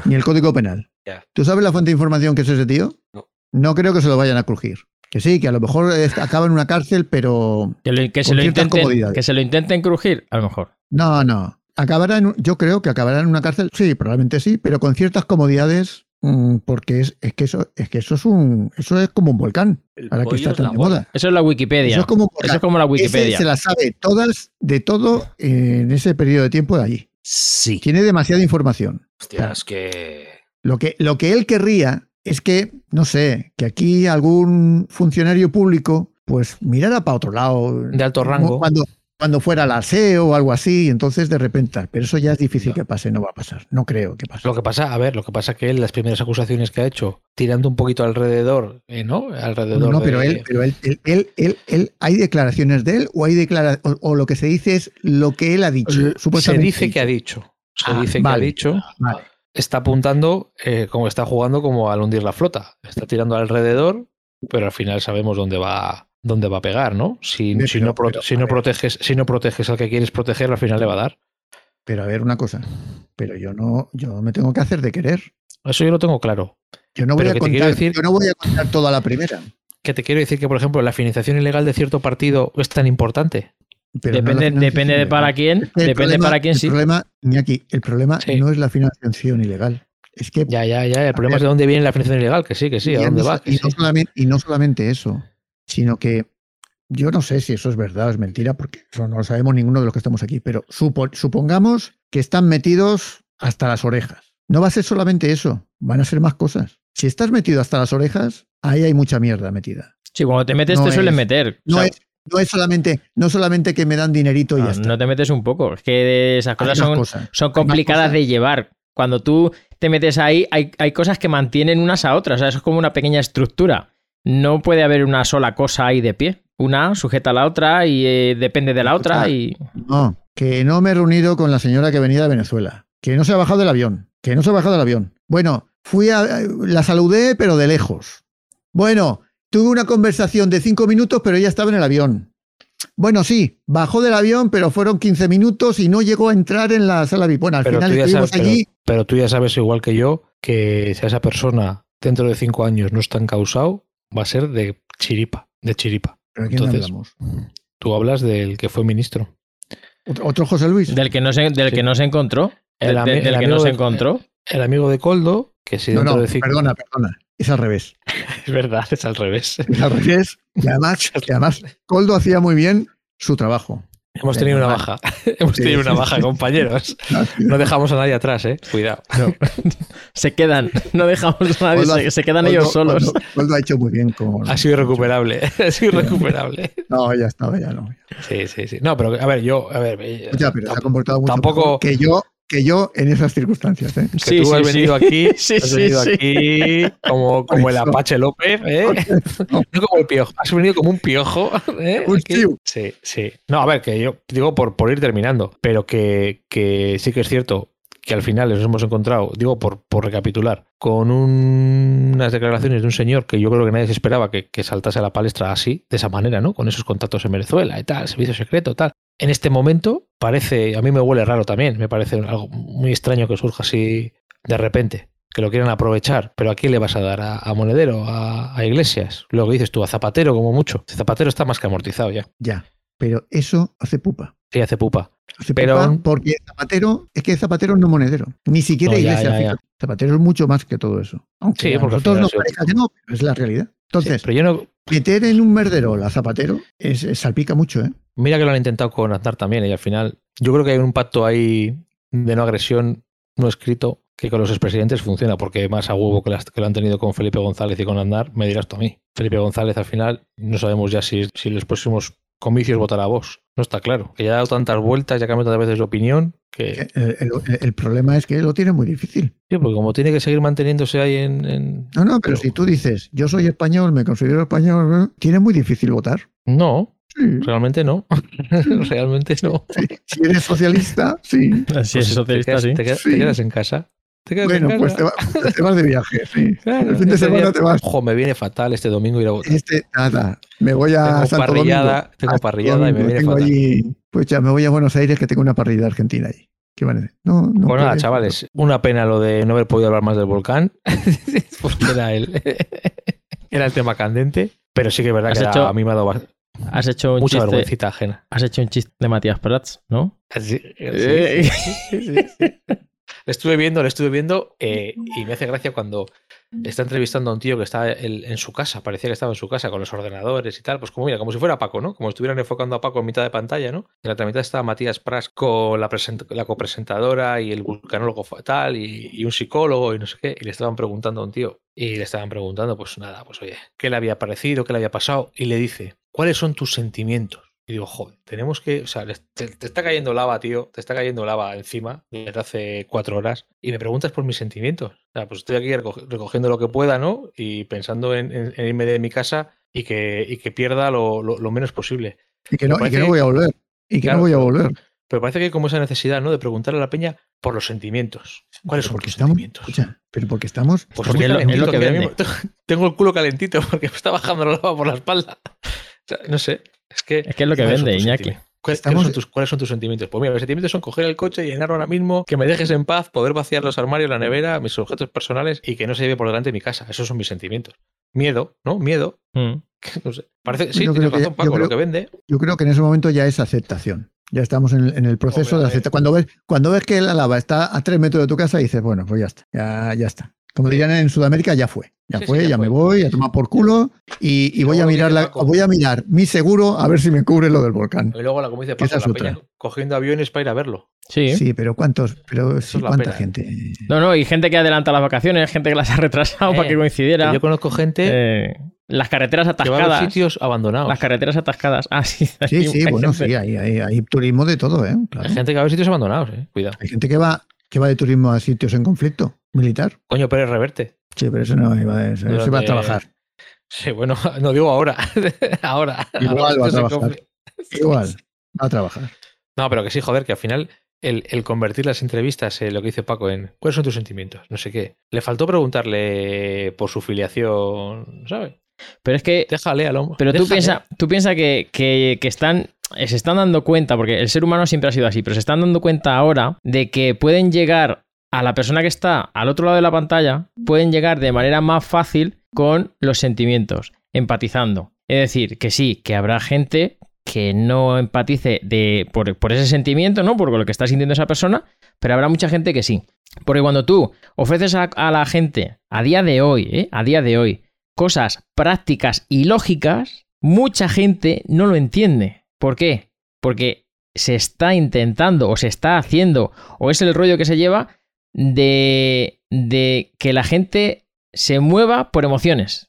D: ni el código penal.
E: Ya.
D: ¿Tú sabes la fuente de información que es ese tío?
E: No.
D: No creo que se lo vayan a crujir. Que sí, que a lo mejor eh, acaba en una cárcel, pero
B: Que, lo- que se
D: Con
B: lo
D: ciertas
B: intenten,
D: comodidades.
B: que se lo intenten crujir, a lo mejor.
D: no, no. Acabará en, un- yo creo que acabará en una cárcel, sí, probablemente sí, pero con ciertas comodidades, mm, porque es, es que eso es que eso es un eso es como un volcán,
E: El
D: ahora que
E: pollo
D: está
E: es la
D: tan de
E: bola.
D: moda.
B: Eso es la Wikipedia.
D: Eso es como un volcán.
B: la
D: Ese
B: Wikipedia.
D: se las sabe todas de todo eh, en ese periodo de tiempo de allí.
E: Sí.
D: Tiene demasiada información.
E: Hostia, es que.
D: Lo que, lo que él querría es que, no sé, que aquí algún funcionario público pues mirara para otro lado.
C: De alto rango.
D: Cuando, cuando fuera la SEO o algo así, y entonces de repente. Pero eso ya es difícil que pase, no va a pasar. No creo que pase.
C: Lo que pasa, a ver, lo que pasa que él, las primeras acusaciones que ha hecho, tirando un poquito alrededor, eh, ¿no? Alrededor
D: No,
C: de-
D: pero él, pero él, él, él, él- él- ¿hay declaraciones de él o hay declara o, o lo que se dice es lo que él ha dicho?
C: Eh, se
D: Supuestamente.
C: dice que ha dicho. Se
D: Ah,
C: dice que
D: vale.
C: ha dicho.
D: Vale.
C: Está apuntando, eh, como está jugando como al hundir la flota. Está tirando alrededor, pero al final sabemos dónde va, dónde va a pegar, ¿no? Si,
D: Hombre,
C: si
D: pero-
C: no, pro-
D: pero,
C: si
D: a
C: no
D: ver.
C: proteges, si no proteges al que quieres proteger, al final le va a dar.
D: Pero a ver, una cosa. Pero yo no, yo me tengo que hacer de querer.
C: Eso yo lo tengo claro.
D: Yo no voy
C: Pero
D: a
C: que te
D: contar,
C: quiero decir-
D: yo no voy a contar toda la primera.
C: Que te quiero decir que, por ejemplo, la financiación ilegal de cierto partido es tan importante
D: Pero no
B: depende
D: la
B: depende de
D: financiación
B: para
D: ilegal.
B: quién,
D: El
B: depende
D: problema-
B: para quién
D: el
B: sí.
D: Problema, Iñaki, el problema
C: Sí.
D: no es la financiación ilegal. Es que
C: Ya, ya, ya. El problema es de dónde viene la financiación ilegal, que sí, que sí,
D: Y
C: a
D: ya
C: dónde
D: no
C: va.
D: so-
C: que
D: y,
C: sí.
D: no solamente, y no solamente eso, sino que yo no sé si eso es verdad o es mentira, porque eso no lo sabemos ninguno de los que estamos aquí, pero supo- supongamos que están metidos hasta las orejas. No va a ser solamente eso, van a ser más cosas. Si estás metido hasta las orejas, ahí hay mucha mierda metida.
B: Sí, cuando te metes
D: No
B: te suelen
D: es-
B: meter.
D: No,
B: O sea,
D: es, no, es solamente, no solamente que me dan dinerito y
B: no,
D: ya está.
B: Ah, no te metes un poco. Es que esas
D: Hay
B: cosas
D: más
B: son,
D: cosas.
B: son complicadas
D: cosas.
B: de llevar. Cuando tú te metes ahí, hay, hay cosas que mantienen unas a otras. O sea, eso es como una pequeña estructura. No puede haber una sola cosa ahí de pie. Una sujeta a la otra y eh, depende de la otra. Y...
D: No, que no me he reunido con la señora que venía de Venezuela, que no se ha bajado del avión, que no se ha bajado del avión. Bueno, fui a la saludé, pero de lejos. Bueno, tuve una conversación de cinco minutos, pero ella estaba en el avión. Bueno, sí, bajó del avión, pero fueron 15 minutos y no llegó a entrar en la sala VIP. Bueno, al
C: Pero
D: final
C: tú ya
D: estuvimos
C: sabes, pero-
D: allí.
C: Pero tú ya sabes, igual que yo, que si a esa persona dentro de cinco años no está encausado, va a ser de chiripa, de chiripa.
D: ¿Pero de quién
C: entonces-
D: hablamos?
C: Tú hablas del que fue ministro.
D: ¿Otro, otro José Luis?
B: Del que no se, del
C: Sí.
B: que no se encontró.
C: El
B: del
C: ami-
B: del- del
C: el
B: que
C: amigo
B: no se
C: del-
B: encontró.
C: El amigo de Coldo, que si
D: No,
C: dentro
D: no,
C: de cinco
D: perdona, perdona. Es al revés.
C: Es verdad, es al revés.
D: Es al revés. Y además, y además, Coldo hacía muy bien su trabajo.
C: Hemos tenido una baja. Hemos
D: Sí.
C: tenido una baja, compañeros. No dejamos a nadie atrás, ¿eh? Cuidado.
B: Se quedan. No dejamos a nadie.
D: Coldo
B: Se,
D: hace-
B: se quedan ellos
D: Coldo-
B: solos.
D: Coldo- Coldo ha hecho muy bien con.
C: Ha sido irrecuperable. Ha sido irrecuperable.
D: No, ya estaba, ya no.
C: Sí, sí, sí. No, pero a ver, yo. A ver, eh,
D: Ya, pero se ha
C: tamp-
D: comportado mucho
C: tampoco-
D: mejor que yo, que yo en esas circunstancias. ¿eh?
C: que tú has venido aquí,
B: Sí,
C: has
B: sí,
C: venido
B: sí.
C: aquí como, como el
D: eso.
C: Apache López, ¿eh? No como el piojo, has venido como un piojo. ¿eh?
D: Un
C: Aquí.
D: tío.
C: Sí, sí. No, a ver, que yo digo por, por ir terminando, pero que, que sí que es cierto que al final nos hemos encontrado, digo por, por recapitular, con un- unas declaraciones de un señor que yo creo que nadie se esperaba que, que saltase a la palestra así, de esa manera, ¿no? Con esos contactos en Venezuela y tal, servicio secreto, tal. En este momento parece, a mí me huele raro también, me parece algo muy extraño que surja así de repente, que lo quieran aprovechar. Pero ¿a quién le vas a dar? ¿A, a Monedero? ¿A, a Iglesias? Lo que dices tú, a Zapatero como mucho. Zapatero está más que amortizado ya.
D: Ya. Pero eso hace pupa.
C: Sí, hace pupa.
D: Hace
C: Pero-
D: pupa porque Zapatero, es que Zapatero no es monedero. Ni siquiera
C: No, ya,
D: Iglesia.
C: ya, ya.
D: fíjate. Zapatero es mucho más que todo eso. Aunque
C: Sí,
D: a
C: porque
D: nosotros
C: al final
D: nos
C: sí.
D: parezca que no, pero es la realidad. Entonces,
C: Pero yo no...
D: meter en un merderol a Zapatero es, es- salpica mucho, ¿eh?
C: Mira que lo han intentado con Aznar también ¿eh? y al final yo creo que hay un pacto ahí de no agresión no escrito que con los expresidentes funciona, porque más a huevo que, las- que lo han tenido con Felipe González y con Aznar, me dirás tú a mí. Felipe González al final no sabemos ya si, si en los próximos comicios votará a vos. No está claro. Que ya ha dado tantas vueltas, ya ha cambiado tantas veces de opinión, que...
D: Eh, El, el- el problema es que lo tiene muy difícil.
C: Sí, porque como tiene que seguir manteniéndose ahí en... en-
D: No, no, pero,
C: Pero-
D: si tú dices, yo soy español, me considero español, ¿eh? tiene muy difícil votar.
C: No,
D: Sí.
C: realmente no. realmente no.
D: Si eres socialista, sí.
B: Así es,
C: Pues
B: socialista,
C: te
B: sí.
C: quedas, te quedas-
D: Sí.
C: te quedas en casa. Te quedas en
D: Bueno, pues
C: casa.
D: te, va- te vas de viaje, sí.
C: Claro,
D: El fin de
C: ese
D: semana
C: este día-
D: te vas.
C: Ojo, me viene fatal este domingo ir a votar.
D: Este, nada, me voy a
C: Tengo
D: Santo
C: parrillada,
D: Domingo.
C: tengo
D: A Santo
C: parrillada y me
D: Domingo,
C: viene
D: tengo
C: fatal.
D: allí- pues ya, me voy a Buenos Aires que tengo una parrilla argentina ahí. ¿Qué van a hacer? No, no
C: Pues nada,
D: puede.
C: chavales, una pena lo de no haber podido hablar más del volcán, porque era el, era el tema candente, pero sí que es verdad
B: Has
C: que era-
B: hecho
C: a mí me ha dado ba-
B: Has hecho un
C: mucha
B: chiste.
C: vergüencita ajena.
B: Has hecho un chiste de Matías Prats, ¿no?
C: Así- sí,
B: Eh.
C: sí, sí, sí. Le estuve viendo, le estuve viendo eh, y me hace gracia cuando está entrevistando a un tío que está él en su casa, parecía que estaba en su casa con los ordenadores y tal, pues como mira, como si fuera Paco, ¿no? Como estuvieran enfocando a Paco en mitad de pantalla, ¿no? En la otra mitad estaba Matías Pras con la, present- la copresentadora y el vulcanólogo fatal y, y un psicólogo y no sé qué, y le estaban preguntando a un tío y le estaban preguntando, pues nada, pues oye, ¿qué le había parecido? ¿Qué le había pasado? Y le dice, ¿cuáles son tus sentimientos? Y digo, joder, tenemos que. O sea, les- te, te está cayendo lava, tío. Te está cayendo lava encima desde hace cuatro horas. Y me preguntas por mis sentimientos. O sea, pues estoy aquí reco- recogiendo lo que pueda, ¿no? Y pensando en, en- en irme de mi casa y que, y que pierda lo, lo- lo menos posible.
D: Y que, no,
C: Me
D: y que
C: parece-
D: no voy a volver. Y que
C: Pues Claro.
D: no voy a volver.
C: Pero parece que hay como esa necesidad, ¿no? De preguntarle a la peña por los sentimientos. ¿Cuáles son
D: Porque
C: tus
D: estamos,
C: sentimientos?
D: escucha, pero porque estamos.
C: Pues
B: Porque
C: estoy
B: es lo- es lo
C: calentito,
B: que
C: que ahora
B: vende.
C: mismo Tengo el culo calentito porque me está bajando la lava por la espalda. O sea, no sé. Es que.
B: Es que es lo que
C: ¿Cuáles son
B: vende,
C: tus
B: Iñaki.
C: sentimientos? ¿Cuáles,
D: Estamos-
C: son tus, cuáles son tus sentimientos? Pues mira, mis sentimientos son coger el coche, llenarlo ahora mismo, que me dejes en paz, poder vaciar los armarios, la nevera, mis objetos personales y que no se lleve por delante mi casa. Esos son mis sentimientos. miedo, ¿no? Miedo.
B: Mm.
C: No sé. Parece, sí,
D: Yo creo
C: tienes
D: que-
C: razón,
D: yo
C: Paco, lo
D: creo-
C: que vende.
D: Yo creo que en ese momento ya es aceptación. Ya estamos en el, en el proceso de
C: Obviamente.
D: aceptar. Cuando ves, cuando ves que la lava está a tres metros de tu casa, dices, bueno, pues ya está, ya, ya está. Como dirían en Sudamérica, ya fue. Ya
C: Sí, sí,
D: fue,
C: ya
D: ya,
C: fue.
D: me voy, a tomar por culo y, y voy a
C: luego lo que
D: mirar
C: dice
D: la-
C: Paco.
D: voy a mirar mi seguro a ver si me cubre lo del volcán.
C: Y luego, la, como dice
D: Que
C: Paco,
D: esa es
C: la
D: otra.
C: peña cogiendo aviones para ir a verlo.
B: Sí.
D: Sí, pero cuántos, pero sí,
C: es la
D: cuánta
C: pena.
D: gente.
B: No, no, y gente que adelanta las vacaciones, gente que las ha retrasado
C: Eh,
B: para que
C: Que
B: coincidiera.
C: Yo conozco gente
B: Eh, las carreteras
C: que va a los
B: atascadas.
C: sitios abandonados.
B: Las carreteras atascadas. Ah, sí.
D: Sí, sí,
B: hay
D: bueno,
B: gente-
D: sí, hay, hay, hay turismo de todo, ¿eh? Claro.
C: Hay gente que va a los sitios abandonados, eh. Cuidado.
D: Hay gente que va, que va de turismo a sitios en conflicto militar.
C: Coño, Pérez Reverte.
D: Sí, pero eso no iba a, eso
C: Durante-
D: iba a trabajar.
C: Sí, bueno, no digo ahora. ahora.
D: Igual va a
C: Ahora se
D: trabajar.
C: compli-
D: Igual, va a trabajar.
C: No, pero que sí, joder, que al final el, el convertir las entrevistas, eh, lo que dice Paco, en ¿cuáles son tus sentimientos? No sé qué. Le faltó preguntarle por su filiación, ¿sabes?
B: Pero es que
C: Déjale al hombre.
B: Pero tú
C: déjale.
B: piensas tú piensa que, que- que están, se están dando cuenta, porque el ser humano siempre ha sido así, pero se están dando cuenta ahora de que pueden llegar a la persona que está al otro lado de la pantalla, pueden llegar de manera más fácil con los sentimientos, empatizando. Es decir, que sí, que habrá gente que no empatice de, por, por ese sentimiento, ¿no? Por lo que está sintiendo esa persona, pero habrá mucha gente que sí. Porque cuando tú ofreces a, a la gente, a día de hoy, ¿eh? A día de hoy, cosas prácticas y lógicas, mucha gente no lo entiende. ¿Por qué? Porque se está intentando o se está haciendo o es el rollo que se lleva de, de que la gente se mueva por emociones.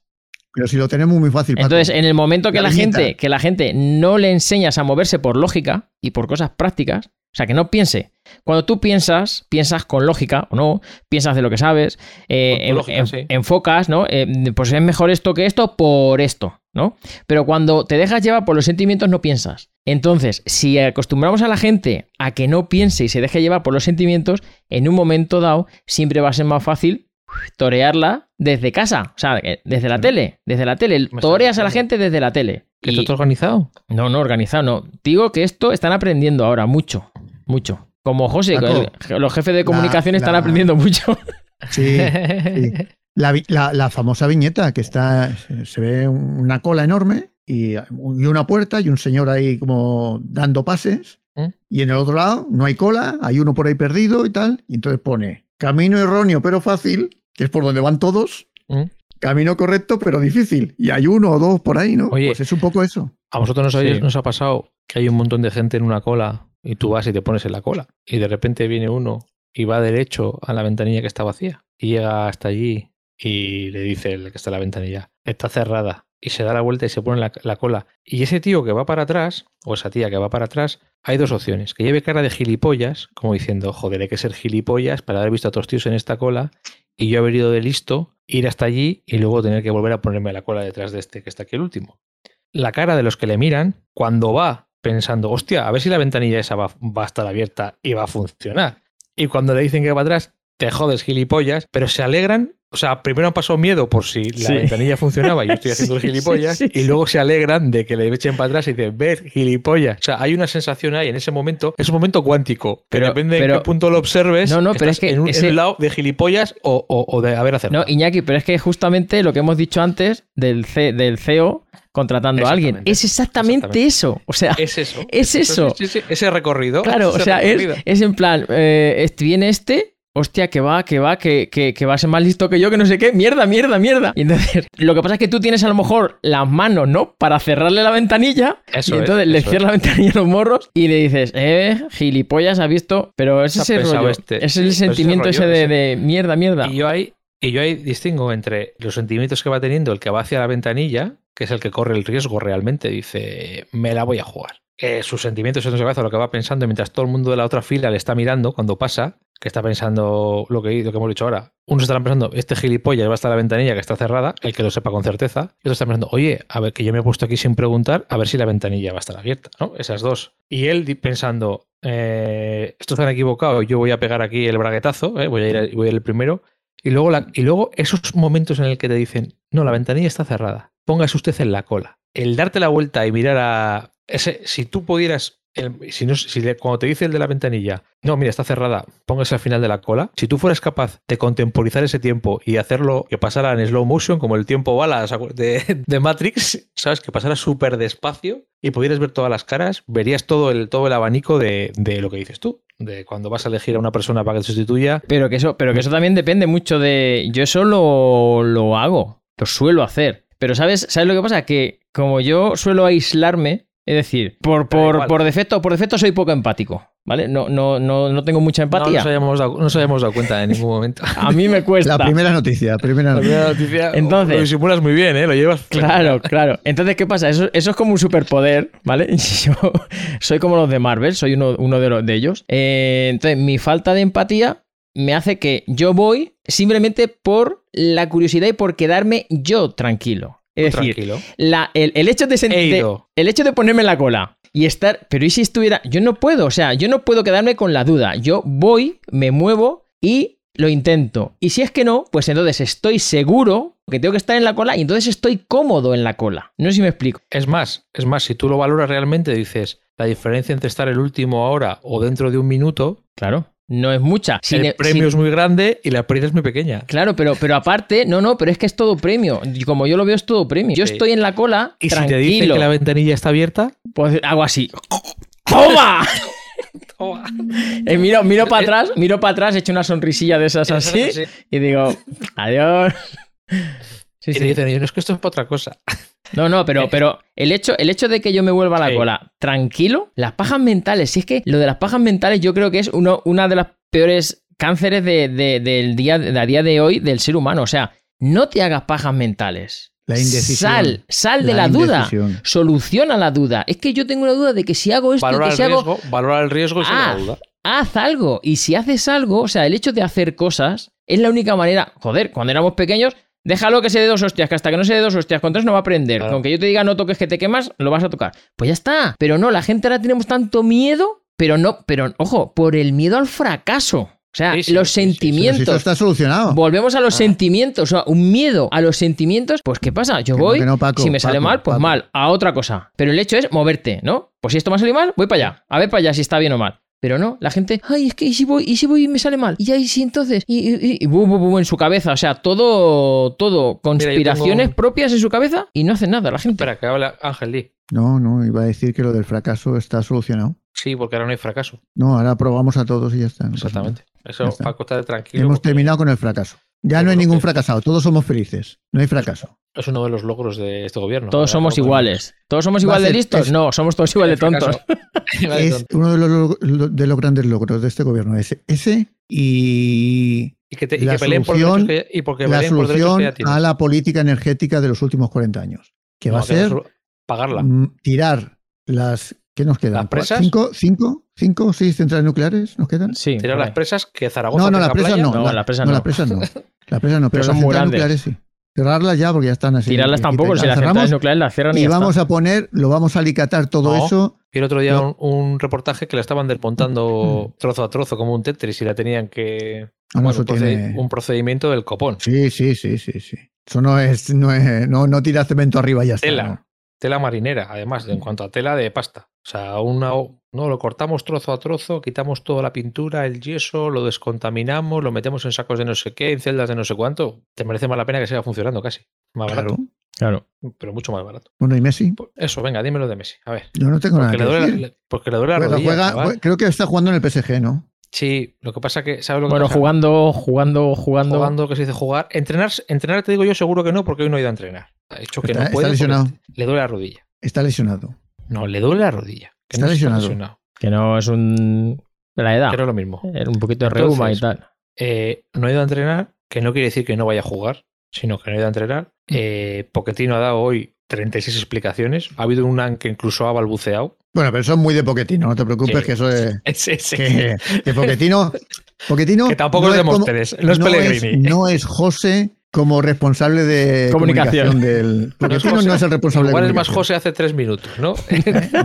D: Pero si lo tenemos muy fácil. Paco.
B: Entonces, en el momento que la,
D: La viñeta.
B: gente, que la gente no le enseñas a moverse por lógica y por cosas prácticas, o sea, que no piense. Cuando tú piensas, piensas con lógica o no, piensas de lo que sabes, eh,
C: Con tu
B: en-
C: lógica,
B: en-
C: sí.
B: enfocas, ¿no? Eh, pues es mejor esto que esto por esto, ¿no? Pero cuando te dejas llevar por los sentimientos, no piensas. Entonces, si acostumbramos a la gente a que no piense y se deje llevar por los sentimientos, en un momento dado siempre va a ser más fácil torearla desde casa, o sea, que- desde la tele, desde la tele.
C: estás
B: Toreas a la
C: diciendo
B: gente desde la tele.
C: ¿Que
B: Y-
C: está todo organizado?
B: No, no, organizado, no. Digo que esto están aprendiendo ahora mucho, mucho. Como José,
D: Paco,
B: el- los jefes de
D: la-
B: comunicación están
D: la-
B: aprendiendo mucho.
D: Sí, sí. La, vi- la- la famosa viñeta que está, se ve una cola enorme y, y una puerta y un señor ahí como dando pases.
B: ¿Eh?
C: ¿Mm?
D: Y en el otro lado no hay cola, hay uno por ahí perdido y tal. Y entonces pone camino erróneo pero fácil, que es por donde van todos.
B: ¿Eh?
C: ¿Mm?
D: Camino correcto pero difícil. Y hay uno o dos por ahí, ¿no?
C: Oye.
D: pues es un poco eso.
C: A vosotros nos, habéis-
B: Sí.
C: nos ha pasado que hay un montón de gente en una cola y tú vas y te pones en la cola y de repente viene uno y va derecho a la ventanilla que está vacía y llega hasta allí y le dice el que está en la ventanilla, está cerrada y se da la vuelta y se pone en la, la cola. Y ese tío que va para atrás o esa tía que va para atrás, hay dos opciones, que lleve cara de gilipollas, como diciendo, joder, hay que ser gilipollas para haber visto a otros tíos en esta cola y yo haber ido de listo, ir hasta allí y luego tener que volver a ponerme la cola detrás de este que está aquí el último la cara de los que le miran cuando va pensando, hostia, a ver si la ventanilla esa va, va a estar abierta y va a funcionar. Y cuando le dicen que va para atrás, te jodes, gilipollas, pero se alegran. O sea, primero han pasado miedo por si la
B: Sí.
C: ventanilla funcionaba y yo estoy haciendo
B: Sí,
C: el gilipollas,
B: sí, sí,
C: y
B: sí.
C: luego se alegran de que le echen para atrás y dicen, ves, gilipollas. O sea, hay una sensación ahí en ese momento, es un momento cuántico, que
B: Pero-
C: depende
B: pero-
C: de qué punto lo observes,
B: No, no, pero
C: estás
B: es que
C: en un, en
B: ese-
C: un lado de gilipollas o, o- o de haber acertado.
B: No, Iñaki, pero es que justamente lo que hemos dicho antes del, C- del CEO contratando a alguien.
C: Exactamente.
B: Es exactamente,
C: Exactamente.
B: eso. O sea,
C: es eso.
B: es eso.
C: Entonces, ese- ese recorrido.
B: Claro, o
C: ese
B: sea, es,
C: recorrido.
B: es en plan, eh, este- viene este, hostia, que va, que va, que, que, que va a ser más listo que yo, que no sé qué, mierda, mierda, mierda. Y entonces, lo que pasa es que tú tienes a lo mejor las manos, ¿no? Para cerrarle la ventanilla.
C: Eso
B: y
C: es,
B: entonces le
C: eso es.
B: cierras la ventanilla a los morros y le dices, eh, gilipollas, has visto. Pero ese
C: Se ha
B: es el
C: pensado
B: rollo,
C: este.
B: Es el
C: Pero ese
B: sentimiento
C: rollo,
B: ese de,
C: ese-
B: de mierda, mierda.
C: Y yo ahí, y yo ahí distingo entre los sentimientos que va teniendo el que va hacia la ventanilla, que es el que corre el riesgo realmente, dice, me la voy a jugar. Que sus sentimientos son cabeza lo que va pensando mientras todo el mundo de la otra fila le está mirando cuando pasa, que está pensando lo que, lo que hemos dicho ahora. Unos estarán pensando, este gilipollas va hasta la ventanilla que está cerrada, el que lo sepa con certeza. Y otros están pensando, oye, a ver, que yo me he puesto aquí sin preguntar, a ver si la ventanilla va a estar abierta, ¿no? Esas dos. Y él di- pensando, eh, estos han equivocado, yo voy a pegar aquí el braguetazo, eh, voy a ir voy a ir el primero. Y luego, la- y luego esos momentos en el que te dicen, no, la ventanilla está cerrada, póngase usted en la cola. El darte la vuelta y mirar a... Ese, si tú pudieras el- si no, si le- cuando te dice el de la ventanilla, no, mira, está cerrada, póngase al final de la cola, si tú fueras capaz de contemporizar ese tiempo y hacerlo que pasara en slow motion, como el tiempo balas de, de Matrix, ¿sabes? Que pasara súper despacio y pudieras ver todas las caras, verías todo el, todo el abanico de, de lo que dices tú, de cuando vas a elegir a una persona para que te sustituya.
B: Pero que eso, pero que eso también depende mucho de. Yo eso lo, lo hago, lo suelo hacer. Pero ¿sabes, ¿sabes lo que pasa? Que como yo suelo aislarme, es decir, por,
C: Da
B: por,
C: igual.
B: por defecto, por defecto soy poco empático. ¿Vale? No, no, no, no tengo mucha
C: No
B: empatía.
C: nos, habíamos dado, no nos habíamos dado cuenta en ningún momento.
B: A mí me cuesta.
D: La primera noticia, la primera
C: La
D: noticia.
C: primera noticia, oh,
B: Entonces-
C: lo disimulas muy bien, ¿eh? Lo llevas.
B: Claro, claro. Entonces, ¿qué pasa? Eso, eso es como un superpoder, ¿vale? Yo soy como los de Marvel, soy uno, uno de, los, de ellos. Eh, entonces, mi falta de empatía me hace que yo voy simplemente por la curiosidad y por quedarme yo tranquilo. Es decir,
C: Tranquilo.
B: la- el, el hecho de, sen-
C: He
B: de-
C: ido.
B: el hecho de ponerme en la cola y estar, pero ¿y si estuviera? Yo no puedo, o sea, yo no puedo quedarme con la duda. Yo voy, me muevo y lo intento. Y si es que no, pues entonces estoy seguro que tengo que estar en la cola y entonces estoy cómodo en la cola. No sé si me explico.
C: Es más, es más, si tú lo valoras realmente, dices la diferencia entre estar el último ahora o dentro de un minuto,
B: Claro. No es mucha. Sin
C: el
B: e-
C: premio
B: sin-
C: es muy grande y la experiencia es muy pequeña.
B: Claro, pero, pero aparte, no, no, pero es que es todo premio. Y Como yo lo veo, es todo premio. Yo
C: Sí.
B: estoy en la cola,
C: Y si
B: tranquilo.
C: te dicen que la ventanilla está abierta,
B: Pues hago así. ¡Toma! Eh, miro miro para atrás, miro para atrás, echo una sonrisilla de esas así. Y digo, adiós. Sí,
C: y te
B: sí.
C: dicen, no es que esto es para otra cosa.
B: No, no, pero, pero el, hecho, el hecho de que yo me vuelva a la
C: Sí.
B: cola tranquilo, las pajas mentales, si es que lo de las pajas mentales yo creo que es uno, una de las peores cánceres de, de- del día, de a día de hoy del ser humano. O sea, no te hagas pajas mentales.
D: La indecisión.
B: Sal, sal de la, duda.
D: indecisión.
B: Soluciona la duda. Es que yo tengo una duda de que si hago esto,
C: Valora
B: que
C: el,
B: si hago
C: riesgo, valora el riesgo y se
B: Ah.
C: la duda.
B: haz algo. Y si haces algo, o sea, el hecho de hacer cosas es la única manera. Joder, cuando éramos pequeños, déjalo que se dé dos hostias, que hasta que no se dé dos hostias, con tres no va a aprender.
C: Claro.
B: Con que yo te diga no toques que te quemas, lo vas a tocar. Pues ya está. Pero no, la gente ahora tenemos tanto miedo, pero no, pero ojo, por el miedo al fracaso. O sea,
C: Sí, sí,
B: los
C: sí, sí.
D: Pero
C: Ah.
D: si esto
B: sentimientos.
D: está solucionado.
B: Volvemos a los sentimientos, o sea, un miedo a los sentimientos, pues ¿qué pasa? Yo
D: Que no,
B: voy,
D: que no, Paco,
B: si me sale
D: Paco,
B: mal, pues
D: Paco.
B: mal, a otra cosa. Pero el hecho es moverte, ¿no? Pues si esto me ha salido mal, voy para allá, a ver para allá si está bien o mal. Pero no, la gente, ay, es que ¿y si voy y si voy y me sale mal? Y ahí sí entonces, y, y, y, y bu, bu, bu, en su cabeza, o sea, todo, todo,
C: yo tengo-
B: conspiraciones propias en su cabeza y no hacen nada la gente.
C: Espera, que habla Ángel Lee.
D: No, no, iba a decir que lo del fracaso está solucionado.
C: Sí, porque ahora no hay fracaso.
D: No, ahora probamos a todos y ya está. no pasa nada.
C: Exactamente. Eso,
D: Ya está.
C: Paco, está tranquilo.
D: Hemos
C: porque
D: terminado con el fracaso. Ya
C: Yo
D: no hay
C: creo
D: ningún
C: que-
D: fracasado, todos somos felices. No hay fracaso.
C: Es uno de los logros de este gobierno.
B: todos
C: Ahora
B: somos
C: no podemos-
B: iguales. ¿Todos somos
D: Va a
B: igual de
D: ser-
B: listos?
D: es-
B: No, somos todos igual de
C: este
B: tontos.
C: Fracaso.
D: Es uno de los, lo- lo- de los grandes logros de este gobierno. Ese, ese y
C: Y que, te- y
D: La
C: que peleen por derechos
D: solución-
C: que, y porque
D: la
C: peleen por derechos que
D: solución
C: ya tienen.
D: a la política energética de los últimos 40 años, que va
C: No,
D: a
C: la
D: ser
C: solu- pagarla.
D: mm, tirar las... ¿Qué nos quedan?
C: ¿Las presas?
D: ¿Cinco, cinco, cinco o seis centrales nucleares nos quedan?
B: Sí.
C: Tirar
B: por
C: las
B: ahí.
C: presas que Zaragoza.
D: No, no,
C: tenga
D: las presas
C: playa.
D: no.
B: No,
D: la-
B: las presas no.
D: no, las presas no. Las presas no, pero,
B: Pero son
D: las
B: muy
D: centrales nucleares
B: grandes.
D: sí. Cerrarlas ya porque ya están así.
B: Tirarlas
D: quita y
B: tampoco,
D: tal.
B: si las centrales
D: cerramos
B: nucleares las cierran y,
D: y
B: ya
D: vamos
B: está.
D: a poner, lo vamos a alicatar todo
C: No. Ah,
D: eso
C: Y el otro día
D: No.
C: un, un reportaje que la estaban desmontando trozo a trozo como un Tetris y la tenían que...
D: Ah, no,
C: bueno,
D: eso
C: un, procedi-
D: tiene-
C: un procedimiento del copón.
D: Sí, sí, sí, sí, sí. Eso no es, no es, no, no tira cemento arriba y ya está.
C: Tela.
D: no.
C: Tela marinera, además, en cuanto a tela de pasta. O sea, una, o- no, lo cortamos trozo a trozo, quitamos toda la pintura, el yeso, lo descontaminamos, lo metemos en sacos de no sé qué, en celdas de no sé cuánto. Te merece más la pena que siga funcionando casi. Más
D: Claro.
B: Claro.
C: barato, pero mucho más barato. Pues
D: Bueno, y Messi,
C: Eso, venga, dímelo de Messi. A ver.
D: yo no tengo nada
C: Porque
D: que
C: le duele,
D: decir.
C: la- le- porque le duele la
D: Juega-
C: rodilla.
D: juega-
C: chaval.
D: jue- creo que está jugando en el PSG, ¿no?
C: Sí, lo que pasa que, ¿sabes lo que
B: Bueno,
C: pasa?
B: jugando, jugando, jugando.
C: jugando, que se dice jugar. Entrenar, entrenar te digo yo seguro que no, porque hoy no he ido a entrenar. Ha dicho que
D: Está-
C: no
D: está
C: puede. porque
D: lesionado.
C: Le duele la rodilla.
D: Está lesionado.
C: No, le duele la rodilla. Que
D: Está
C: no
D: lesionado. Ah.
B: Que no es un. La edad.
C: Pero es lo mismo.
B: Era un poquito de
C: Entonces,
B: reuma y tal.
C: Eh, no he ido a entrenar, que no quiere decir que no vaya a jugar, sino que no he ido a entrenar. Eh, Poquetino ha dado hoy 36 explicaciones. Ha habido un an que incluso ha balbuceado.
D: Bueno, pero eso es muy de Poquetino, no te preocupes,
C: Sí.
D: que eso es.
C: Ese- ese-
D: Que, que Poquetino. Poquetino
C: que tampoco es de
D: como-
C: Móstoles, no es Pellegrini.
D: no es José como responsable de
B: Comunicación.
D: comunicación, del.
C: No es
D: Poquetino no es,
C: José.
D: el responsable
C: Igual
D: de
C: es más
D: comunicación. Eh,
C: José hace tres minutos, ¿no?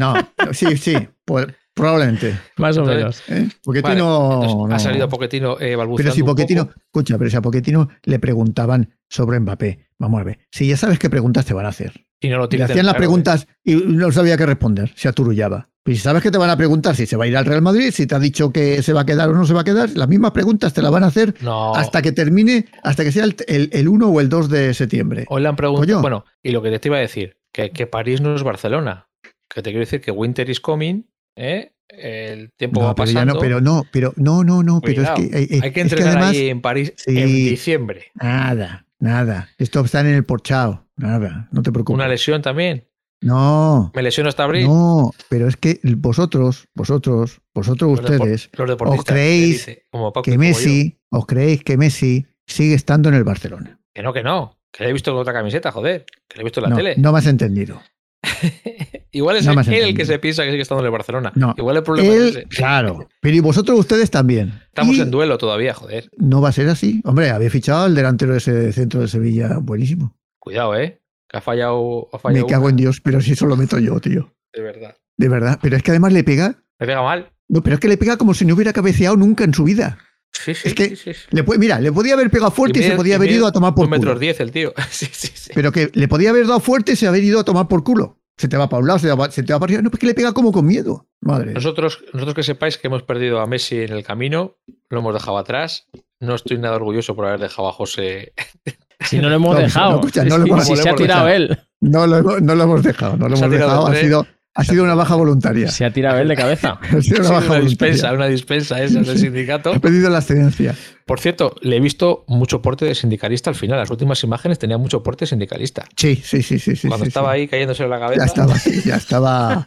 D: No, sí, sí, pues, probablemente.
B: Más o
C: entonces-
B: menos.
D: ¿eh?
C: Vale,
D: Poquetino.
C: entonces ha
D: no.
C: salido Poquetino eh, balbuceando.
D: Pero si
C: un poco.
D: Poquetino, escucha, pero si a Poquetino le preguntaban sobre Mbappé, vamos a ver, si ya sabes qué preguntas te van a hacer,
C: Y no lo
D: Le
C: tienen
D: hacían las
C: claro, eh.
D: preguntas y no sabía qué responder, se aturullaba. Pues si sabes que te van a preguntar si se va a ir al Real Madrid, si te ha dicho que se va a quedar o no se va a quedar, las mismas preguntas te las van a hacer
C: ¿eh? No.
D: hasta que termine, hasta que sea el, el- el 1 o el 2 de septiembre.
C: Hoy le han preguntado.
D: Coño.
C: Bueno, y lo que te iba a decir, que, que París no es Barcelona. Que te quiero decir que Winter is coming, ¿eh? El tiempo va
D: No, pero, ya
C: pasando.
D: no, pero no, pero no, no, no, pero es
C: Cuidado.
D: que, eh, eh,
C: Hay que
D: es que
C: entrenar
D: además
C: ahí en París
D: Sí.
C: en diciembre.
D: nada, nada. Esto está en el porchao, nada, no te preocupes.
C: Una lesión también.
D: No,
C: Me lesiono hasta abril.
D: no, pero es que vosotros, vosotros, vosotros
C: Los depo-
D: ustedes,
C: los deportistas, que
D: creéis
C: dice, como Paco y
D: que
C: como yo,
D: Messi, os creéis que Messi sigue estando en el Barcelona.
C: que no, que no. Que le he visto con otra camiseta, joder. Que le he visto en la
D: no,
C: tele.
D: no me has entendido.
C: Igual es
D: no me has
C: él el que
D: entendido.
C: se piensa que sigue estando en el Barcelona.
D: No,
C: Igual el problema es
D: Él,
C: ese.
D: claro. Pero y vosotros, ustedes también.
C: Estamos
D: Y
C: en duelo todavía, joder.
D: No va a ser así. Hombre, había fichado al delantero de ese de centro de Sevilla, buenísimo.
C: Cuidado, ¿eh? Que ha fallado. Ha
D: Me
C: fallado
D: cago
C: una,
D: en Dios, pero si eso lo meto yo, tío.
C: De verdad.
D: De verdad. Pero es que además le pega.
C: Me pega mal.
D: No, pero es que le pega como si no hubiera cabeceado nunca en su vida.
C: Sí, sí.
D: Es que-
C: sí, sí, sí.
D: Le puede- mira, le podía haber pegado fuerte y,
C: mide-
D: se podía
C: y
D: haber
C: mide
D: ido a tomar por
C: Dos metros
D: culo.
C: diez el tío. Sí, sí, sí.
D: Pero que le podía haber dado fuerte y se haber ido a tomar por culo. Se te va para un lado, se te va, se te va para arriba. No, porque le pega como con miedo. Madre.
C: Nosotros, nosotros que sepáis que hemos perdido a Messi en el camino, lo hemos dejado atrás. No estoy nada orgulloso por haber dejado a José.
B: Si no lo hemos
D: No,
B: dejado.
D: no, escucha, no
B: Si-
D: lo
B: si-
D: hemos-
B: si
C: no
B: se
C: lo
B: ha
C: hemos
B: tirado él.
D: No lo, hemos- no lo hemos dejado, no lo
C: Se ha
D: hemos
C: tirado
D: dejado. Ha
C: tres.
D: sido, ha sido una baja voluntaria.
B: Se ha tirado él de cabeza.
D: Ha sido una
C: Sí,
D: baja
C: una
D: voluntaria.
C: dispensa, una dispensa esa del sindicato.
D: He pedido la excedencia.
C: Por cierto, le he visto mucho porte de sindicalista al final. Las últimas imágenes tenía mucho porte sindicalista.
D: Sí, sí, sí, sí. sí
C: Cuando
D: sí,
C: estaba
D: sí.
C: ahí cayéndose en la cabeza.
D: Ya estaba, sí, ya estaba.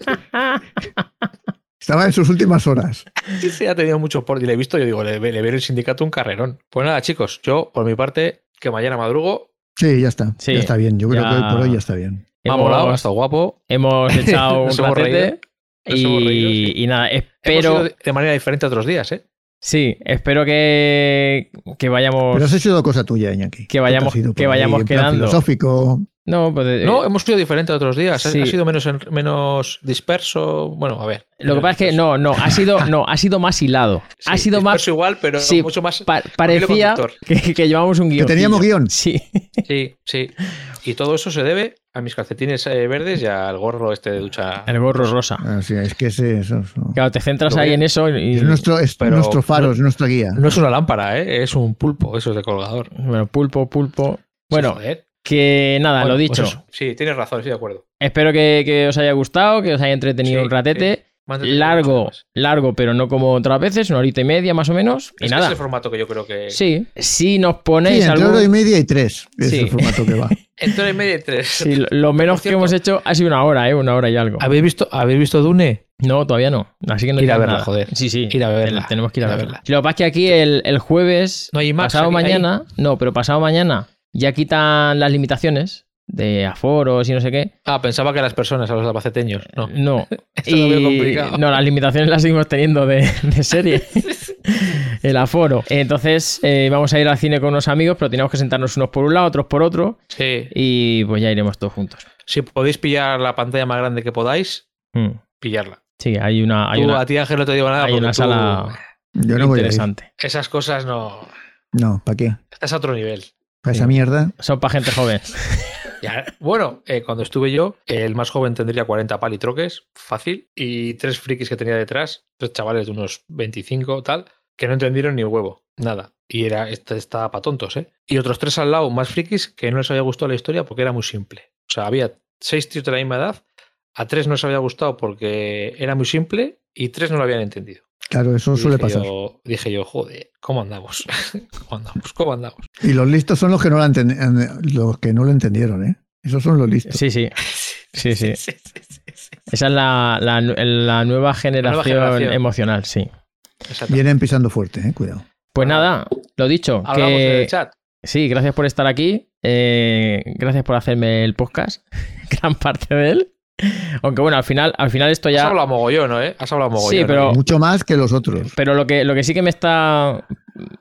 D: estaba en sus últimas horas.
C: Sí, sí, ha tenido mucho por. Y le he visto, yo digo, le, ve- le veo el sindicato un carrerón. Pues nada, chicos, yo, por mi parte, que mañana madrugo,
D: Sí, ya está.
B: Sí,
D: ya está bien. Yo creo
B: ya-
D: que hoy por hoy ya está bien.
C: me ha molado, ha
B: Hemos,
C: estado guapo.
B: hemos echado un
C: Nos hemos reído.
B: ratete
C: Nos hemos
B: y,
C: reído, sí.
B: y nada,
C: Hemos
B: espero...
C: ido de- de manera diferente a otros días, ¿eh?
B: Sí, espero que, que vayamos...
D: Pero eso ha sido cosa tuya, Iñaki.
B: pues que vayamos-
D: Tú te has ido por
B: que vayamos
D: en plan
B: quedando.
D: Filosófico.
B: No, pues, eh,
C: No, hemos sido diferente a otros días. Ha-
B: Sí.
C: Ha sido menos, en- menos disperso. Bueno, a ver.
B: lo que pasa es que no, no, ha sido, no, ha sido más hilado.
C: Sí,
B: ha sido más...
C: disperso igual, pero
B: sí,
C: mucho más.
B: pa- parecía
C: conductor.
B: que, que llevábamos un
D: Que
B: guión.
D: teníamos guión.
B: Sí,
C: Sí, sí. Y todo eso se debe a mis calcetines eh, verdes y al gorro este de ducha.
B: el gorro rosa.
D: Así es que ese- eso. eso.
B: Claro, te centras
C: Lo
B: ahí
C: voy a-
B: en eso y...
D: Es nuestro, es
C: Pero-
D: nuestro faro, es nuestra guía.
C: No es una lámpara, ¿eh? Es un pulpo, eso es de colgador.
B: Bueno, pulpo, pulpo... Bueno,
C: Joder.
B: que nada,
C: Bueno,
B: lo
C: pues
B: dicho.
C: eso. sí, tienes razón, estoy de acuerdo.
B: Espero que, que os haya gustado, que os haya entretenido
C: Sí,
B: un ratete.
C: Mándate
B: Largo,
C: muchas
B: largo, pero no como otras veces, una horita y media más o menos.
C: más.
B: Y
C: Es que Es
B: nada.
C: el formato que yo creo que.
B: Sí, si nos
D: Sí,
B: ponéis
D: entre
B: algún-
D: hora y media y tres. Es
B: Sí.
D: el formato que va.
C: Entre y media y tres.
B: Sí, lo- lo menos
C: Por
B: que
C: cierto.
B: hemos hecho ha sido una hora, ¿eh? Una hora y algo.
C: ¿Habéis visto, ¿Habéis visto Dune?
B: No, todavía no. Así que no
C: Ir a
B: digas
C: verla,
B: nada.
C: joder.
B: Sí, sí.
C: Ir a verla.
B: el- Tenemos que ir a
C: Ir a
B: verla.
C: verla.
B: Lo que pasa es que aquí el, el jueves,
C: No hay IMAX
B: pasado
C: aquí- ahí.
B: mañana, no, pero pasado mañana ya quitan las limitaciones de aforos y no sé qué.
C: Ah, pensaba que las personas, a los albaceteños. No.
B: No.
C: Esto lo veo complicado.
B: No, las limitaciones las seguimos teniendo de, de serie. El aforo. Entonces, eh, vamos a ir al cine con unos amigos, pero tenemos que sentarnos unos por un lado, otros por otro.
C: Sí.
B: Y pues ya iremos todos juntos.
C: Si podéis pillar la pantalla más grande que podáis,
B: Mm.
C: pillarla.
B: Sí, hay una, hay
C: Tú,
B: una,
C: a ti, Ángel, no te digo nada.
B: hay
C: porque
B: una
C: tú-
B: sala
D: Yo no voy a ir.
B: interesante.
C: Esas cosas no.
D: No, ¿para qué?
C: Estás a otro nivel.
D: Para esa mierda.
B: Son para gente joven.
C: Ya, bueno, eh, cuando estuve yo, el más joven tendría 40 palitroques, fácil, y tres frikis que tenía detrás, tres chavales de unos 25, tal, que no entendieron ni huevo, nada. Y era, esta- estaba para tontos, ¿eh? Y otros tres al lado, más frikis, que no les había gustado la historia porque era muy simple. O sea, había seis tíos de la misma edad, a tres no les había gustado porque era muy simple y tres no lo habían entendido.
D: Claro, eso
C: Y
D: suele
C: dije
D: pasar.
C: Yo, dije yo, joder, ¿cómo andamos? ¿Cómo andamos? ¿Cómo andamos?
D: Y los listos son los que no lo, enten- los que no lo entendieron, ¿eh? Esos son los listos.
B: Sí, sí. Sí, sí.
C: Sí, sí, sí, sí.
B: Esa es la, la nu- la nueva generación
C: generación.
B: emocional, sí.
C: Exacto.
D: Vienen pisando fuerte, ¿eh? Cuidado.
B: Pues nada, lo dicho.
C: Ah. Hablamos en el
B: Que,
C: chat.
B: sí, gracias por estar aquí. eh, gracias por hacerme el podcast. Gran parte de él. Aunque bueno, al final, al final esto
C: Has
B: ya.
C: hablado mogollón, ¿no, ¿eh? Has hablado
B: Oh.
C: mogollón.
B: Sí, pero-
C: ¿eh?
D: Mucho más que los otros.
B: Pero lo que, lo que sí que me está.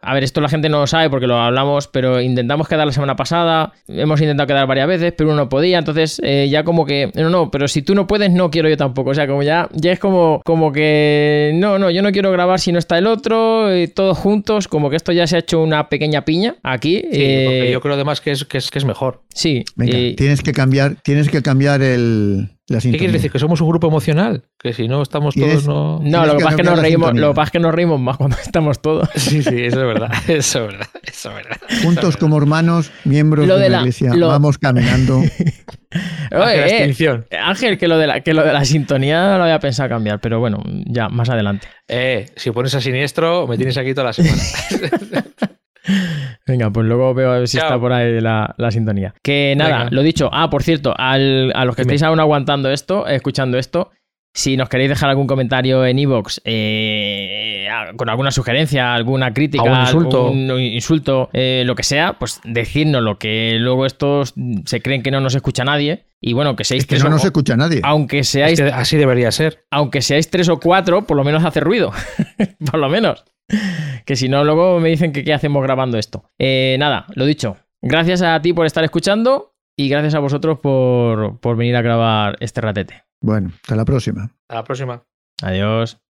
B: a ver, esto la gente no lo sabe porque lo hablamos, pero intentamos quedar la semana pasada, hemos intentado quedar varias veces, pero uno no podía, entonces eh, ya como que, no, no, pero si tú no puedes, no quiero yo tampoco, o sea, como ya, ya es como, como que, no, no, yo no quiero grabar si no está el otro, eh, todos juntos, como que esto ya se ha hecho una pequeña piña aquí.
C: Sí,
B: eh,
C: porque yo creo además que es, que es, que es mejor.
B: sí,
D: Venga,
B: y-
D: tienes que cambiar, tienes que cambiar el, la
C: ¿Qué
D: sintonía.
C: quieres decir? Que somos un grupo emocional, que si no estamos todos
D: Tienes-
C: no.
B: no,
D: tienes
B: lo que,
D: que
B: pasa es que
D: cambiar
B: nos
D: la
B: reímos,
D: sintonía.
B: lo que pasa es que nos reímos más cuando estamos todos.
C: Sí, sí, eso es verdad, eso es verdad, eso es verdad.
D: Juntos como hermanos, miembros
B: Lo
D: de,
B: de
D: la
B: la-
D: iglesia,
B: lo-
D: vamos caminando.
C: Hacia la
B: Oye, eh,
C: extinción.
B: Ángel, que lo, de la, que lo de la sintonía no lo había pensado cambiar, pero bueno, ya más adelante.
C: Eh, si pones a siniestro, me tienes aquí toda la semana.
B: Venga, pues luego veo a ver si
C: Chao.
B: está por ahí la, la sintonía. Que nada,
C: Venga.
B: lo dicho. Ah, por cierto, al- a los que
C: Dime.
B: estáis aún aguantando esto, escuchando esto, si nos queréis dejar algún comentario en iVoox eh, a- con alguna sugerencia, alguna crítica,
C: Algún insulto.
B: algún insulto, eh, lo que sea, pues decírnoslo, que luego estos mm, se creen que no nos escucha nadie. Y bueno, que seáis
D: que
B: tres
D: no
B: o-
D: nos escucha nadie.
B: aunque seáis
C: Es que así debería ser.
B: aunque seáis tres o cuatro, por lo menos hace ruido. por lo menos. Que si no, luego me dicen que qué hacemos grabando esto. Eh, nada, lo dicho. Gracias a ti por estar escuchando y gracias a vosotros por, por venir a grabar este ratete.
D: Bueno, hasta la próxima.
C: A la próxima.
B: Adiós.